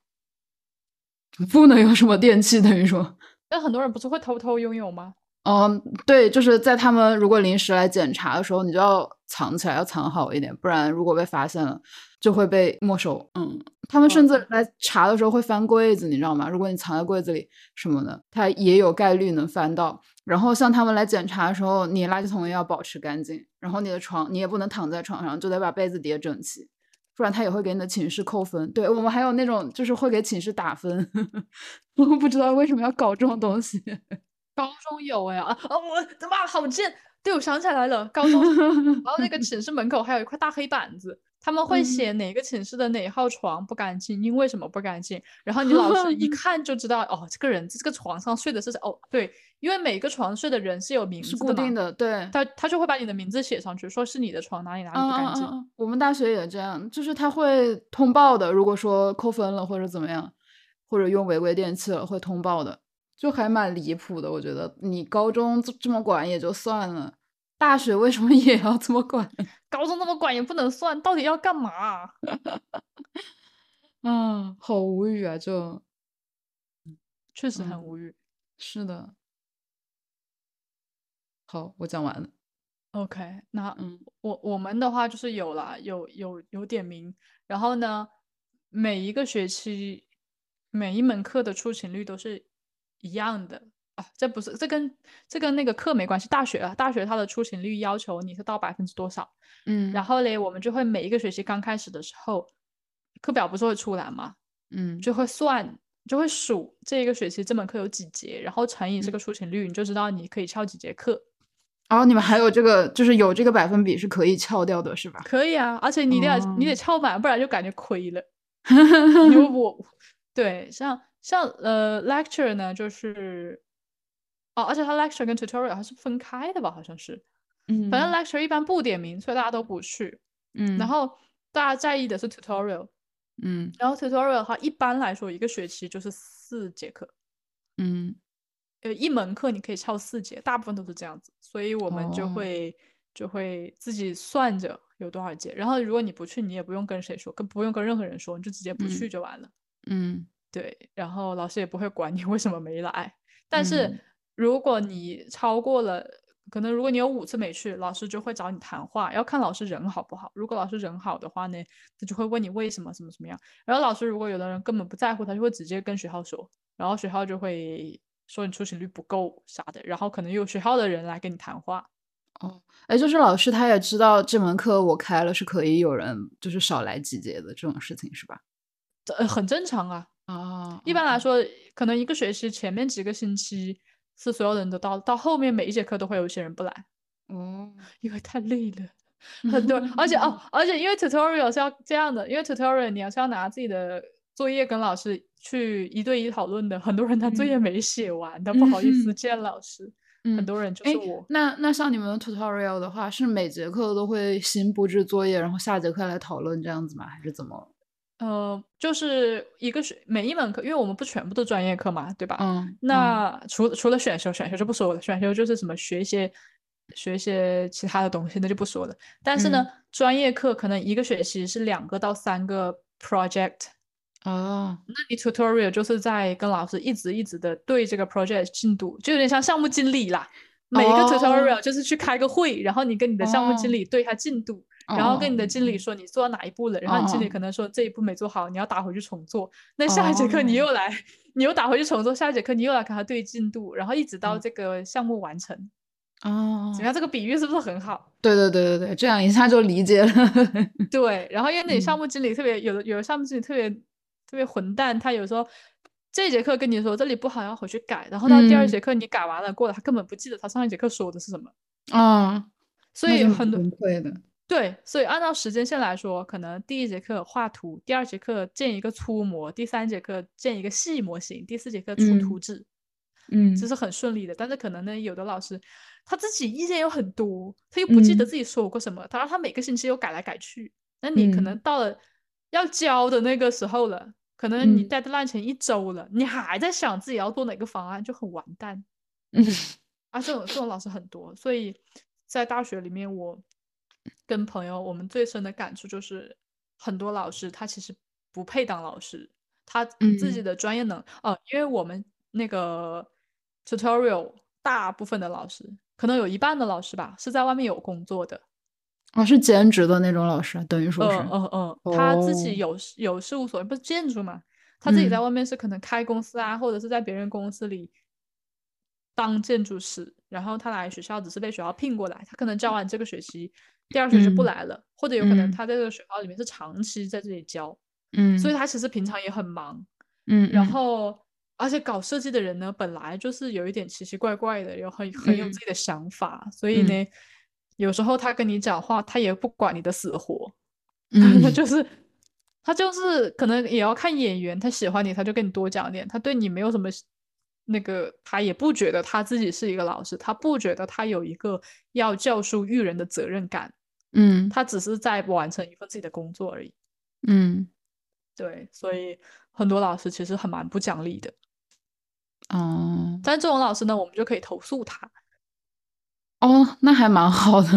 [SPEAKER 1] 不能有什么电器，等于说。
[SPEAKER 2] 但很多人不是会偷偷拥有吗？
[SPEAKER 1] 嗯，对，就是在他们如果临时来检查的时候，你就要藏起来，要藏好一点，不然如果被发现了，就会被没收。嗯，他们甚至来查的时候会翻柜子，你知道吗？如果你藏在柜子里什么的，他也有概率能翻到。然后像他们来检查的时候，你垃圾桶也要保持干净，然后你的床你也不能躺在床上，就得把被子叠整齐，不然他也会给你的寝室扣分。对我们还有那种就是会给寝室打分， 我不知道为什么要搞这种东西。
[SPEAKER 2] 高中有哎啊哦，我哇好贱！对，我想起来了，高中然后那个寝室门口还有一块大黑板子，他们会写
[SPEAKER 1] 嗯
[SPEAKER 2] 哪个寝室的哪号床不干净，因为什么不干净，然后你老师 一看就知道哦，这个人这个床上睡的是哦对，因为每个床睡的人是有名字
[SPEAKER 1] 是
[SPEAKER 2] 的
[SPEAKER 1] 固定
[SPEAKER 2] 嘛，
[SPEAKER 1] 的，对，
[SPEAKER 2] 他他就会把你的名字写上去，说是你的床哪里哪里
[SPEAKER 1] 嗯
[SPEAKER 2] 不干
[SPEAKER 1] 嗯
[SPEAKER 2] 净。
[SPEAKER 1] 嗯嗯我们大学也这样，就是他会通报的。如果说扣分了或者怎么样，或者用违规电器了，会通报的，就还蛮离谱的。我觉得你高中这这么管也就算了，大学为什么 也要这么管？
[SPEAKER 2] 高中这么管也不能算，到底要干嘛啊、
[SPEAKER 1] 啊，好无语啊！就
[SPEAKER 2] 确实很
[SPEAKER 1] 嗯
[SPEAKER 2] 无语。
[SPEAKER 1] 是的。好，我讲完了。
[SPEAKER 2] OK，那
[SPEAKER 1] 嗯
[SPEAKER 2] 我我们的话就是有啦，有有有点名，然后呢，每一个学期每一门课的出勤率都是一样的啊，这不是这跟这跟那个课没关系，大学啊，大学它的出勤率要求你是到百分之多少，
[SPEAKER 1] 嗯
[SPEAKER 2] 然后嘞，我们就会每一个学期刚开始的时候，课表不是会出来嘛，
[SPEAKER 1] 嗯
[SPEAKER 2] 就会算，就会数这一个学期这门课有几节，然后乘以这
[SPEAKER 1] 嗯
[SPEAKER 2] 个出勤率，你就知道你可以翘几节课。
[SPEAKER 1] 然后哦你们还有这个，就是有这个百分比是可以翘掉的，是吧？
[SPEAKER 2] 可以啊，而且你得、你
[SPEAKER 1] 哦
[SPEAKER 2] 得翘满，不然就感觉亏 了。因为我对像像呃 lecture 呢，就是哦，而且它 lecture 跟 tutorial 它是分开的吧？好像是，
[SPEAKER 1] 嗯
[SPEAKER 2] 反正 lecture 一般不点名，所以大家都不去。
[SPEAKER 1] 嗯，
[SPEAKER 2] 然后大家在意的是 tutorial，
[SPEAKER 1] 嗯
[SPEAKER 2] 然后 tutorial 它一般来说一个学期就是四节课，
[SPEAKER 1] 嗯
[SPEAKER 2] 呃，一门课你可以翘四节，大部分都是这样子，所以我们就
[SPEAKER 1] 哦
[SPEAKER 2] 会、就会自己算着有多少节，然后如果你不去，你也不用跟谁说，跟不用跟任何人说，你就直接不
[SPEAKER 1] 嗯
[SPEAKER 2] 去就完了。
[SPEAKER 1] 嗯
[SPEAKER 2] 对，然后老师也不会管你为什么没来，但
[SPEAKER 1] 嗯
[SPEAKER 2] 是如果你超过了，可能如果你有五次没去，老师就会找你谈话，要看老师人好不好。如果老师人好的话呢，他就会问你为什么怎么怎么样。然后老师如果有的人根本不在乎，他就会直接跟学校说，然后学校就会说你出勤率不够啥的，然后可能有学校的人来跟你谈话。
[SPEAKER 1] 哎，就是老师他也知道这门课我开了是可以有人就是少来几节的这种事情是吧？
[SPEAKER 2] 这呃很正常啊，
[SPEAKER 1] 哦
[SPEAKER 2] 一般来说，可能一个学期前面几个星期是所有人都到，到后面每一节课都会有一些人不来，
[SPEAKER 1] 哦，
[SPEAKER 2] 因为太累 了。很多人，而且 哦，而且因为 tutorial 是要这样的，因为 tutorial 你要是要拿自己的作业跟老师去一对一讨论的，很多人他作业
[SPEAKER 1] 嗯
[SPEAKER 2] 没写完，他不好意思见老师，很
[SPEAKER 1] 嗯，
[SPEAKER 2] 多人就
[SPEAKER 1] 哎
[SPEAKER 2] 是我，
[SPEAKER 1] 那那像你们的 tutorial 的话，是每节课都会新布置作业，然后下节课来讨论这样子吗？还是怎么？
[SPEAKER 2] 呃，就是一个是每一门课，因为我们不全部都专业课嘛，对吧？
[SPEAKER 1] 嗯，嗯
[SPEAKER 2] 那除除了选修，选修就不说了，选修就是什么学一些学一些其他的东西，那就不说了。但是呢，
[SPEAKER 1] 嗯
[SPEAKER 2] 专业课可能一个学期是两个到三个 project，
[SPEAKER 1] 哦，
[SPEAKER 2] 那你 tutorial 就是在跟老师一直一直的对这个 project 进度，就有点像项目经理啦。每一个
[SPEAKER 1] 哦
[SPEAKER 2] tutorial 就是去开个会，然后你跟你的项目
[SPEAKER 1] 哦
[SPEAKER 2] 经理对一下进度，然后跟你的经理
[SPEAKER 1] 哦
[SPEAKER 2] 说你做到哪一步了，然后你经理
[SPEAKER 1] 哦
[SPEAKER 2] 可能说这一步没做好，你要打回去重做。那下一节课你
[SPEAKER 1] 哦
[SPEAKER 2] 又来，你又打回去重做，下一节课你又来跟他对进度，然后一直到
[SPEAKER 1] 嗯
[SPEAKER 2] 这个项目完成。
[SPEAKER 1] 哦，
[SPEAKER 2] 怎么样？这个比喻是不是很好？
[SPEAKER 1] 对对对对对，这样一下就理 解了。
[SPEAKER 2] 对，然后因为那项
[SPEAKER 1] 嗯
[SPEAKER 2] 目经理特别有的，有的项目经理特别特别混蛋，他有时候这节课跟你说这里不好要回去改，然后到第
[SPEAKER 1] 嗯
[SPEAKER 2] 二节课你改完了过了，他根本不记得他上一节课说的是什么，
[SPEAKER 1] 嗯，
[SPEAKER 2] 所
[SPEAKER 1] 那
[SPEAKER 2] 以
[SPEAKER 1] 就
[SPEAKER 2] 很多
[SPEAKER 1] 崩溃的。
[SPEAKER 2] 对，所以按照时间线来说，可能第一节课画图，第二节课建一个粗模，第三节课建一个细模型，第四节课出图
[SPEAKER 1] 嗯
[SPEAKER 2] 纸，
[SPEAKER 1] 嗯，
[SPEAKER 2] 这是很顺利的。但是可能呢，有的老师他自己意见有很多，他又不记得
[SPEAKER 1] 嗯
[SPEAKER 2] 自己说过什么，他让他每个星期又改来改去。那你可
[SPEAKER 1] 嗯
[SPEAKER 2] 能到了要交的那个时候了，可能你
[SPEAKER 1] 嗯
[SPEAKER 2] deadline 前一周了，你还在想自己要做哪个方案，就很完蛋。
[SPEAKER 1] 嗯
[SPEAKER 2] 啊，这种这种老师很多，所以在大学里面，我跟朋友我们最深的感触就是，很多老师他其实不配当老师，他自己
[SPEAKER 1] 嗯
[SPEAKER 2] 的专业能，呃，因为我们那个 tutorial 大部分的老师，可能有一半的老师吧，是在外面有工作的，
[SPEAKER 1] 哦，是兼职的那种老师，啊等于说是，
[SPEAKER 2] 嗯嗯嗯，他自己
[SPEAKER 1] 哦
[SPEAKER 2] 有事有事务所，不是建筑嘛，他自己在
[SPEAKER 1] 嗯
[SPEAKER 2] 外面是可能开公司啊，或者是在别人公司里当建筑师，然后他来学校只是被学校聘过来，他可能教完这个学期，第二学期不
[SPEAKER 1] 嗯
[SPEAKER 2] 来了，或者有可能
[SPEAKER 1] 嗯
[SPEAKER 2] 他在这个学校里面是长期在这里教，
[SPEAKER 1] 嗯，
[SPEAKER 2] 所以他其实平常也很忙，
[SPEAKER 1] 嗯，
[SPEAKER 2] 然
[SPEAKER 1] 嗯
[SPEAKER 2] 后。而且搞设计的人呢，本来就是有一点奇奇怪怪的，有很很有
[SPEAKER 1] 嗯
[SPEAKER 2] 自己的想法，所以呢，有时候他跟你讲话，他也不管你的死活， 他
[SPEAKER 1] 嗯
[SPEAKER 2] 就是他就是可能也要看演员，他喜欢你，他就跟你多讲点，他对你没有什么那个，他也不觉得他自己是一个老师，他不觉得他有一个要教书育人的责任感，
[SPEAKER 1] 嗯
[SPEAKER 2] 他只是在完成一份自己的工作而已。
[SPEAKER 1] 嗯
[SPEAKER 2] 对，所以很多老师其实很蛮不讲理的，
[SPEAKER 1] 哦
[SPEAKER 2] 但这种老师呢，我们就可以投诉他，
[SPEAKER 1] 哦，那还蛮好的，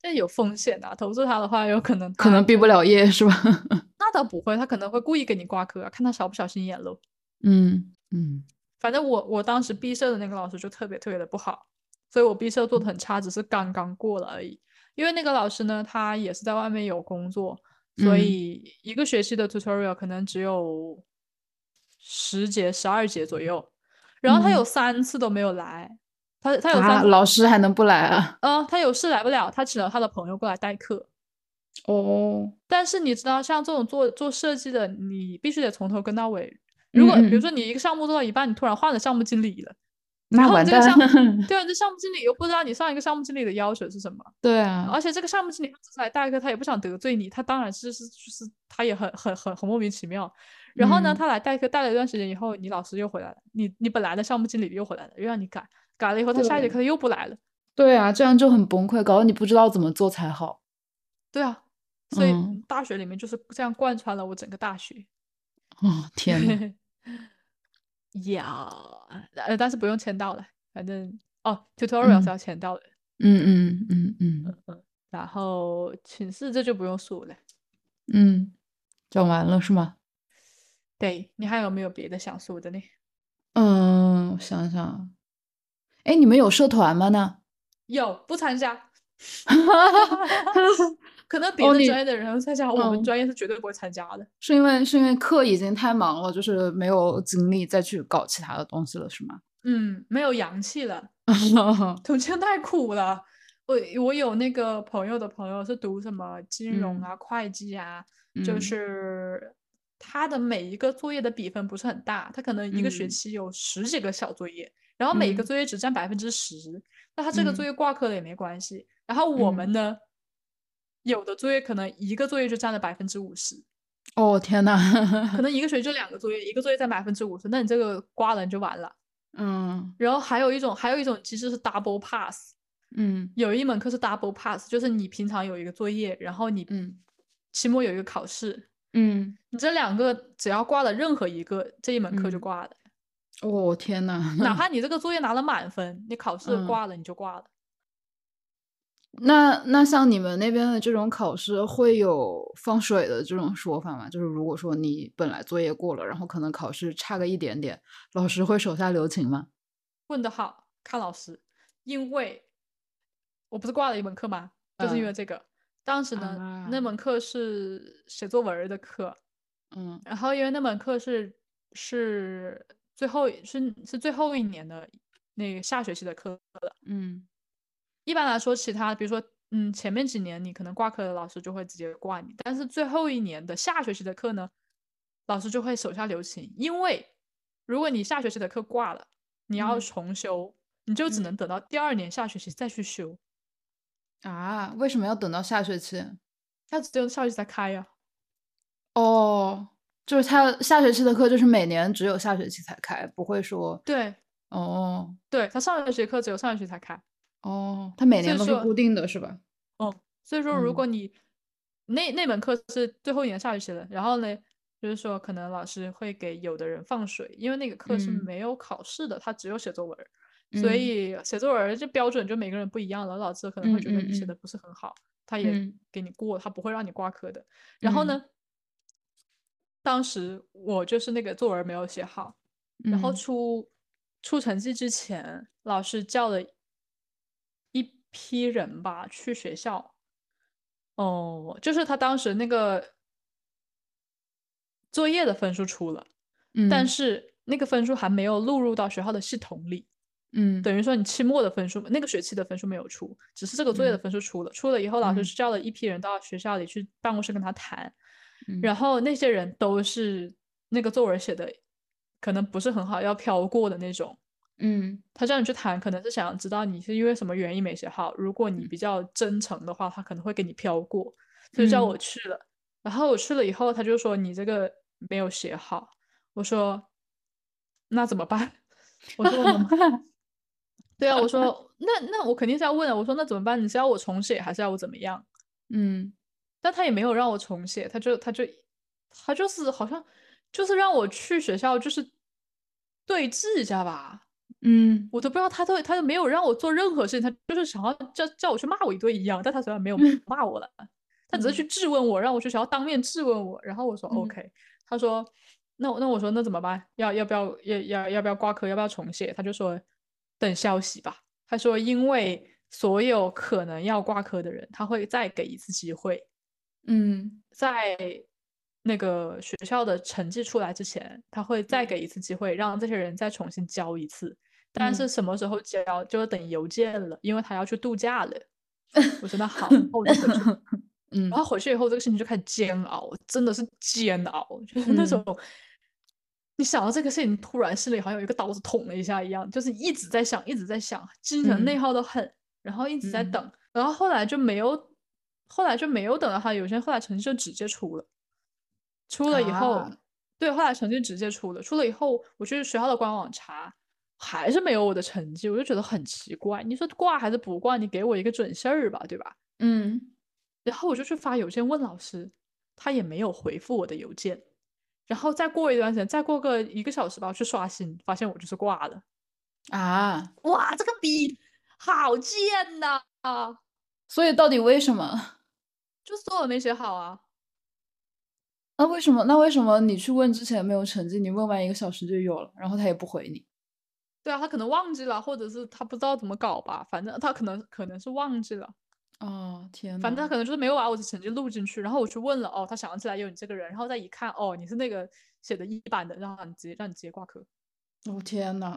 [SPEAKER 2] 但有风险啊，投诉他的话，有可能
[SPEAKER 1] 可
[SPEAKER 2] 他
[SPEAKER 1] 能毕不了业是吧？
[SPEAKER 2] 那倒不会，他可能会故意给你挂科啊，看他小不小心眼喽。
[SPEAKER 1] 嗯嗯
[SPEAKER 2] 反正我我当时毕设的那个老师就特别特别的不好，所以我毕设
[SPEAKER 1] 嗯
[SPEAKER 2] 做的很差，只是刚刚过了而已。因为那个老师呢，他也是在外面有工作，所
[SPEAKER 1] 嗯
[SPEAKER 2] 以一个学期的 tutorial 可能只有十节、十二节左右。然后他有
[SPEAKER 1] 嗯
[SPEAKER 2] 三次都没有来，他他有三
[SPEAKER 1] 啊，
[SPEAKER 2] 次，
[SPEAKER 1] 老师还能不来啊？
[SPEAKER 2] 呃，他有事来不了，他请了他的朋友过来代课。
[SPEAKER 1] 哦，
[SPEAKER 2] 但是你知道，像这种做做设计的，你必须得从头跟到尾。如果比
[SPEAKER 1] 嗯
[SPEAKER 2] 如
[SPEAKER 1] 嗯
[SPEAKER 2] 说你一个项目做到一半，你突然换了项目经理了。然
[SPEAKER 1] 那
[SPEAKER 2] 后
[SPEAKER 1] 完
[SPEAKER 2] 这个
[SPEAKER 1] 蛋
[SPEAKER 2] 项目
[SPEAKER 1] 了，
[SPEAKER 2] 对啊，这项目经理又不知道你上一个项目经理的要求是什么，
[SPEAKER 1] 对啊
[SPEAKER 2] 而，且这个项目经理他只是来代课，他也不想得罪你，他当然是是就是他也很很很很莫名其妙。然后呢，
[SPEAKER 1] 嗯
[SPEAKER 2] 他来代课带了一段时间以后，你老师又回来了，你你本来的项目经理又回来了，又让你改，改了以后他下一节
[SPEAKER 1] 对
[SPEAKER 2] 课他又不来了，
[SPEAKER 1] 对啊，这样就很崩溃，搞得你不知道怎么做才好。
[SPEAKER 2] 对啊，所以
[SPEAKER 1] 嗯
[SPEAKER 2] 大学里面就是这样贯穿了我整个大学。
[SPEAKER 1] 哦，天呐，
[SPEAKER 2] 呀，呃，但是不用签到了，反正哦，tutorial
[SPEAKER 1] 嗯
[SPEAKER 2] 是要签到的，
[SPEAKER 1] 嗯嗯嗯嗯
[SPEAKER 2] 然后寝室这就不用说了。
[SPEAKER 1] 嗯，讲完了是吗？
[SPEAKER 2] 对你还有没有别的想说的呢？
[SPEAKER 1] 嗯，我想想，哎，你们有社团吗？呢？
[SPEAKER 2] 有不参加，可能别
[SPEAKER 1] 哦
[SPEAKER 2] 的
[SPEAKER 1] 你
[SPEAKER 2] 专业的人会参加，我们
[SPEAKER 1] 嗯
[SPEAKER 2] 专业是绝对不会参加的。
[SPEAKER 1] 是因为是因为课已经太忙了，就是没有精力再去搞其他的东西了，是吗？
[SPEAKER 2] 嗯，没有阳气了，
[SPEAKER 1] 嗯
[SPEAKER 2] 重庆太苦了。我我有那个朋友的朋友是读什么金融
[SPEAKER 1] 嗯
[SPEAKER 2] 啊、会计啊，就
[SPEAKER 1] 嗯
[SPEAKER 2] 是他的每一个作业的比分不是很大，他可能一个学
[SPEAKER 1] 嗯
[SPEAKER 2] 期有十几个小作业，然后每一个
[SPEAKER 1] 嗯
[SPEAKER 2] 作业只占百分之十，那他这个作
[SPEAKER 1] 嗯
[SPEAKER 2] 业挂科了也没关系。然后我们
[SPEAKER 1] 嗯
[SPEAKER 2] 呢，有的作业可能一个作业就占了百分之五十，
[SPEAKER 1] 哦，天呐，
[SPEAKER 2] 可能一个学期就两个作业，一个作业占百分之五十，那你这个挂了你就完了。
[SPEAKER 1] 嗯
[SPEAKER 2] 然后还有一种，还有一种其实是 double pass，
[SPEAKER 1] 嗯
[SPEAKER 2] 有一门课是 double pass，就是你平常有一个作业，然后你
[SPEAKER 1] 嗯
[SPEAKER 2] 期末有一个考试，
[SPEAKER 1] 嗯，
[SPEAKER 2] 你这两个只要挂了任何一个，这一门课就
[SPEAKER 1] 嗯
[SPEAKER 2] 挂了，
[SPEAKER 1] 哦，天呐，
[SPEAKER 2] 哪怕你这个作业拿了满分，你考试
[SPEAKER 1] 嗯
[SPEAKER 2] 挂了你就挂了。
[SPEAKER 1] 那那像你们那边的这种考试会有放水的这种说法吗？就是如果说你本来作业过了，然后可能考试差个一点点，老师会手下留情吗？
[SPEAKER 2] 问得好，看老师，因为我不是挂了一门课吗？就是因为
[SPEAKER 1] 嗯
[SPEAKER 2] 这个，当时呢、那
[SPEAKER 1] 啊
[SPEAKER 2] 门课是写作文儿的课，
[SPEAKER 1] 嗯
[SPEAKER 2] 然后因为那门课是是最后是是最后一年的那个下学期的课了。
[SPEAKER 1] 嗯
[SPEAKER 2] 一般来说，其他比如说嗯前面几年你可能挂科的老师就会直接挂你，但是最后一年的下学期的课呢，老师就会手下留情，因为如果你下学期的课挂了，你要
[SPEAKER 1] 嗯
[SPEAKER 2] 重修，你就只能等到第二年下学期再去修，
[SPEAKER 1] 啊，为什么要等到下学期？
[SPEAKER 2] 它只有下学期才开啊呀、
[SPEAKER 1] 哦，就是他下学期的课就是每年只有下学期才开，不会说
[SPEAKER 2] 对
[SPEAKER 1] 哦
[SPEAKER 2] 对，它上学期的课只有上学期才开。
[SPEAKER 1] 哦，他每
[SPEAKER 2] 所以
[SPEAKER 1] 年都是
[SPEAKER 2] 说
[SPEAKER 1] 固定的是吧？
[SPEAKER 2] 所以说，如果
[SPEAKER 1] 嗯
[SPEAKER 2] 你那那门课是最后一年下学期了，然后呢，就是说可能老师会给有的人放水，因为那个课是
[SPEAKER 1] 嗯
[SPEAKER 2] 没有考试的，它只有写作文儿，所以写作文儿这标准就每个人不一样了。老师可能会觉得
[SPEAKER 1] 嗯嗯
[SPEAKER 2] 你
[SPEAKER 1] 嗯
[SPEAKER 2] 写的不是很好，他也
[SPEAKER 1] 嗯
[SPEAKER 2] 给你过，他不会让你挂科的。然后呢，当时我就是那个作文儿没有写好，然后
[SPEAKER 1] 嗯
[SPEAKER 2] 出出成绩之前，老师叫了一批人吧去学校，哦，就是他当时那个作业的分数出了，
[SPEAKER 1] 嗯，
[SPEAKER 2] 但是那个分数还没有录入到学校的系统里，
[SPEAKER 1] 嗯，
[SPEAKER 2] 等于说你期末的分数，那个学期的分数没有出，只是这个作业的
[SPEAKER 1] 嗯
[SPEAKER 2] 分数出了。出了以后，老师
[SPEAKER 1] 嗯
[SPEAKER 2] 是叫了一批人到学校里去办公室跟他谈，
[SPEAKER 1] 嗯，
[SPEAKER 2] 然后那些人都是那个作文写的可能不是很好，要飘过的那种。
[SPEAKER 1] 嗯
[SPEAKER 2] 他叫你去谈，可能是想知道你是因为什么原因没写好。如果你比较真诚的话，他可能会给你飘过。他就叫我去了，然后我去了以后，他就说你这个没有写好。我说那怎么办？ 我说我能对啊，我说那那我肯定是要问啊。我说那怎么办？你是要我重写还是要我怎么样？
[SPEAKER 1] 嗯
[SPEAKER 2] 但他也没有让我重写，他就他就他就是好像就是让我去学校就是对峙一下吧。
[SPEAKER 1] 嗯
[SPEAKER 2] 我都不知道他都他都没有让我做任何事情，他就是想要叫叫我去骂我一顿一样，但他虽然没有
[SPEAKER 1] 嗯
[SPEAKER 2] 骂我了，他只是去质问我，让我去想要当面质问我，然后我说
[SPEAKER 1] 嗯
[SPEAKER 2] OK，、他说那我那我说那怎么办？要要不要要要要不要挂科？要不要重写？他就说等消息吧。他说因为所有可能要挂科的人，他会再给一次机会，
[SPEAKER 1] 嗯
[SPEAKER 2] 在那个学校的成绩出来之前，他会再给一次机会，让这些人再重新交一次。但是
[SPEAKER 1] 嗯
[SPEAKER 2] 什么时候交，就要等邮件了，因为他要去度假了。我真的好
[SPEAKER 1] 哦
[SPEAKER 2] 后悔。
[SPEAKER 1] 嗯
[SPEAKER 2] 然后回去以后，这个事情就开始煎熬，真的是煎熬，就是
[SPEAKER 1] 嗯
[SPEAKER 2] 那种、你想到这个事情，突然心里好像有一个刀子捅了一下一样，就是一直在想，一直在想，精神内
[SPEAKER 1] 嗯
[SPEAKER 2] 耗的很，然后一直在
[SPEAKER 1] 嗯
[SPEAKER 2] 等，然后后来就没有，后来就没有等到他，有些后来成绩就直接出了，出了以后，
[SPEAKER 1] 啊
[SPEAKER 2] 对，后来成绩直接出了，出了以后，我去学校的官网查。还是没有我的成绩，我就觉得很奇怪。你说挂还是不挂？你给我一个准信儿吧，对吧？
[SPEAKER 1] 嗯
[SPEAKER 2] 然后我就去发邮件问老师，他也没有回复我的邮件。然后再过一段时间，再过个一个小时吧，我去刷新，发现我就是挂了。
[SPEAKER 1] 啊，
[SPEAKER 2] 哇，这个笔好贱呐、啊！
[SPEAKER 1] 所以到底为什么？
[SPEAKER 2] 就是作文没写好啊。
[SPEAKER 1] 那为什么？那为什么你去问之前没有成绩？你问完一个小时就有了，然后他也不回你。
[SPEAKER 2] 对啊，他可能忘记了，或者是他不知道怎么搞吧，反正他可能可能是忘记了，
[SPEAKER 1] 哦，天
[SPEAKER 2] 反正他
[SPEAKER 1] 呐
[SPEAKER 2] 可能就是没有把我的成绩录进去。然后我去问了，哦，他想起来有你这个人，然后再一看，哦，你是那个写的一版的，让你直接让你直接挂科。
[SPEAKER 1] 我、哦天 呐，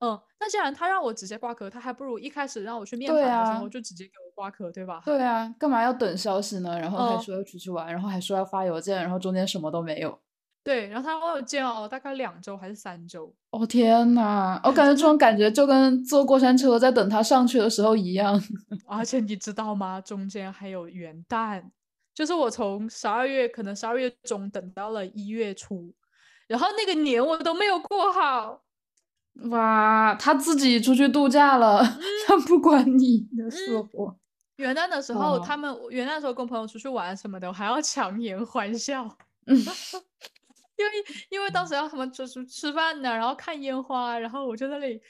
[SPEAKER 2] 嗯，那既然他让我直接挂科，他还不如一开始让我去面谈
[SPEAKER 1] 对
[SPEAKER 2] 的时候
[SPEAKER 1] 啊
[SPEAKER 2] 就直接给我挂科，对吧？
[SPEAKER 1] 对啊，干嘛要等消息呢？然后还
[SPEAKER 2] 哦
[SPEAKER 1] 说要出去玩，然后还说要发邮件，然后中间什么都没有。
[SPEAKER 2] 对，然后他让我煎熬大概两周还是三周，
[SPEAKER 1] 哦天呐，我感觉这种感觉就跟坐过山车在等他上去的时候一样。
[SPEAKER 2] 而且你知道吗？中间还有元旦，就是我从十二月可能十二月中等到了一月初，然后那个年我都没有过好，
[SPEAKER 1] 哇，他自己出去度假了，
[SPEAKER 2] 嗯
[SPEAKER 1] 他不管你的死活。
[SPEAKER 2] 元旦的时候，他
[SPEAKER 1] 哇
[SPEAKER 2] 们元旦的时候跟朋友出去玩什么的，我还要强颜欢笑，
[SPEAKER 1] 嗯
[SPEAKER 2] 因为因为当时要他们就是吃饭呢，然后看烟花，然后我就在那里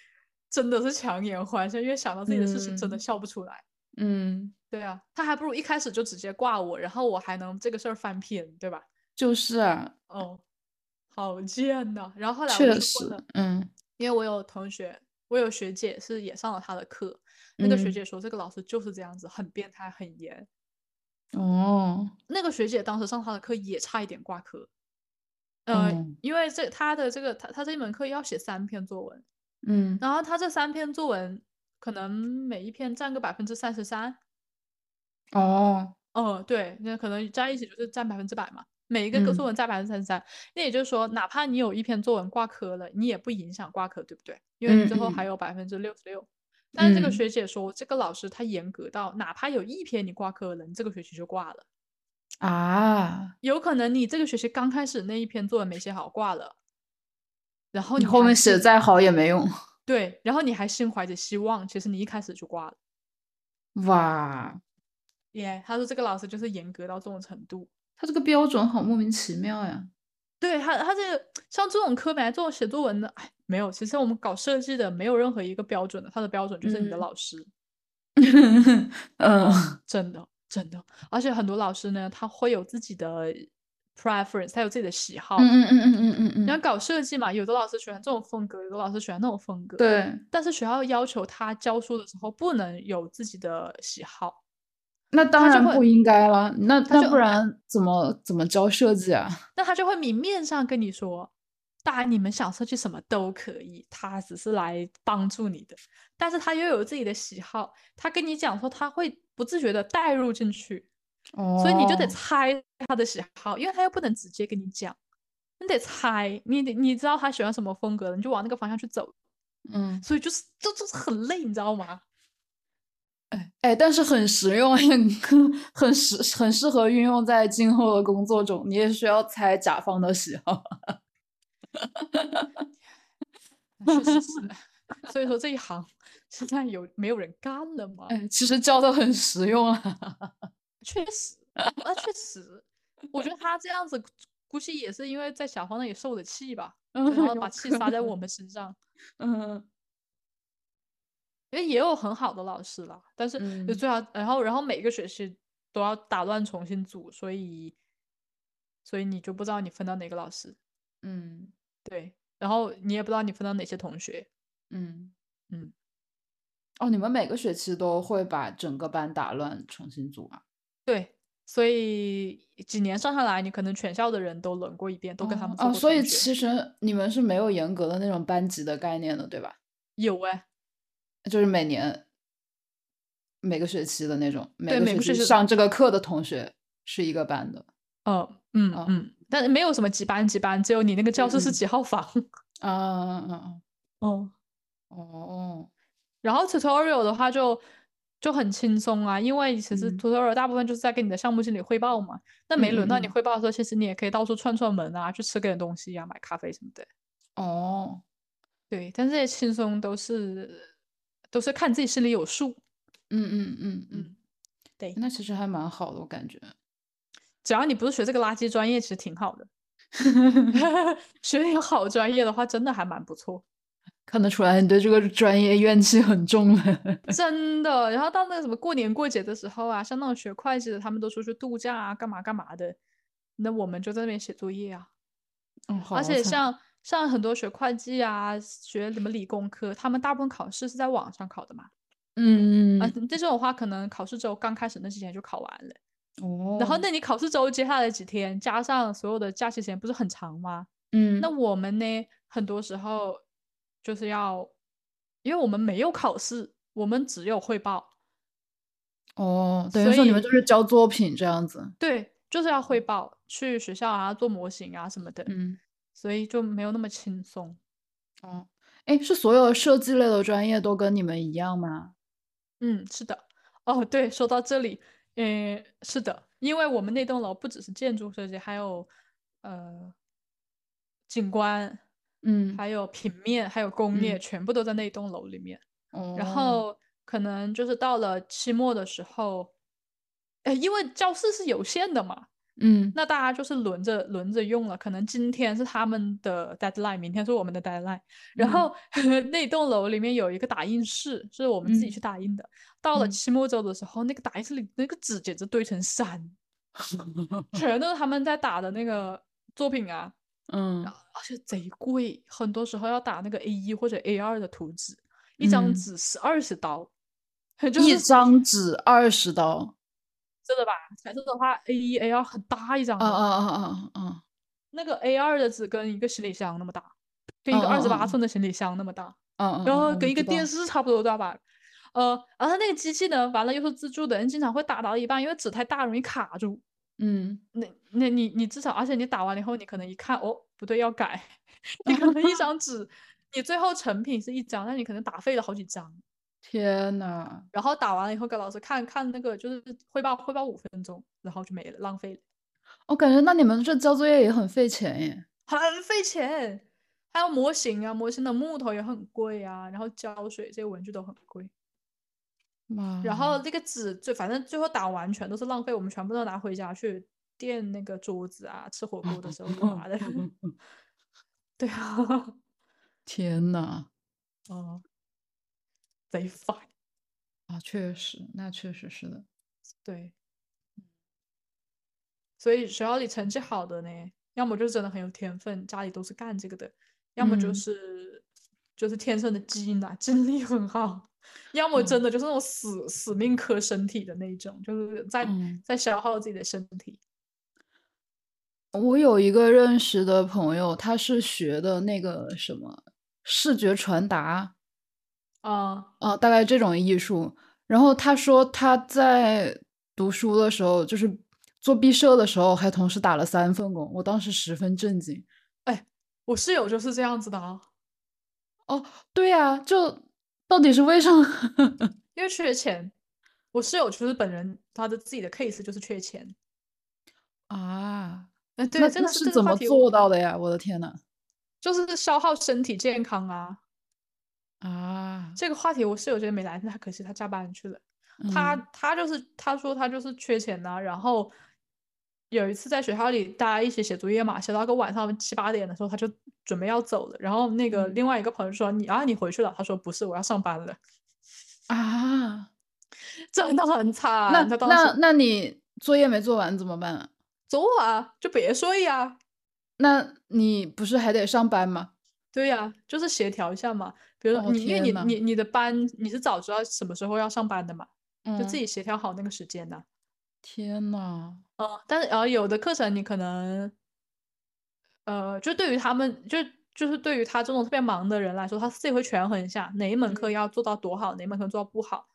[SPEAKER 2] 真的是强颜欢笑，因为想到自己的事情真的
[SPEAKER 1] 嗯
[SPEAKER 2] 笑不出来。
[SPEAKER 1] 嗯，
[SPEAKER 2] 对啊，他还不如一开始就直接挂我，然后我还能这个事儿翻篇，对吧？
[SPEAKER 1] 就是啊，
[SPEAKER 2] 哦，好贱呐！然后后来我
[SPEAKER 1] 确
[SPEAKER 2] 就去问
[SPEAKER 1] 实
[SPEAKER 2] 了，，
[SPEAKER 1] 嗯
[SPEAKER 2] 因为我有同学，我有学姐是也上了他的课，那个学
[SPEAKER 1] 嗯
[SPEAKER 2] 姐说这个老师就是这样子，很变态，很严。
[SPEAKER 1] 哦，
[SPEAKER 2] 那个学姐当时上她的课也差一点挂科，呃，
[SPEAKER 1] 嗯
[SPEAKER 2] 因为这她的这个她她这一门课要写三篇作文，
[SPEAKER 1] 嗯
[SPEAKER 2] 然后她这三篇作文可能每一篇占个百分之三十三，
[SPEAKER 1] 哦，
[SPEAKER 2] 哦，对，那可能加一起就是占百分之百嘛，每一个个作
[SPEAKER 1] 嗯
[SPEAKER 2] 文占百分之三十三，那也就是说，哪怕你有一篇作文挂科了，你也不影响挂科，对不对？因为你最后还
[SPEAKER 1] 嗯
[SPEAKER 2] 有百分之六十六。但是这个
[SPEAKER 1] 嗯
[SPEAKER 2] 学姐说，这个老师他严格到，哪怕有一篇你挂科了，你这个学期就挂了。
[SPEAKER 1] 啊，
[SPEAKER 2] 有可能你这个学期刚开始那一篇作文没写好挂了，然后
[SPEAKER 1] 你
[SPEAKER 2] 你
[SPEAKER 1] 后
[SPEAKER 2] 还
[SPEAKER 1] 面写
[SPEAKER 2] 心
[SPEAKER 1] 再好也没用。
[SPEAKER 2] 对，然后你还心怀着希望，其实你一开始就挂了。
[SPEAKER 1] 哇，
[SPEAKER 2] 耶、他说这个老师就是严格到这种程度。
[SPEAKER 1] 他这个标准好莫名其妙呀。
[SPEAKER 2] 对他，他这个像这种科本来这种写作文的，哎，没有。其实我们搞设计的没有任何一个标准的，他的标准就是你的
[SPEAKER 1] 嗯
[SPEAKER 2] 老师，
[SPEAKER 1] 嗯
[SPEAKER 2] 真的真的。而且很多老师呢，他会有自己的 preference，他有自己的喜好。
[SPEAKER 1] 嗯嗯嗯嗯嗯嗯
[SPEAKER 2] 你要
[SPEAKER 1] 嗯，
[SPEAKER 2] 搞设计嘛，有的老师喜欢这种风格，有的老师喜欢那种风格。
[SPEAKER 1] 对，
[SPEAKER 2] 但是学校要求他教书的时候不能有自己的喜好，
[SPEAKER 1] 那当
[SPEAKER 2] 他就
[SPEAKER 1] 然
[SPEAKER 2] 会
[SPEAKER 1] 不应该了，那
[SPEAKER 2] 他
[SPEAKER 1] 那
[SPEAKER 2] 就
[SPEAKER 1] 不然怎么怎么招设计啊？
[SPEAKER 2] 那他就会明面上跟你说，大你们想设计什么都可以，他只是来帮助你的，但是他又有自己的喜好，他跟你讲说他会不自觉的带入进去，
[SPEAKER 1] 哦，
[SPEAKER 2] 所以你就得猜他的喜好，因为他又不能直接跟你讲，你得猜，你得你知道他喜欢什么风格的，你就往那个方向去走，
[SPEAKER 1] 嗯，
[SPEAKER 2] 所以就是就就是很累，你知道吗？
[SPEAKER 1] 哎，但是很实用，很很适很适合运用在今后的工作中。你也需要猜甲方的喜好。
[SPEAKER 2] 确实是， 所以说这一行现在有没有人干了吗？
[SPEAKER 1] 哎，其实教的很实用啊。
[SPEAKER 2] 确实，那确实，我觉得他这样子估计也是因为在小黄那里受的气吧，
[SPEAKER 1] 嗯，
[SPEAKER 2] 然后
[SPEAKER 1] 有
[SPEAKER 2] 把气
[SPEAKER 1] 可
[SPEAKER 2] 撒在我
[SPEAKER 1] 能。
[SPEAKER 2] 们身上。
[SPEAKER 1] 嗯
[SPEAKER 2] 因为也有很好的老师啦，但是就
[SPEAKER 1] 嗯
[SPEAKER 2] 最好，然后然后每个学期都要打乱重新组，所以所以你就不知道你分到哪个老师，
[SPEAKER 1] 嗯
[SPEAKER 2] 对，然后你也不知道你分到哪些同学，
[SPEAKER 1] 嗯
[SPEAKER 2] 嗯。
[SPEAKER 1] 哦，你们每个学期都会把整个班打乱，重新组啊？
[SPEAKER 2] 对，所以几年上下来，你可能全校的人都轮过一遍，都跟他
[SPEAKER 1] 哦
[SPEAKER 2] 们做
[SPEAKER 1] 哦，
[SPEAKER 2] 过
[SPEAKER 1] 所
[SPEAKER 2] 同
[SPEAKER 1] 以
[SPEAKER 2] 学
[SPEAKER 1] 其实你们是没有严格的那种班级的概念的，对吧？
[SPEAKER 2] 有哎，
[SPEAKER 1] 就是每年每个学期的那种，每
[SPEAKER 2] 对
[SPEAKER 1] 个
[SPEAKER 2] 每
[SPEAKER 1] 学
[SPEAKER 2] 个学
[SPEAKER 1] 期
[SPEAKER 2] 期
[SPEAKER 1] 上这个课的同学是一个班的
[SPEAKER 2] 哦，嗯
[SPEAKER 1] 哦
[SPEAKER 2] 嗯，但是没有什么几班几班，只有你那个教室是
[SPEAKER 1] 嗯
[SPEAKER 2] 几号房。
[SPEAKER 1] 啊啊啊啊
[SPEAKER 2] 哦，
[SPEAKER 1] 哦，
[SPEAKER 2] 然后 tutorial 的话就就很轻松啊，因为其实
[SPEAKER 1] 嗯
[SPEAKER 2] tutorial 大部分就是在跟你的项目经理汇报嘛。那没
[SPEAKER 1] 嗯
[SPEAKER 2] 轮到
[SPEAKER 1] 嗯
[SPEAKER 2] 你
[SPEAKER 1] 嗯
[SPEAKER 2] 汇报的时候，其实你也可以到处串串门啊，去吃点东西呀、买咖啡什么的。
[SPEAKER 1] 哦，
[SPEAKER 2] 对，但这些轻松都是都是看自己心里有数。
[SPEAKER 1] 嗯嗯嗯嗯，
[SPEAKER 2] 对，
[SPEAKER 1] 那其实还蛮好的，我感觉。
[SPEAKER 2] 只要你不是学这个垃圾专业，其实挺好的。 学点好专业的话，真的还蛮不错。
[SPEAKER 1] 看得出来，你对这个专业怨气很重了。
[SPEAKER 2] 真的。然后到那个什么过年过节的时候啊，像那种学会计的，他们都出去度假啊，干嘛干嘛的，那我们就在那边写作业啊。
[SPEAKER 1] 嗯，好
[SPEAKER 2] 而且
[SPEAKER 1] 惨
[SPEAKER 2] 像像很多学会计啊，学什么理工科，他们大部分考试是在网上考的嘛。
[SPEAKER 1] 嗯
[SPEAKER 2] 啊，
[SPEAKER 1] 嗯
[SPEAKER 2] 这种的话，可能考试周刚开始那几天就考完了。
[SPEAKER 1] 嗯哦，
[SPEAKER 2] 呃然后那你考试周接下来几天，加上所有的假期时间，不是很长吗？
[SPEAKER 1] 嗯
[SPEAKER 2] 那我们呢，很多时候就是要，因为我们没有考试，我们只有汇报。
[SPEAKER 1] 哦，等于
[SPEAKER 2] 所
[SPEAKER 1] 说你们
[SPEAKER 2] 以
[SPEAKER 1] 就是交作品这样子。
[SPEAKER 2] 对，就是要汇报，去学校啊做模型啊什么的，
[SPEAKER 1] 嗯
[SPEAKER 2] 所以就没有那么轻松。
[SPEAKER 1] 哦，哎，是所有设计类的专业都跟你们一样吗？
[SPEAKER 2] 嗯，是的。哦，对，说到这里，嗯，是的，因为我们那栋楼不只是建筑设计，还有呃景观，
[SPEAKER 1] 嗯，
[SPEAKER 2] 还有平面，还有工业，
[SPEAKER 1] 嗯
[SPEAKER 2] 全部都在那一栋楼里面。
[SPEAKER 1] 哦，
[SPEAKER 2] 然后可能就是到了期末的时候，呃，因为教室是有限的嘛，
[SPEAKER 1] 嗯
[SPEAKER 2] 那大家就是轮着轮着用了，可能今天是他们的 deadline，明天是我们的 deadline。然
[SPEAKER 1] 嗯
[SPEAKER 2] 后、 那栋楼里面有一个打印室，是我们自己
[SPEAKER 1] 嗯
[SPEAKER 2] 去打印的。到了
[SPEAKER 1] 嗯
[SPEAKER 2] 期末周的时候，那个打印室里那个纸简直堆成山，全都是他们在打的那个作品啊，
[SPEAKER 1] 嗯
[SPEAKER 2] 而且贼贵，很多时候要打那个 A 一或者 A 二的图纸，一张
[SPEAKER 1] 嗯
[SPEAKER 2] 纸是二十刀， 就
[SPEAKER 1] 一
[SPEAKER 2] 是
[SPEAKER 1] 张纸二十刀，
[SPEAKER 2] 真的吧？彩色的话，A 一 A 二很大一张
[SPEAKER 1] 啊
[SPEAKER 2] 的，
[SPEAKER 1] 啊啊啊啊啊！
[SPEAKER 2] 那个 A 二的纸跟一个行李箱那么大，跟一个
[SPEAKER 1] 嗯嗯
[SPEAKER 2] 二十八
[SPEAKER 1] 嗯
[SPEAKER 2] 寸的行李箱那么大，
[SPEAKER 1] 嗯嗯，
[SPEAKER 2] 然
[SPEAKER 1] 嗯
[SPEAKER 2] 后
[SPEAKER 1] 我
[SPEAKER 2] 跟一
[SPEAKER 1] 知
[SPEAKER 2] 个电
[SPEAKER 1] 道
[SPEAKER 2] 视差不多大吧。呃，然后它那个机器呢，完了又是自助的，人经常会打到一半，因为纸太大容易卡住。
[SPEAKER 1] 嗯，
[SPEAKER 2] 那那你你至少，而且你打完了以后，你可能一看哦不对要改， 你可能一张纸，你最后成品是一张，但你可能打废了好几张。
[SPEAKER 1] 天呐，
[SPEAKER 2] 然后打完了以后给老师看看那个就是汇报汇报五分钟，然后就没了，浪费了，
[SPEAKER 1] 我感觉那你们这交作业也很费钱耶。
[SPEAKER 2] 很费钱。还有模型啊，模型的木头也很贵啊，然后胶水这些文具都很贵。
[SPEAKER 1] 妈，
[SPEAKER 2] 然后那个纸最反正最后打完全都是浪费，我们全部都拿回家去垫那个桌子啊，吃火锅的 时候干嘛 的。对啊，
[SPEAKER 1] 天呐，
[SPEAKER 2] 哦，贼烦。
[SPEAKER 1] 啊，确实，那确实是的。
[SPEAKER 2] 对，所以学校里成绩好的呢，要么就是真的很有天分，家里都是干这个的；要么就
[SPEAKER 1] 嗯
[SPEAKER 2] 是就是天生的基因啊，精力很好，要么真的就是那种死、死命磕身体的那种，就是在、
[SPEAKER 1] 嗯
[SPEAKER 2] 在消耗自己的身体。
[SPEAKER 1] 我有一个认识的朋友，他是学的那个什么视觉传达，
[SPEAKER 2] 啊、
[SPEAKER 1] 啊，大概这种艺术。然后他说他在读书的时候，就是做毕设的时候，还同时打了三份工。我当时十分震惊。
[SPEAKER 2] 我室友就是这样子的啊，
[SPEAKER 1] 哦，对呀、就到底是为什么？
[SPEAKER 2] 因为缺钱。我室友就是本人他的自己的 case 就是缺钱。
[SPEAKER 1] 啊，
[SPEAKER 2] 哎，对，
[SPEAKER 1] 那
[SPEAKER 2] 这
[SPEAKER 1] 那
[SPEAKER 2] 个
[SPEAKER 1] 是
[SPEAKER 2] 这个
[SPEAKER 1] 怎
[SPEAKER 2] 话
[SPEAKER 1] 么
[SPEAKER 2] 题
[SPEAKER 1] 做到的呀？我的天呐！
[SPEAKER 2] 就是消耗身体健康啊。
[SPEAKER 1] 啊，
[SPEAKER 2] 这个话题我室友今天没来，他可惜他加班去了。他
[SPEAKER 1] 嗯
[SPEAKER 2] 他就是他说他就是缺钱呐、然后有一次在学校里大家一起写作业嘛，写到个晚上七八点的时候，他就准备要走了。然后那个
[SPEAKER 1] 嗯
[SPEAKER 2] 另外一个朋友说：“你啊，你回去了。”他说：“不是，我要上班了。
[SPEAKER 1] 啊，”
[SPEAKER 2] 真的很惨。
[SPEAKER 1] 那
[SPEAKER 2] 啊他当
[SPEAKER 1] 那
[SPEAKER 2] 时
[SPEAKER 1] 那你作业没做完怎么办啊？
[SPEAKER 2] 走啊，就别睡呀、
[SPEAKER 1] 那你不是还得上班吗？
[SPEAKER 2] 对呀、就是协调一下嘛。比如说
[SPEAKER 1] 哦
[SPEAKER 2] 你，因为
[SPEAKER 1] 天
[SPEAKER 2] 你
[SPEAKER 1] 呐
[SPEAKER 2] 你你的班你是早知道什么时候要上班的嘛，就自
[SPEAKER 1] 嗯
[SPEAKER 2] 己协调好那个时间呐、
[SPEAKER 1] 天呐，
[SPEAKER 2] 嗯，但是呃，有的课程你可能，呃，就对于他们，就就是对于他这种特别忙的人来说，他自己会权衡一下哪一门课要做到多好，哪一门课做到不好。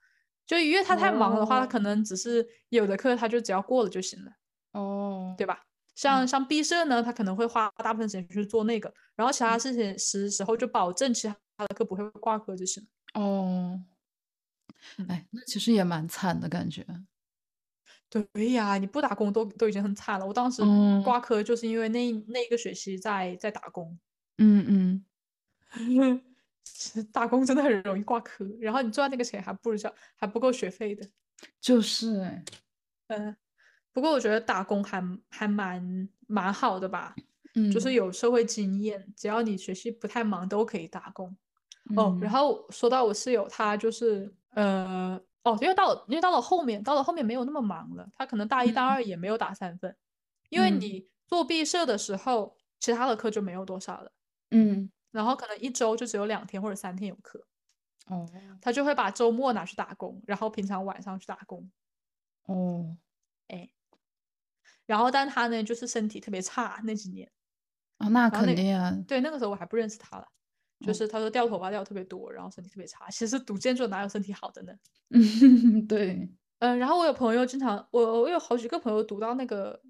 [SPEAKER 2] 就因为他太忙的话，他可能只是有的课他就只要过了就行了，
[SPEAKER 1] 哦，
[SPEAKER 2] 对吧？像
[SPEAKER 1] 嗯
[SPEAKER 2] 像毕设呢，他可能会花大部分时间去做那个，然后其他事情时时候就保证其他的课不会挂科就行了。
[SPEAKER 1] 哦，
[SPEAKER 2] 嗯
[SPEAKER 1] 哎，那其实也蛮惨的感觉。
[SPEAKER 2] 对呀，你不打工都都已经很惨了。我当时
[SPEAKER 1] 嗯
[SPEAKER 2] 挂科就是因为那那一个学期在在打工。
[SPEAKER 1] 嗯嗯，
[SPEAKER 2] 其实 打工真的很容易挂科，然后你赚那个钱还不如交，还不够学费的。
[SPEAKER 1] 就是哎，
[SPEAKER 2] 嗯，不过我觉得打工还还蛮蛮好的吧，
[SPEAKER 1] 嗯，
[SPEAKER 2] 就是有社会经验，只要你学习不太忙都可以打工。哦，然
[SPEAKER 1] 嗯
[SPEAKER 2] 后说到我室友，他就是呃，哦，因为到了因为到了后面，到了后面没有那么忙了，他可能大一大
[SPEAKER 1] 嗯
[SPEAKER 2] 二也没有打三分，因为
[SPEAKER 1] 嗯
[SPEAKER 2] 你做毕设的时候，其他的课就没有多少了，
[SPEAKER 1] 嗯
[SPEAKER 2] 然后可能一周就只有两天或者三天有课。
[SPEAKER 1] 哦
[SPEAKER 2] 他就会把周末拿去打工，然后平常晚上去打工。
[SPEAKER 1] 哦
[SPEAKER 2] 然后，但他呢，就是身体特别差那几年。
[SPEAKER 1] 啊，那
[SPEAKER 2] 然后那
[SPEAKER 1] 肯定啊，
[SPEAKER 2] 对，那个时候我还不认识他了，就
[SPEAKER 1] 哦
[SPEAKER 2] 是他说掉头发掉得特别多，然后身体特别差。其实读建筑哪有身体好的呢？
[SPEAKER 1] 嗯对，
[SPEAKER 2] 嗯，然后我有朋友经常，我我有好几个朋友读到那个，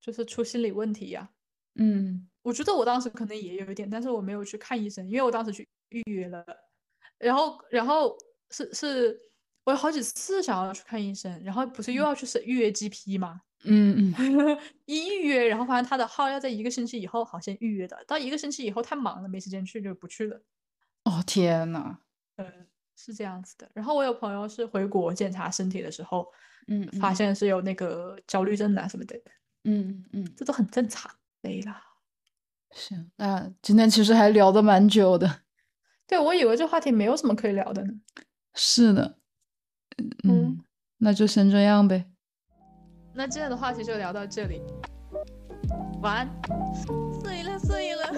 [SPEAKER 2] 就是出心理问题呀、
[SPEAKER 1] 嗯
[SPEAKER 2] 我觉得我当时可能也有一点，但是我没有去看医生，因为我当时去预约了。然后，然后是是，我有好几次想要去看医生，然后不是又要去是预约 GP 吗？
[SPEAKER 1] 嗯嗯
[SPEAKER 2] 一预约，然后发现他的号要在一个星期以后好像预约的，到一个星期以后太忙了，没时间去就不去了，呃
[SPEAKER 1] 哦天呐，
[SPEAKER 2] 是这样子的。然后我有朋友是回国检查身体的时候，
[SPEAKER 1] 嗯
[SPEAKER 2] 发
[SPEAKER 1] 嗯
[SPEAKER 2] 现是有那个焦虑症啊什么的，
[SPEAKER 1] 嗯嗯嗯，
[SPEAKER 2] 这都很正常。没啦，
[SPEAKER 1] 行，那今天其实还聊的蛮久的，
[SPEAKER 2] 对我以为这话题没有什么可以聊的呢。
[SPEAKER 1] 是的，
[SPEAKER 2] 嗯
[SPEAKER 1] 嗯，那就先这样呗，
[SPEAKER 2] 那今天的话题就聊到这里，晚安，睡了睡了。